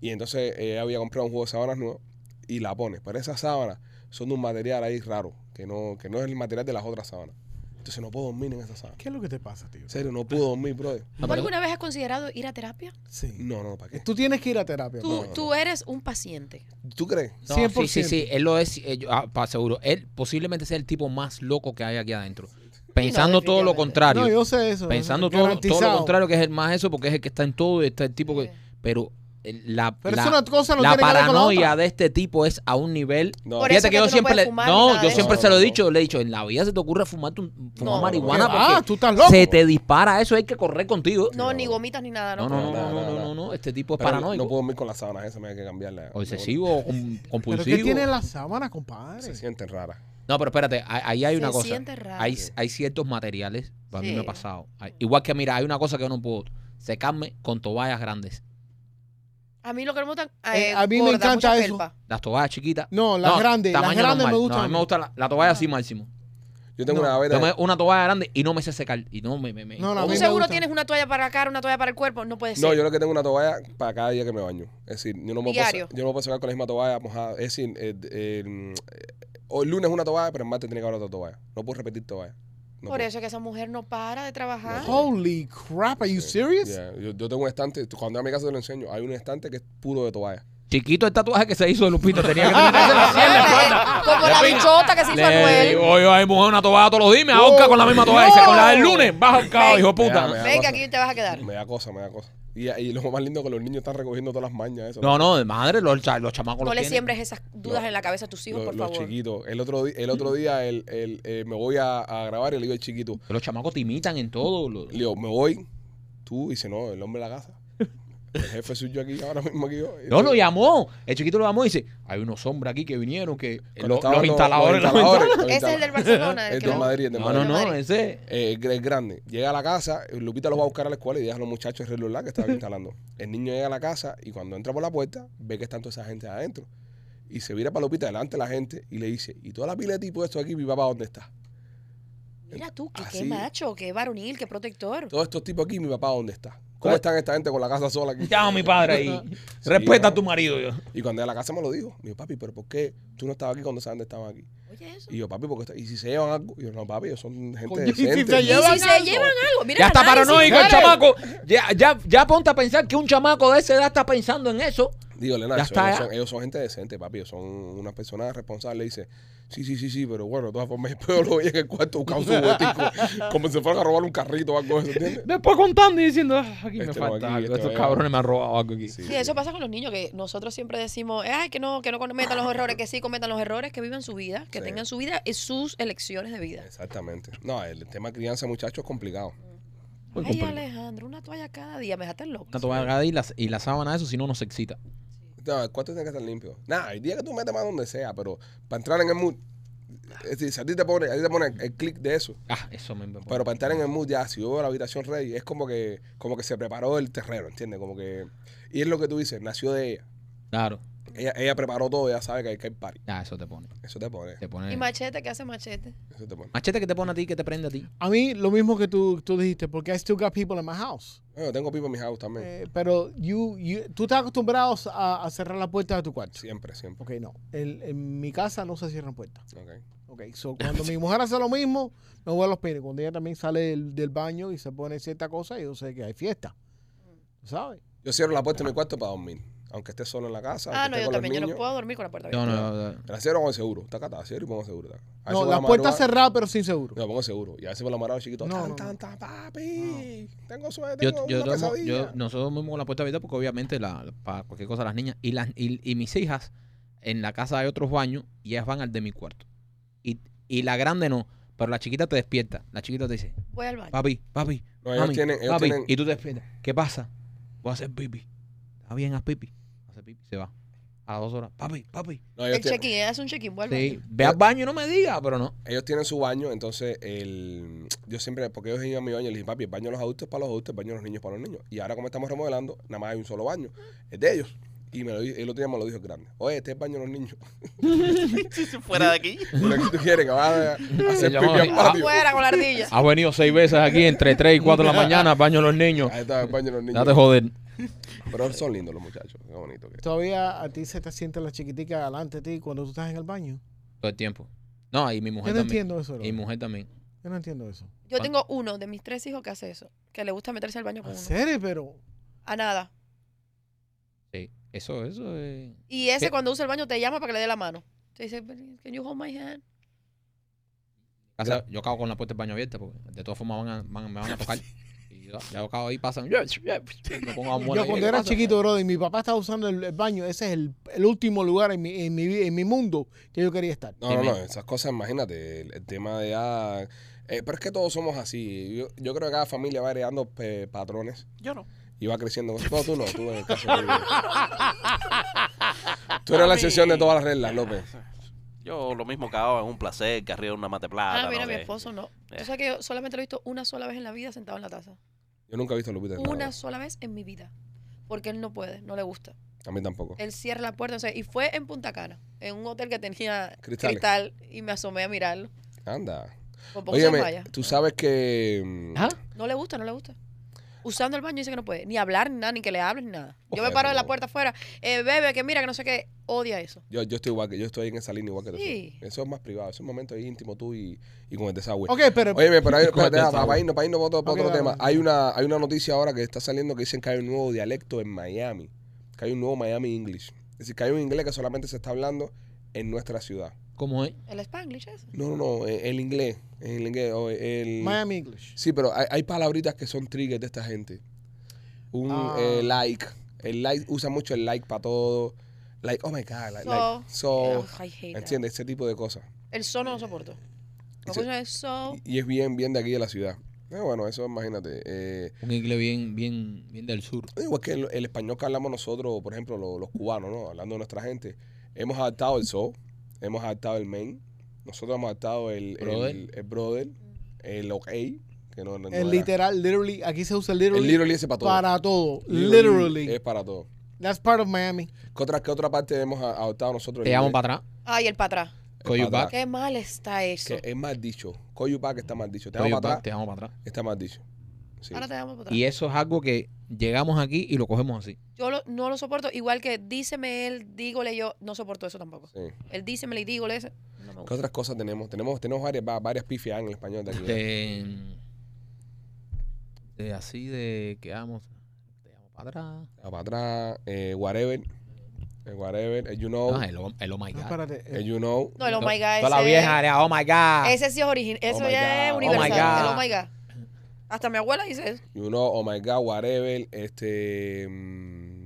S1: Y entonces eh, ella había comprado un juego de sábanas nuevo y la pone. Pero esas sábanas son de un material ahí raro, que no, que no es el material de las otras sábanas. Entonces no puedo dormir en esas sábanas.
S3: ¿Qué es lo que te pasa, tío?
S1: En serio, no puedo dormir, brother.
S2: No,
S5: ¿Tú
S2: pero-
S5: alguna vez has considerado ir a terapia?
S3: Sí.
S1: No, no, ¿para qué?
S3: Tú tienes que ir a terapia.
S5: Tú,
S1: no,
S5: tú eres un paciente.
S1: ¿Tú crees?
S2: No,
S3: 100%.
S2: sí, sí, sí, él lo es, eh, yo- ah, para seguro. Él posiblemente sea el tipo más loco que hay aquí adentro. Pensando todo lo
S5: definitivamente.
S2: contrario.
S3: No, yo sé eso.
S2: pensando todo, lo- todo lo
S3: garantizado.
S2: contrario, que es el más eso, porque es el que está en todo, está el tipo que.
S5: Sí.
S2: Pero el- la,
S3: Pero
S2: la-
S3: eso una cosa no
S2: la
S3: tiene que ver con la
S2: paranoia
S3: otra.
S2: de este tipo es a un nivel.
S1: No.
S5: Por eso
S2: Fíjate que
S5: que
S2: yo
S5: tú no
S2: siempre
S5: puedes
S2: le.
S5: fumar
S2: No,
S5: nada
S2: yo
S5: de
S2: siempre
S1: eso.
S2: se lo he
S1: No,
S2: dicho, le he dicho, en la vida se te ocurre fumar, tu- fumar
S5: No,
S2: marihuana
S3: ¿Qué va?
S2: porque
S3: Ah, tú estás loco.
S2: se te dispara eso, hay que correr contigo.
S5: No, ni gomitas ni nada,
S2: No, no, no,
S5: ¿no?
S2: no,
S1: No,
S2: no,
S1: no,
S2: no,
S1: no.
S2: no, no, este tipo es
S1: Pero
S2: paranoico.
S1: No puedo dormir con las sábanas esas, me hay que cambiarla.
S2: O excesivo, o com-
S3: ¿Pero
S2: compulsivo.
S3: qué tiene la sábana, compadre?
S1: Se sienten raras.
S2: No, pero espérate, a- ahí hay
S5: Se
S2: una cosa.
S5: siente raro.
S2: Hay, hay ciertos materiales, para mí me ha
S5: Sí.
S2: pasado. Hay- Igual que, mira, hay una cosa que yo no puedo. Secarme con toallas grandes.
S5: A mí lo que me gusta.
S3: Eh, a mí me encanta eso.
S2: Las toallas chiquitas.
S3: No, las
S2: no,
S3: grandes. Las
S2: tamaño
S3: grandes
S2: normal.
S3: me
S2: No,
S3: gustan.
S2: a mí me gusta la, la toalla así máximo.
S1: Yo tengo
S3: No,
S1: una
S2: Yo
S1: vena.
S2: me- una toalla grande y no me sé secar. Y no me... me- me-
S3: No, no, a mí
S5: Tú
S3: me
S5: seguro
S3: gusta.
S5: tienes una toalla para la cara, una toalla para el cuerpo. No puede ser.
S1: No, yo lo que tengo es una toalla para cada día que me baño. Es decir, yo no me, puedo,
S5: Diario.
S1: sa- yo no me puedo sacar con la misma toalla mojada. Es decir, eh, eh, mm, eh, hoy lunes una toalla, pero el martes tiene que haber otra toalla. No puedo repetir toalla. No
S5: Por
S1: puedo.
S5: eso es que esa mujer no para de trabajar.
S1: No.
S3: Holy crap, are you serious?
S1: Yeah, Yo, yo tengo un estante, tú- cuando a mi casa te lo enseño, hay un estante que es puro de toalla.
S2: Chiquito el tatuaje que se hizo de Lupita. Tenía que tenerse la sien de puerta.
S5: Como la bichota que se hizo
S2: Le
S5: Anuel.
S2: digo yo, ay, mujer, una toalla todos los días. Me ahorca con la misma toalla. Dice, con la del lunes, vas ahorcado,
S5: Ey.
S2: hijo de
S1: Ya,
S2: puta.
S1: me-
S5: Ven que aquí te vas a quedar.
S1: Me da cosa, me da cosa. Y, y lo más lindo es que los niños están recogiendo todas las mañas. Eso.
S2: No, no, de madre, los, cha- los chamacos
S5: No
S2: los
S5: le
S2: tienen.
S5: siembres esas dudas
S1: Lo-
S5: en la cabeza a tus hijos,
S1: Los-
S5: por
S1: los
S5: favor.
S1: chiquitos. El otro, di- el otro día el, el, eh, me voy a, a grabar y le digo al chiquito,
S2: Los chamacos te imitan en todo. lo-
S1: Le digo, me voy. Tú dice, no, el hombre de la casa. El jefe soy yo aquí, ahora mismo aquí yo.
S2: No, lo llamó. El chiquito lo llamó y dice, hay unos hombres aquí que vinieron que
S1: Cuando
S2: lo-
S1: estaban
S2: los instaladores.
S1: los
S2: los instaladores.
S1: instaladores, los
S5: Ese es el del
S1: instaladores.
S5: Barcelona. el
S1: El
S5: que
S1: de
S5: no-
S1: Madrid, el de
S2: No,
S1: Madrid.
S2: no,
S5: Los
S2: no,
S5: madres.
S2: ese.
S1: Eh, el gr- el grande. Llega a la casa, Lupita los va a buscar a la escuela y deja a los muchachos el reloj que estaban instalando. El niño llega a la casa y cuando entra por la puerta, ve que está toda esa gente adentro. Y se vira para Lupita delante de la gente y le dice, y toda la pila de tipo esto aquí, mi papá, ¿dónde está?
S5: Mira tú, que
S1: Así.
S5: qué macho, qué varonil, qué protector.
S1: Todos estos tipos aquí, mi papá, ¿dónde está? ¿Cómo
S2: ¿Cuál?
S1: están esta gente con la casa sola aquí?
S2: Llama a mi padre ahí.
S1: Sí,
S2: Respeta
S1: claro.
S2: a tu marido. Yo.
S1: Y cuando llega a la casa me lo dijo. Me dijo, papi, ¿pero por qué tú no estabas aquí cuando saben estaban aquí?
S5: Oye, eso.
S1: Y yo, papi, porque y si se llevan algo, y yo, no, papi, ellos son gente
S3: Coño, ¿y si
S1: decente.
S3: se
S5: Y
S3: llevan
S5: si se
S3: algo?
S5: llevan algo, mira.
S2: Ya está
S5: el análisis,
S2: paranoico el
S5: claro.
S2: chamaco. Ya, ya, ya ponte a pensar que un chamaco de esa edad está pensando en eso.
S1: Digo, Lena,
S2: Ya
S1: eso-
S2: está,
S1: ellos,
S2: ya.
S1: son, ellos son gente decente, papi, ellos son unas personas responsables. Dice, sí, sí, sí, sí, pero bueno, de todas formas, después lo veía en el cuarto buscando su botico, como si fueran a robar un carrito o algo de eso, ¿entiendes?
S2: Después contando y diciendo, "Ah, aquí me
S1: Este no,
S2: falta
S1: aquí,
S2: algo.
S1: este
S2: Estos
S1: no,
S2: cabrones me han robado algo aquí.
S5: Sí, eso pasa con los niños, que nosotros siempre decimos, ay, que no, que no cometan los errores, que sí cometan los errores, que vivan su vida, que
S1: Sí.
S5: tengan su vida y sus elecciones de vida.
S1: Exactamente. No, el tema crianza, muchachos, es complicado.
S2: Muy
S5: Ay,
S2: complicado.
S5: Alejandro, una toalla cada día, me dejaste loco.
S2: Una toalla y la, y la sábana, eso si no, no se excita.
S1: No, el cuarto tiene que estar limpio. Nada, el día que tú metes más donde sea, pero para entrar en el mood, es decir, si a ti te pone, a ti te pone el clic de eso,
S2: Ah, eso me. me-
S1: Pero para entrar en el mood ya, si yo veo la habitación rey, es como que, como que se preparó el terreno, ¿entiendes? Como que. Y es lo que tú dices, nació de ella.
S2: Claro.
S1: Ella, ella preparó todo, ya sabe que hay que ir party.
S2: Ya, eso te pone.
S1: Eso te pone.
S2: Te pone
S5: ¿Y Machete? ¿Qué hace Machete?
S1: Eso te pone.
S2: machete que te pone a ti, que te prende a ti.
S3: A mí lo mismo que tú, tú dijiste, porque I still got people in my house.
S1: Bueno, tengo pipa en mi house también.
S3: Eh, pero you, you- tú estás acostumbrado a, a cerrar la puerta de tu cuarto.
S1: Siempre, siempre.
S3: Ok, no. El- en mi casa no se cierran puertas.
S1: Ok.
S3: Ok, so cuando mi mujer hace lo mismo, me voy a los pines. Cuando ella también sale del, del baño y se pone cierta cosa, yo sé que hay fiesta. ¿Sabes?
S1: Yo cierro la puerta de mi cuarto para dormir. Aunque esté solo en la casa.
S5: Ah,
S1: aunque
S5: no,
S1: esté
S5: yo
S1: con los
S5: también. Yo no
S1: niños.
S5: puedo dormir con la puerta
S2: No,
S5: abierta.
S2: no, no.
S1: La cierro con el seguro. Taca, taca, cierro y pongo seguro. taca. A veces
S3: No,
S1: por
S3: la puerta
S1: madrugada-
S3: cerrada, pero sin seguro.
S1: No, pongo seguro. Y a veces por la mañana los chiquitos.
S3: No,
S1: tan,
S3: no,
S1: tan, tan, papi. Tengo suerte.
S2: Yo,
S1: Tengo
S2: yo
S1: una
S2: duermo-
S1: pesadilla.
S2: yo- nosotros dormimos con la puerta abierta porque obviamente la, la- para cualquier cosa las niñas y las y, y mis hijas en la casa hay otros baños y ellas van al de mi cuarto. Y, y la grande no, pero la chiquita te despierta. La chiquita te dice,
S5: Voy al
S1: Ah, pues
S5: baño.
S2: papi, papi,
S1: No, ellos
S2: mami,
S1: tienen- ellos
S2: papi.
S1: tienen-
S2: Y tú te despiertas. ¿Qué pasa? Voy a hacer pipi. Está bien, haz pipi. Hace pipi, se va. A las dos horas, papi, papi.
S1: No, ellos
S5: El
S1: tienen-
S5: check-in, ella hace un check-in, voy al
S2: Sí,
S5: baño.
S2: ve al baño y no me diga, pero no.
S1: ellos tienen su baño, entonces el, yo siempre, porque ellos iban a mi baño, les dije, papi, el baño de los adultos es para los adultos, el baño de los niños es para los niños. Y ahora como estamos remodelando, nada más hay un solo baño, es de ellos. Y me lo, di- el otro día me lo dijo el grande. Oye, este es el baño de los niños. Em,
S4: Si fuera de aquí.
S1: Pero que tú quieres que vaya a hacer
S2: Se
S1: pipi
S2: llamaba-
S1: al
S2: Ah,
S1: patio.
S5: Fuera con la ardilla.
S2: Has venido seis veces aquí entre 3 y 4 de la mañana, baño a los niños.
S1: Ahí está el baño de los
S2: Date
S1: niños.
S2: joder.
S1: Pero son lindos los muchachos, qué bonito que
S3: Todavía a ti se te siente la chiquitica delante de ti cuando tú estás en el baño.
S2: Todo el tiempo. No, y mi
S3: Yo
S2: mujer
S3: no
S2: también.
S3: entiendo eso.
S2: Y mi
S3: loco.
S2: mujer también.
S3: Yo no entiendo eso.
S5: Yo tengo uno de mis tres hijos que hace eso. Que le gusta meterse al baño con
S3: ¿En
S5: uno.
S3: serio? Pero
S5: A nada.
S2: Sí, eso, eso es.
S5: Y ese
S2: ¿Qué?
S5: cuando usa el baño te llama para que le dé la mano. Te dice, can you hold my hand?
S2: Casa- yo acabo con la puerta del baño abierta porque de todas formas van a, van- me van a tocar. Y yo, ya yo acabo ahí, pasan. Me pongo a
S3: yo cuando era chiquito, brother, y mi papá estaba usando el, el baño, ese es el, el último lugar en mi, en, mi, vi- en mi mundo que yo quería estar.
S1: No, no, no,
S2: Dime.
S1: esas cosas, imagínate, el, el tema de ya... eh, pero es que todos somos así. Yo, yo creo que cada familia va heredando eh, patrones
S4: Yo no.
S1: y va creciendo. No, tú no, tú en el caso tuyo. Tú eres la excepción de todas las reglas, López.
S4: Yo lo mismo cagaba en un placer, carrera en una mateplata.
S5: Ah, mira,
S4: no
S5: mi
S4: sé.
S5: esposo no.
S4: Eh.
S5: Tú sabes que yo solamente lo he visto una sola vez en la vida sentado en la taza.
S1: Yo nunca he visto a Lupita. en nada.
S5: Una sola vez en mi vida. Porque él no puede, no le gusta.
S1: A mí tampoco.
S5: Él cierra la puerta. o sea, y fue en Punta Cana, en un hotel que tenía
S1: Cristales.
S5: cristal. Y me asomé a mirarlo.
S1: Anda.
S5: Por poco se
S1: Óyeme,
S5: desmaya.
S1: tú sabes que... mm,
S3: Ah.
S2: Ajá.
S5: No le gusta, no le gusta. Usando el baño dice que no puede. Ni hablar, ni nada, ni que le hablen, ni nada. Yo me
S1: Ojalá,
S5: paro de la
S1: no.
S5: puerta afuera. Eh, bebe, que mira, que no sé qué. Odia eso.
S1: Yo, yo estoy igual que... Yo estoy en esa línea igual que tú.
S5: Sí.
S1: Eso es más privado. Eso es un momento ahí íntimo tú y, y con el desagüe.
S3: Ok, pero
S1: Oye, pero hay,
S2: Disculpa,
S1: espérate, ah,
S2: está
S1: para,
S2: bueno.
S1: irnos, para irnos para otro, para
S3: Ok,
S1: otro
S3: dale,
S1: tema.
S3: dale.
S1: Hay una, hay una noticia ahora que está saliendo que dicen que hay un nuevo dialecto en Miami. Que hay un nuevo Miami English. Es decir, que hay un inglés que solamente se está hablando en nuestra ciudad.
S2: ¿Cómo es?
S5: El spanglish ese.
S1: No, no, no, eh, el inglés. El inglés o el...
S3: Miami English.
S1: Sí, pero hay, hay palabritas que son triggers de esta gente. Un
S3: Ah.
S1: eh, like. El like, usa mucho el like para todo. Like, oh my God, like,
S5: So.
S1: like,
S5: Eh,
S1: so.
S5: ugh, I hate that.
S1: ¿Entiendes? Ese tipo de cosas.
S5: El so no lo soporto. Me
S1: Sí.
S5: gusta el
S3: Oh.
S5: so.
S1: Y, y es bien, bien de aquí de la ciudad. Eh, bueno, eso imagínate. Eh,
S2: Un inglés bien, bien, bien del sur.
S1: Igual que el, el español que hablamos nosotros, por ejemplo, lo- los, cubanos, ¿no? Hablando de nuestra gente, hemos adaptado el so, hemos adaptado el main, nosotros hemos adaptado el
S2: Brother.
S1: el, el brother, el ok, que no, no- no
S3: El
S1: era.
S3: literal, literally, aquí se usa
S1: El
S3: literally,
S1: literally es para todo.
S3: para todo.
S1: Literally eh.
S3: Literally.
S1: Es para todo.
S3: That's part of Miami.
S1: ¿Qué otra, qué otra parte hemos a- adaptado nosotros?
S2: Te
S1: El
S2: llamo
S1: inglés?
S2: para atrás.
S5: Ay, el para atrás.
S1: El
S2: Call you
S1: para
S2: back.
S1: atrás,
S5: Qué mal está eso.
S1: Ah. Que eh, es mal dicho. Call you back está mal dicho. Te
S2: Oye,
S1: llamo
S2: pa,
S1: para atrás
S2: Te llamo para atrás.
S1: está mal dicho. Sí.
S5: Ahora te damos para atrás.
S2: Y eso es algo que llegamos aquí y lo cogemos así.
S5: Yo lo- no lo soporto. Igual que díseme él, dígole yo. No soporto eso tampoco.
S1: sí.
S5: El díseme y dígole ese. No me
S1: ¿Qué
S5: gusta.
S1: otras cosas tenemos? Tenemos, tenemos varias, va- varias pifias en el español de aquí.
S2: De, Este, de así de que vamos. Te llamo para atrás.
S1: Ah, para atrás, eh, whatever, eh, whatever, eh, you know,
S2: Ah, el, oh- el oh my
S3: No,
S2: god.
S3: espérate.
S1: eh, you know.
S5: No, el oh
S2: To-
S5: my god.
S2: Toda la
S5: ese-
S2: vieja era, oh my god.
S5: Ese sí es original. Eso
S1: my God,
S5: ya es
S1: ah. oh my
S5: universal.
S2: God.
S5: el oh my God. Hasta mi abuela dice eso.
S1: You know, oh my god, whatever, este. mm,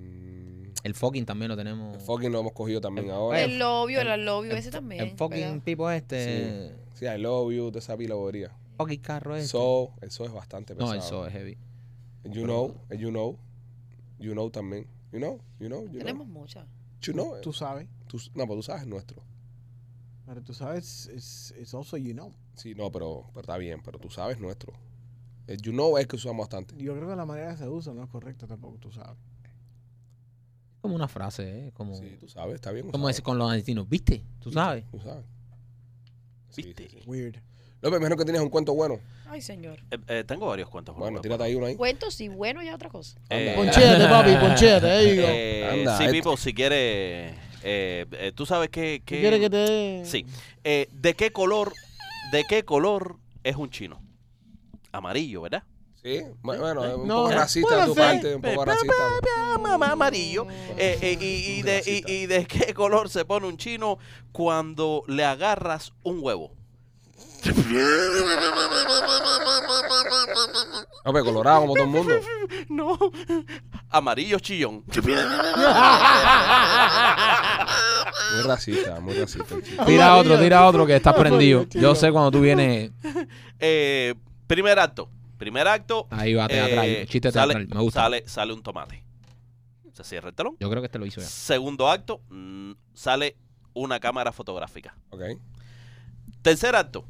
S2: El fucking también lo tenemos.
S1: el fucking lo hemos cogido también
S2: El-
S1: ahora.
S5: El lobio,
S2: el-
S5: el, alobio,
S2: el-
S5: ese también.
S2: El fucking
S5: pegado.
S2: tipo este.
S1: Sí, I love you, toda esa pila de bobería.
S2: Fucking carro este.
S1: So, el so es bastante pesado.
S2: no, el so es heavy.
S1: You know, eh, you know, you know también. You know, you know, you
S5: Tenemos
S1: know.
S5: muchas.
S1: You know, eh,
S3: Tú sabes.
S1: tú- no, pero tú sabes nuestro.
S3: Pero tú sabes, it's, it's also you know.
S1: Sí, no, pero, pero está bien, pero tú sabes nuestro. Eh, El you know es que usamos bastante.
S3: Yo creo que la manera que se usa no es correcta tampoco, tú sabes.
S2: Como una frase, ¿eh? Como,
S1: Sí, tú sabes, está bien.
S2: como
S1: usado.
S2: es con los argentinos. ¿Viste? ¿Tú sabes?
S1: Tú sabes. Sí, sí, sí.
S3: Weird.
S1: López, imagino que tienes un cuento bueno.
S5: Ay, señor.
S4: Eh, eh, tengo varios cuentos. por
S1: Bueno,
S4: acá.
S1: tírate ahí uno ahí.
S5: Cuento si bueno ya otra cosa.
S4: Eh,
S3: Ponchete, papi, ponchete. Ahí digo.
S4: eh,
S1: Anda,
S4: sí,
S1: esto-
S4: Pipo, si quiere... eh, eh, ¿Tú sabes qué?
S3: ¿Tú
S4: qué-
S3: quieres que te dé?
S4: Sí. Eh, ¿De qué color de qué color es un chino? Amarillo, ¿verdad?
S1: Sí, bueno, es un
S3: No,
S1: poco
S3: eh,
S1: racista de
S3: puede
S1: tu
S3: ser.
S1: parte, un poco racista.
S4: Ah, mamá, amarillo. Eh, eh, y, y
S1: Un
S4: de, y-
S1: racista.
S4: y de qué color se pone un chino cuando le agarras un huevo?
S1: López, colorado como todo el mundo.
S4: No. Amarillo chillón.
S1: Muy racista, muy racista. el chiste.
S2: Tira
S3: Amarillo.
S2: otro, tira otro que estás prendido.
S3: Amarillo,
S2: Yo
S3: chico.
S2: sé cuando tú vienes.
S4: Eh, primer acto. Primer acto.
S2: Ahí va, Ah, teatral.
S4: eh,
S2: chiste
S4: sale-
S2: teatral. Me gusta.
S4: Sale, sale un tomate. Se cierra el telón.
S2: Yo creo que este lo hizo ya.
S4: Segundo acto. mm, sale una cámara fotográfica.
S1: Ok.
S4: Tercer acto.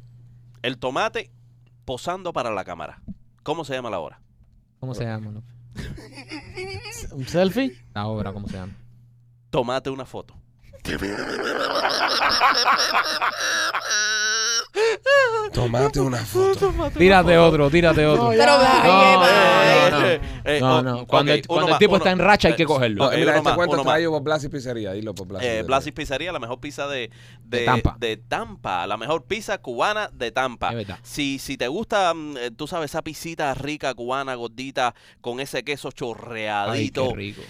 S4: El tomate posando para la cámara. ¿Cómo se llama la obra?
S2: ¿Cómo se llama? no?
S3: ¿Un selfie?
S2: La obra, ¿cómo se llama?
S4: Tomate una foto.
S1: Tomate una foto.
S2: Tírate otro, tírate otro.
S3: No, ya.
S5: Pero ay,
S2: No,
S5: ay,
S2: no, no,
S4: Eh, eh,
S2: No,
S4: eh,
S2: no,
S4: ok,
S2: cuando el-
S4: uno
S2: cuando el
S4: más,
S2: tipo
S4: uno-
S2: está en racha hay que
S4: eh,
S2: cogerlo.
S4: ok,
S1: No, mira,
S4: uno
S1: este
S4: más,
S1: cuento
S4: uno
S1: está
S4: más.
S1: traído por Blas y Pizzería. Dilo por Blas. y
S4: Eh,
S1: Pizzería.
S4: Blas y Pizzería, la mejor pizza de, de,
S2: De Tampa.
S4: de Tampa, la mejor pizza cubana de Tampa.
S2: Es verdad.
S4: Si, si te gusta, mm, eh, tú sabes, esa pisita rica cubana, gordita, con ese queso
S2: Ay,
S4: chorreadito.
S2: qué rico.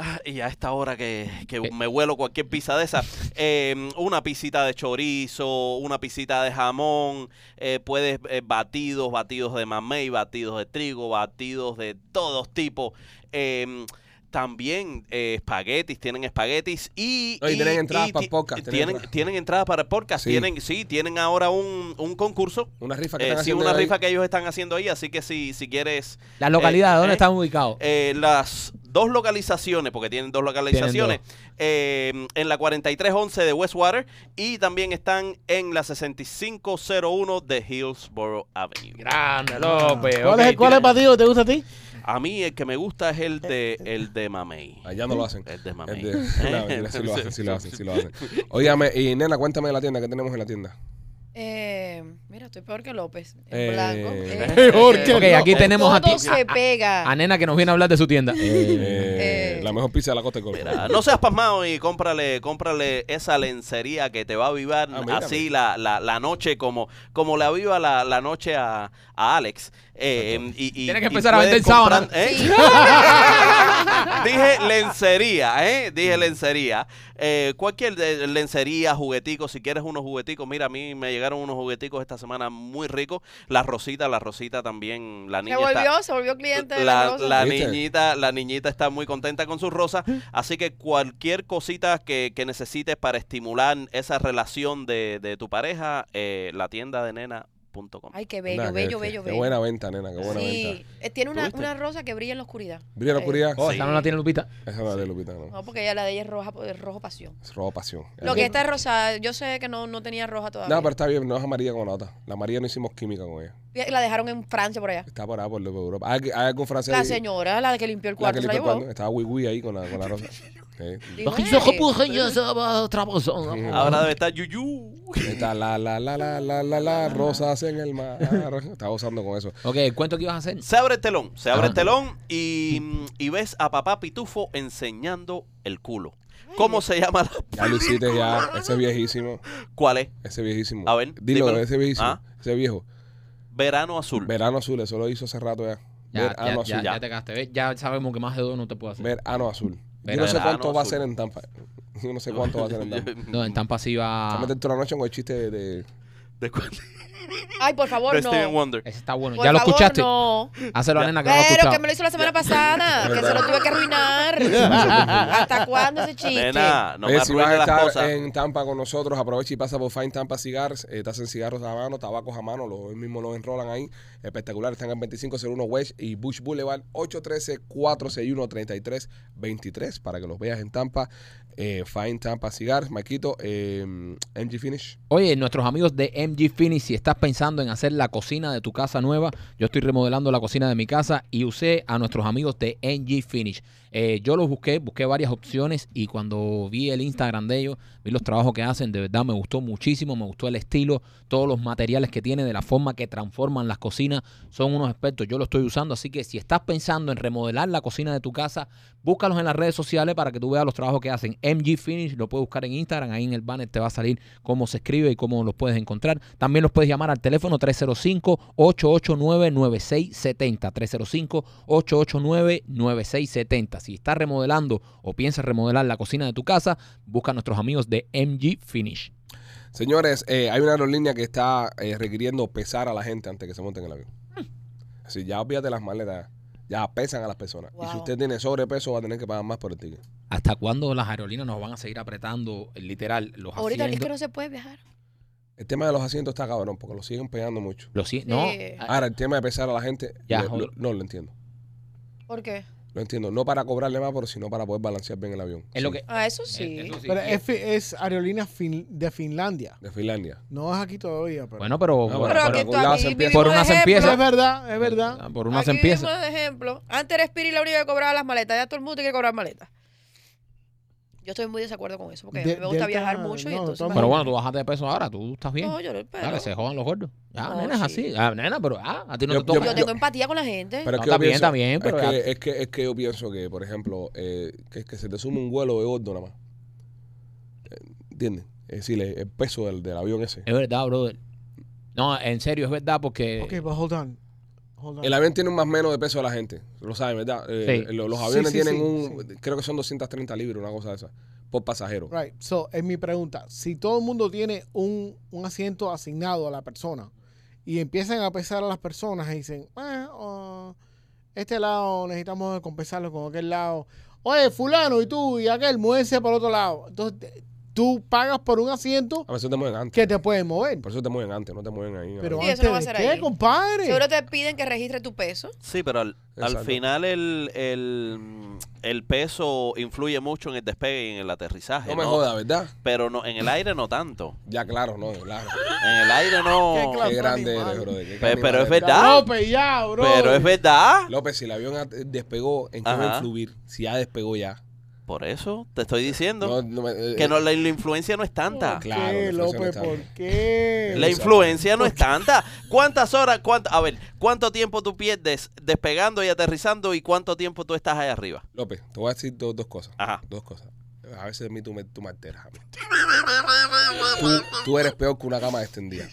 S4: Ah, y a esta hora que, que
S2: Eh.
S4: me huelo cualquier pizza de esa, eh, una pisita de chorizo, una pisita de jamón, eh, puedes eh, batidos, batidos de mamey, batidos de trigo, batidos de todos tipos. eh, también eh, espaguetis, tienen espaguetis y...
S1: No, y tienen entradas
S4: y
S1: para
S4: ti-
S1: podcast, tienen
S4: Tienen,
S1: entradas.
S4: tienen entradas para el podcast.
S1: Sí.
S4: Tienen, sí, tienen ahora un, un concurso.
S1: Una rifa que
S4: Eh,
S1: están
S4: sí,
S1: haciendo
S4: una
S1: ahí.
S4: rifa que ellos están haciendo ahí, así que si, si quieres
S2: Las localidades, ¿dónde
S4: eh.
S2: están ubicados?
S4: eh, las dos localizaciones, porque tienen dos localizaciones, eh, en la 4311 de Westwater y también están en la 6501 de Hillsborough Avenue.
S2: Grande, López.
S3: ¿Cuál, es,
S2: ok, tira-
S3: ¿Cuál es el partido que te gusta a ti?
S4: A mí el que me gusta es el de el de Mamey.
S1: Allá no lo hacen.
S4: El de Mamey.
S1: Es de- no, mentira, sí lo hacen, sí lo hacen, sí lo hacen. Óigame, y nena, cuéntame de la tienda, ¿qué tenemos en la tienda?
S5: Eh, mira, estoy peor que López. En
S1: Eh,
S5: blanco. Eh,
S3: Peor que
S2: Ok, aquí tenemos a ti.
S5: todo se pega.
S2: A nena que nos viene a hablar de su tienda.
S1: Eh,
S5: Eh.
S1: la mejor pizza de la costa de Colón.
S4: Mira, no seas pasmado y cómprale, cómprale esa lencería que te va a avivar
S1: Ah, mira,
S4: así la, la, la noche como, como le aviva la, la noche a, a Alex. Eh, y, y-
S2: Tienes que
S4: y
S2: empezar a
S4: puedes
S2: vender sábanas.
S4: comprar- ¿eh? Dije lencería, ¿eh? Dije lencería. Eh, cualquier de- lencería, jugueticos, si quieres unos jugueticos, mira, a mí me llegaron unos jugueticos esta semana muy ricos. La Rosita, la Rosita también, la
S5: Se
S4: niña está-
S5: volvió, se volvió cliente de la,
S4: la,
S5: Rosa.
S4: la
S1: ¿Viste?
S4: niñita la niñita está muy contenta con sus rosas así que cualquier cosita que, que necesites para estimular esa relación de, de tu pareja eh, la tienda de nena.com
S5: Ay, qué
S1: Nena, qué- qué-
S5: bello, bello, bello,
S1: Qué
S5: bello.
S1: buena venta, nena, qué buena
S5: sí,
S1: venta.
S5: Eh, tiene una,
S4: ¿Tuviste?
S5: una rosa que brilla en la oscuridad.
S1: Brilla la
S5: Eh,
S1: oscuridad.
S2: Oh,
S4: Sí.
S2: esa no la tiene Lupita.
S1: Esa no es de Lupita, ¿no?
S5: No, porque ella la de ella es roja, es rojo pasión.
S1: Es roba pasión.
S5: Lo que está es rosa, yo sé que no, no tenía roja todavía.
S1: No, pero está bien, no es amarilla como la otra. La amarilla no hicimos química con ella.
S5: La dejaron en Francia por allá.
S1: Está parada por Europa. Hay, hay algún francés.
S5: La
S1: ahí-
S5: señora, la que limpió el
S1: la
S5: cuarto,
S1: que
S5: se la
S1: limpió
S5: llevó.
S1: cuando Estaba wii wii ahí con la, con la rosa. Sí.
S5: Digo, "Eh,
S4: ahora debe estar yuyu
S1: Está la, la, la, la, la, la, la, rosas en el mar. Estaba usando con eso.
S2: Ok, el cuento que ibas a hacer.
S4: se abre el telón se abre
S2: Ajá.
S1: Ah.
S4: el telón y, y ves a papá pitufo enseñando el culo ¿Cómo se llama? la-
S1: Ya lo hiciste ya. Ese viejísimo.
S4: ¿Cuál es?
S1: Ese viejísimo.
S4: A ver,
S1: Dilo,
S4: dímelo.
S1: ese viejísimo.
S4: Ah.
S1: Ese viejo.
S4: Verano azul.
S1: Verano azul, eso lo hizo hace rato ya.
S2: Ya, ya,
S1: Verano
S2: ya,
S1: azul.
S2: ya te cagaste. ¿ves? Ya sabemos que más de dos no te puedo hacer.
S1: Verano azul. Yo no
S2: Verano
S1: sé cuánto va a
S4: azul.
S1: ser en Tampa. Yo no sé cuánto va a ser en Tampa.
S2: No, en Tampa sí
S1: Se
S2: va.
S1: mete toda la noche con el chiste de. de-
S4: ¿De cuál?
S5: Ay, por favor,
S4: De
S5: no.
S4: Steven Wonder.
S2: Ese está Este, bueno.
S5: Por
S2: ya lo
S5: favor,
S2: escuchaste.
S5: No.
S2: Hazlo a
S4: Ya.
S2: nena que no lo ha
S5: Pero que
S2: escuchado.
S5: me lo hizo la semana pasada, que se lo tuve que arruinar. ¿Hasta cuándo ese chiste?
S4: Nena, no me
S1: Oye, si vas a
S4: arruines las
S1: estar
S4: cosas.
S1: en Tampa con nosotros, aprovecha y pasa por Fine Tampa Cigars. Eh, te hacen cigarros a mano, tabacos a mano, los mismos los enrolan ahí. Espectacular, están en 2501 West y Bush Boulevard, 813-461-3323 para que los veas en Tampa. Eh, Fine Tampa Cigars, Maquito, MG Finish.
S2: Oye, nuestros amigos de MG Finish, si estás pensando en hacer la cocina de tu casa nueva, yo estoy remodelando la cocina de mi casa y usé a nuestros amigos de MG Finish. Eh, yo los busqué, busqué varias opciones y cuando vi el Instagram de ellos, vi los trabajos que hacen, de verdad me gustó muchísimo, me gustó el estilo, todos los materiales que tiene, de la forma que transforman las cocinas, son unos expertos, yo lo estoy usando, así que si estás pensando en remodelar la cocina de tu casa, búscalos en las redes sociales para que tú veas los trabajos que hacen. MG Finish, lo puedes buscar en Instagram, ahí en el banner te va a salir cómo se escribe y cómo los puedes encontrar. También los puedes llamar al teléfono 305-889-9670, 305-889-9670. Si estás remodelando o piensas remodelar la cocina de tu casa, busca a nuestros amigos de MG Finish.
S1: Señores, eh, hay una aerolínea que está eh, requiriendo pesar a la gente antes que se monten en el avión. Así, ya olvídate las maletas. Ya pesan a las personas. Y si
S5: Wow.
S1: usted tiene sobrepeso, va a tener que pagar más por el ticket.
S2: ¿Hasta cuándo las aerolíneas nos van a seguir apretando, eh, literal, los
S5: Ahorita es que
S2: asientos?
S5: no se puede viajar.
S1: El tema de los asientos está cabrón, porque lo siguen pegando mucho.
S2: Los cien- no,
S5: Sí.
S2: ah,
S1: Ahora, el tema de pesar a la gente,
S2: Ya,
S1: lo- lo-
S2: joder.
S1: no lo entiendo.
S5: ¿Por qué?
S1: Lo entiendo. No para cobrarle más, pero sino para poder balancear bien el avión.
S2: es lo
S1: Sí.
S2: que...
S5: Ah, eso sí.
S2: Eh, eso sí.
S3: Pero es, fi- es aerolínea fin- de Finlandia.
S1: De Finlandia.
S3: No es aquí todavía, pero.
S2: Bueno, pero...
S1: Ah,
S2: bueno,
S1: pero
S2: pero-
S1: que algún lado se
S5: aquí
S1: empieza.
S5: vivimos
S2: Por una se
S5: de
S3: Pero
S2: empieza.
S3: es verdad, es verdad.
S2: Ah, Por una se
S5: Aquí
S2: empieza.
S5: vivimos de ejemplo. Antes era Spirit la única que cobraba las maletas. Ya todo el mundo tiene que cobrar maletas. Yo estoy muy desacuerdo con eso porque
S3: De-
S5: a mí me gusta
S3: Delta,
S5: viajar mucho y
S3: no,
S5: entonces...
S3: toma-
S2: Pero bueno,
S5: imagínate.
S2: tú bajaste de peso ahora, tú estás bien.
S5: No, yo no, pero-
S2: Dale, se jodan los gordos. Ya,
S5: No,
S2: nena, es
S5: sí.
S2: así. Ah, nena, pero ah, a ti no
S1: Yo-
S2: te toca.
S5: Yo
S1: yo-
S5: tengo empatía con la gente.
S1: Pero es
S2: No,
S1: que yo
S2: está bien,
S1: pienso-
S2: está bien, pero
S1: es,
S2: ya-
S1: que, es, que, es que yo pienso que, por ejemplo, eh, que, que se te suma un vuelo de gordo nada más. Eh, ¿Entiendes? Es decir, el, el peso del, del avión ese.
S2: Es verdad, brother. No, en serio, es verdad porque...
S3: Ok, but hold on. Hold on.
S1: Eh, El avión tiene un más menos de peso de la gente. Lo saben, ¿verdad? Eh,
S2: Sí.
S1: lo- Los
S3: Sí,
S1: aviones
S3: sí,
S1: tienen
S3: sí,
S1: un. Creo que son 230 libras, una cosa de esa. Por pasajero.
S3: Right. So, es mi pregunta. Si todo el mundo tiene un, un asiento asignado a la persona y empiezan a pesar a las personas y dicen, "Ah, oh, este lado necesitamos compensarlo con aquel lado. Oye, fulano, y tú, y aquel, muévense para el otro lado. Entonces, te- tú pagas por un asiento
S1: A veces te mueven antes.
S3: que te pueden mover.
S1: Por eso te mueven antes, no te mueven ahí. en el
S3: Pero
S1: avión.
S3: antes
S5: Sí, eso no va a
S3: de
S5: ser
S3: qué,
S5: ahí.
S3: compadre.
S5: Seguro te piden que registre tu peso.
S4: Sí, pero al, al
S1: Exacto.
S4: final el, el, mm, el peso influye mucho en el despegue y en el aterrizaje.
S1: no me
S4: ¿no?
S1: jodas, ¿verdad?
S4: Pero no, en el aire no tanto.
S1: Ya, claro, no, claro.
S4: En el aire no.
S3: Qué clase.
S1: Qué grande
S3: animal.
S1: eres, brother, qué
S4: Pe-
S1: animal
S4: pero es
S1: eres.
S4: verdad.
S3: López, ya, bro.
S4: Pero es verdad.
S1: López, si el avión at- despegó, ¿en qué va a
S4: Ajá.
S1: influir? Si ya despegó ya.
S4: Por eso te estoy diciendo
S1: No, no me- eh,
S4: que no, la, la influencia no es tanta.
S1: Claro, la
S3: ¿Qué,
S1: inflación
S3: López?
S1: está-
S3: ¿Por qué?
S4: La influencia no es tanta. ¿Cuántas horas? Cuánto, a ver, ¿cuánto tiempo tú pierdes despegando y aterrizando y cuánto tiempo tú estás ahí arriba?
S1: López, te voy a decir dos, dos cosas.
S4: Ajá.
S1: Dos cosas. A veces de mí tú me, tú me alteras. a mí. Tú, tú eres peor que una cama extendida.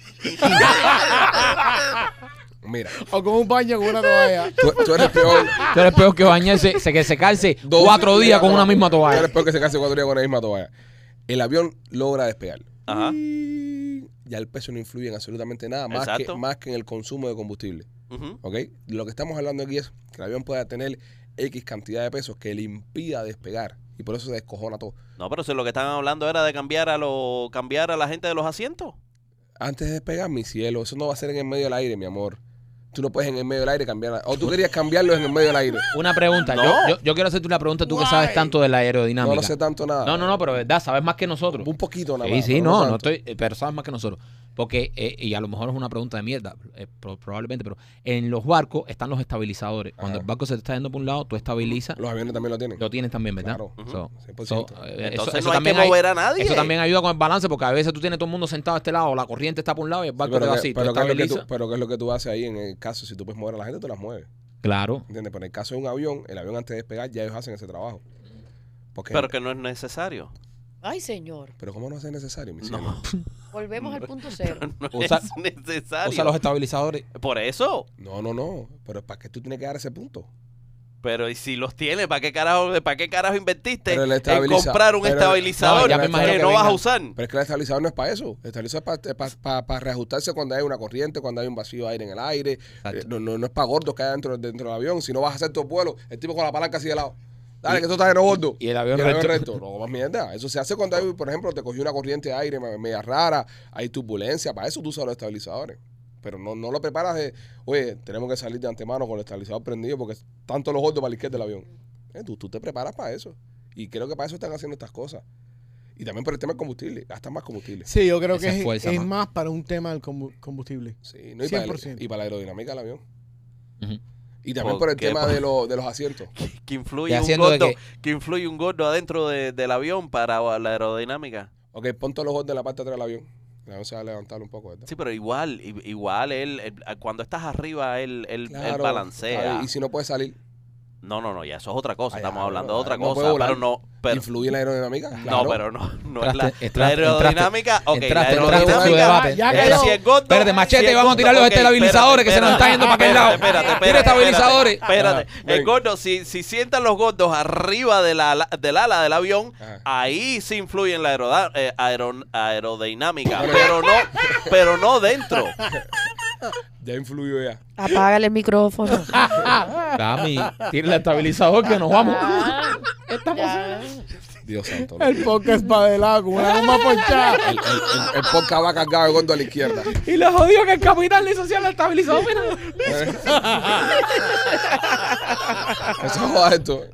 S1: Mira,
S3: O con un baño con una toalla.
S1: tú, tú eres peor.
S2: Tú eres peor que bañarse, se, que secarse
S1: dos-
S2: cuatro Ah, días con una misma
S1: Tú
S2: toalla.
S1: eres peor que se case cuatro días con la misma toalla. El avión logra despegar.
S4: Ajá.
S2: Mm.
S1: Y Ya el peso no influye en absolutamente nada, más que,
S4: Exacto.
S1: más que en el consumo de combustible.
S4: Ujú.
S1: ¿Ok? Lo que estamos hablando aquí es que el avión pueda tener X cantidad de pesos que le impida despegar. Y por eso se descojona todo.
S4: No, pero si lo que estaban hablando era de cambiar a lo, cambiar a la gente de los asientos.
S1: Antes de despegar, mi cielo, eso no va a ser en el medio del aire, mi amor. Tú no puedes en el medio del aire cambiar. O tú querías cambiarlo en el medio del aire.
S2: Una pregunta,
S4: No.
S2: yo, yo, yo quiero hacerte una pregunta, tú que sabes tanto de la
S1: No lo
S2: aerodinámica.
S1: sé tanto nada.
S2: No, no, no, pero verdad, sabes más que nosotros.
S1: Un poquito nada
S2: Sí,
S1: más.
S2: sí,
S1: pero
S2: no, no
S1: tanto.
S2: estoy, eh, pero sabes más que nosotros. Porque, eh, y a lo mejor es una pregunta de mierda, eh, pro- probablemente, pero en los barcos están los estabilizadores. Cuando
S1: Ajá.
S2: el barco se te está yendo por un lado, tú estabilizas.
S1: Los aviones también lo tienen.
S2: Lo tienes también, ¿verdad?
S1: Claro. Pues
S4: Ujú.
S2: So,
S1: 100%.
S2: so, eh, eso-
S4: Entonces
S2: eso
S4: no hay que
S2: también hay-
S4: mover a nadie.
S2: Eso también ayuda con el balance porque a veces tú tienes todo el mundo sentado a este lado, la corriente está por un lado y el barco te
S1: pero,
S2: va
S1: que-
S2: así. tú
S1: pero, ¿qué es lo que tú,
S2: estabilizas.
S1: pero qué es lo que tú haces ahí en el caso? Si tú puedes mover a la gente, tú las mueves.
S2: Claro.
S1: ¿Entiendes? Pero en el caso de un avión, el avión antes de despegar, ya ellos hacen ese trabajo. Porque,
S4: Pero que no es necesario.
S5: Ay, señor.
S1: pero ¿cómo no es necesario, mi cielo?
S4: No,
S5: Volvemos
S1: Mm.
S5: al punto cero.
S4: no
S2: Usa-
S4: es necesario.
S2: Usa los estabilizadores.
S4: Por eso.
S1: No, no, no. Pero ¿para qué tú tienes que dar ese punto?
S4: Pero y si los tienes, ¿para qué carajo, para qué carajo invertiste
S1: Pero el
S4: en
S1: estabiliza-
S4: comprar un
S1: pero-
S4: estabilizador
S2: No, ya me
S4: que
S2: imagino
S4: no
S2: que
S4: vas a
S2: venga.
S4: usar?
S1: Pero es que el estabilizador no es para eso. El estabilizador es para reajustarse cuando hay una corriente, cuando hay un vacío de aire en el aire. Eh, No, no, no es para gordos que hay dentro, dentro del avión. Si no vas a hacer tu vuelo, el tipo con la palanca así de lado. Dale,
S2: Y-
S1: que tú estás de no gordo.
S2: y el avión recto.
S1: recto. No, más mierda. Eso se hace cuando hay, por ejemplo, te cogió una corriente de aire me- media rara, hay turbulencia. Para eso tú usas los estabilizadores. Pero no, no lo preparas de, oye, tenemos que salir de antemano con el estabilizador prendido porque tanto los gordos para la izquierda del avión. Eh, tú, tú te preparas para eso. Y creo que para eso están haciendo estas cosas. Y también por el tema del combustible. Gastan más combustible.
S3: Sí, yo creo
S2: Esa
S3: que es,
S2: fuerza,
S3: es
S2: man.
S3: más para un tema del combu- combustible.
S1: Sí, no, y, para el-
S3: 100%.
S1: y para la aerodinámica del avión.
S2: Ujú.
S1: Y también por el
S4: Porque,
S1: tema
S4: pues,
S1: de, lo- de los asientos.
S4: que- que
S2: ¿Y
S4: influye un
S2: haciendo de
S4: gordo,
S2: qué?
S4: que influye un gordo adentro de- del avión para la aerodinámica.
S1: Ok, pon todos los gordos en la parte de atrás del avión. El avión se va a levantar un poco, ¿verdad?
S4: Sí, pero igual, i- igual él, él- cuando estás arriba él, él, él
S1: Claro.
S4: balancea.
S1: Ah, Y si no puede salir,
S4: No, no, no, ya eso es otra cosa.
S1: Ay,
S4: Estamos
S1: ah,
S4: hablando
S1: no,
S4: de otra
S1: no puede
S4: cosa, pero
S1: volar.
S4: no, pero
S1: influye en la aerodinámica.
S4: no,
S1: Claro.
S4: pero no, no es la,
S2: Entraste- entraste-
S4: la aerodinámica, ok, la
S2: Entraste, entraste en su
S4: aerodinámica
S2: debate.
S3: Ya
S4: Él
S2: Entraste-
S3: quedó.
S4: sí es gordo,
S2: Ah, Espérate,
S4: sí es
S2: machete,
S4: gordo.
S2: vamos a tirar los
S4: Ok,
S2: estabilizadores que se nos
S4: espérate,
S2: están yendo para aquel
S4: espérate,
S2: lado.
S4: Espérate,
S2: Tira
S4: espérate.
S2: estabilizadores.
S4: Espérate.
S1: Ajá,
S4: El
S1: ven.
S4: gordo, si, si sientan los gordos arriba de la, ala- del ala del avión,
S1: Ajá.
S4: ahí sí influye en la aeroda- eh, aeron- aerodinámica.
S1: Bueno,
S4: Pero no, pero no dentro.
S1: Ya influyó ya.
S5: Apágale el micrófono.
S2: Dami, tira el estabilizador que nos vamos.
S5: Ah, ya.
S1: Dios santo.
S3: El podcast para del agua, una goma ponchada.
S1: El, el, el, el podcast va cargado de gordo a la izquierda.
S2: Y le jodió que el capitán le hizo así al estabilizador. mira.
S1: Eso joda esto.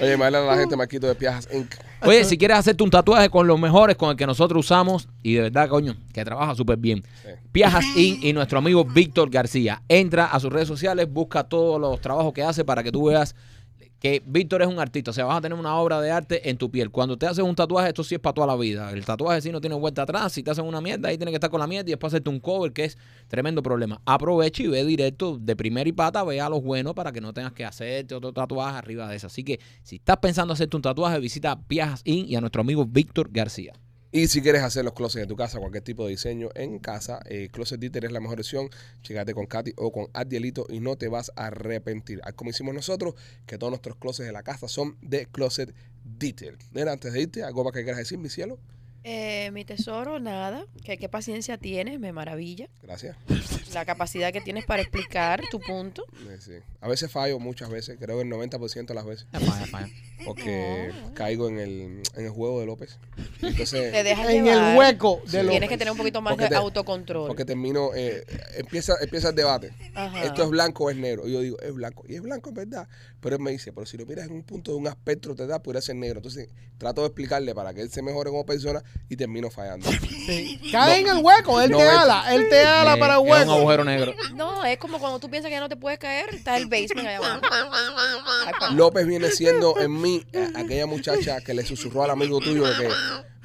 S1: Oye, me a la gente, Marquito de Piajas Inc.
S2: Oye, si quieres hacerte un tatuaje con los mejores, con el que nosotros usamos, y de verdad, coño, que trabaja súper bien. Piajas In y nuestro amigo Víctor García. Entra a sus redes sociales, busca todos los trabajos que hace para que tú veas que Víctor es un artista. O sea, vas a tener una obra de arte en tu piel. Cuando te haces un tatuaje, esto sí es para toda la vida. El tatuaje sí no tiene vuelta atrás. Si te hacen una mierda, ahí tienes que estar con la mierda y después hacerte un cover, que es tremendo problema. Aprovecha y ve directo de primera y pata, ve a los buenos para que no tengas que hacerte otro tatuaje arriba de eso. Así que si estás pensando hacerte un tatuaje, visita Piajas In y a nuestro amigo Víctor García.
S1: Y si quieres hacer los closets de tu casa, cualquier tipo de diseño en casa, eh, Closet Dieter es la mejor opción. Chégate con Katy o con Adielito y no te vas a arrepentir. Haz Como hicimos nosotros, que todos nuestros closets de la casa son de Closet Dieter. Nena, antes de irte, algo más que quieras decir, mi cielo.
S5: Eh, mi tesoro, nada. Que qué paciencia tienes, me maravilla.
S1: Gracias.
S5: La capacidad que tienes para explicar tu punto.
S1: Eh, sí. A veces fallo, muchas veces, creo que el 90% de las veces,
S2: Ya falla, falla.
S1: porque
S5: No.
S1: caigo en el, en el juego de López. Entonces,
S5: Te dejas
S3: En
S5: llevar.
S3: el hueco de los.
S5: Tienes que tener un poquito más
S1: Porque
S5: de
S1: te-
S5: autocontrol.
S1: Porque termino, eh, empieza, empieza el debate.
S5: Ajá.
S1: Esto es blanco o es negro. Y yo digo, es blanco. Y es blanco, es verdad. Pero él me dice, pero si lo miras en un punto de un aspecto te da, pudiera ser negro. Entonces trato de explicarle para que él se mejore como persona y termino fallando.
S3: Cae en el hueco, él
S1: No,
S3: te
S1: es-
S3: ala, él te ala
S2: Eh,
S3: para el
S2: es un
S3: hueco.
S2: agujero negro.
S5: No, es como cuando tú piensas que ya no te puedes caer, está el basement allá abajo. Ay, pa-
S1: López viene siendo en mí a- aquella muchacha que le susurró al amigo tuyo de que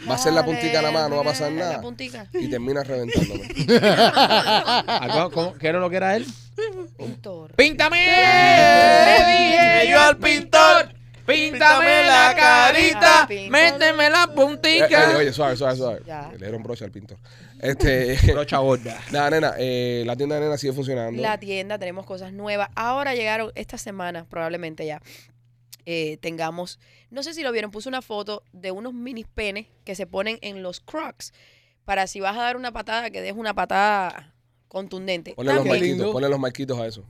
S1: va a ser la
S5: Dale,
S1: puntica nada más, no va a pasar
S5: dale,
S1: nada.
S5: La puntica.
S1: Y termina reventándome.
S2: Ah, ¿cómo- cómo- ¿Qué era lo que era él?
S5: Pintor.
S2: ¡Píntame!
S4: Le dije yo al pintor,
S2: ¡Píntame
S4: la
S5: carita, méteme
S2: la
S1: Eh, oye,
S2: puntica!
S1: oye, suave, suave, suave.
S5: Ya.
S1: Le dieron brocha al pintor. Este,
S2: Brocha gorda.
S1: nada, nena, eh, la tienda de nena sigue funcionando.
S5: La tienda, tenemos cosas nuevas. Ahora llegaron esta semana, probablemente ya. eh, tengamos, no sé si lo vieron, puse una foto de unos mini penes que se ponen en los crocs para si vas a dar una patada, que des una patada contundente.
S1: Ponle los
S3: Qué
S5: También-
S1: marquitos,
S3: lindo.
S1: ponle los marquitos a eso.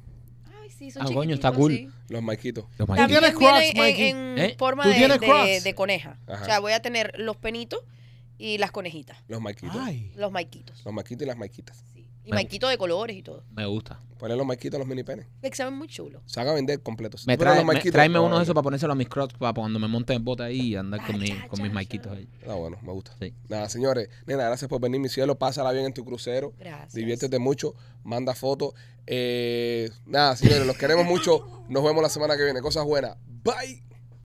S5: Ay, sí, son
S2: Ah, coño,
S5: chiquititos,
S2: está cool.
S5: sí.
S1: Los marquitos.
S5: También
S3: tienes
S5: vienen
S3: Crocs,
S5: en-
S3: Mikey?
S5: en,
S2: ¿Eh?
S5: forma
S3: ¿Tú
S5: de,
S3: tienes
S5: de-
S3: Crocs?
S5: de coneja.
S1: Ajá.
S5: O sea, voy a tener los penitos y las conejitas,
S1: Los marquitos.
S3: Ay.
S5: los maiquitos.
S1: Los marquitos y las marquitas.
S5: sí. Y
S2: Me
S5: maiquitos de colores y todo.
S2: Me gusta.
S1: Ponle los marquitos a los mini penes.
S5: Que se ven muy chulos.
S1: Se haga vender completos.
S2: Me
S1: Tú
S2: trae,
S1: pones los
S2: me-
S1: marquitos,
S2: tráeme
S1: no,
S2: uno de esos
S1: no.
S2: para ponerse a mis crocs para cuando me monte en bota ahí y andar con, mi- con mis maiquitos ahí.
S1: Ah, bueno, me gusta.
S2: Sí.
S1: Nada, señores. Nena, gracias por venir, mi cielo. Pásala bien en tu crucero.
S5: Gracias.
S1: Diviértete mucho. Manda fotos. Eh, nada, señores, los queremos mucho. Nos vemos la semana que viene. Cosas buenas. Bye.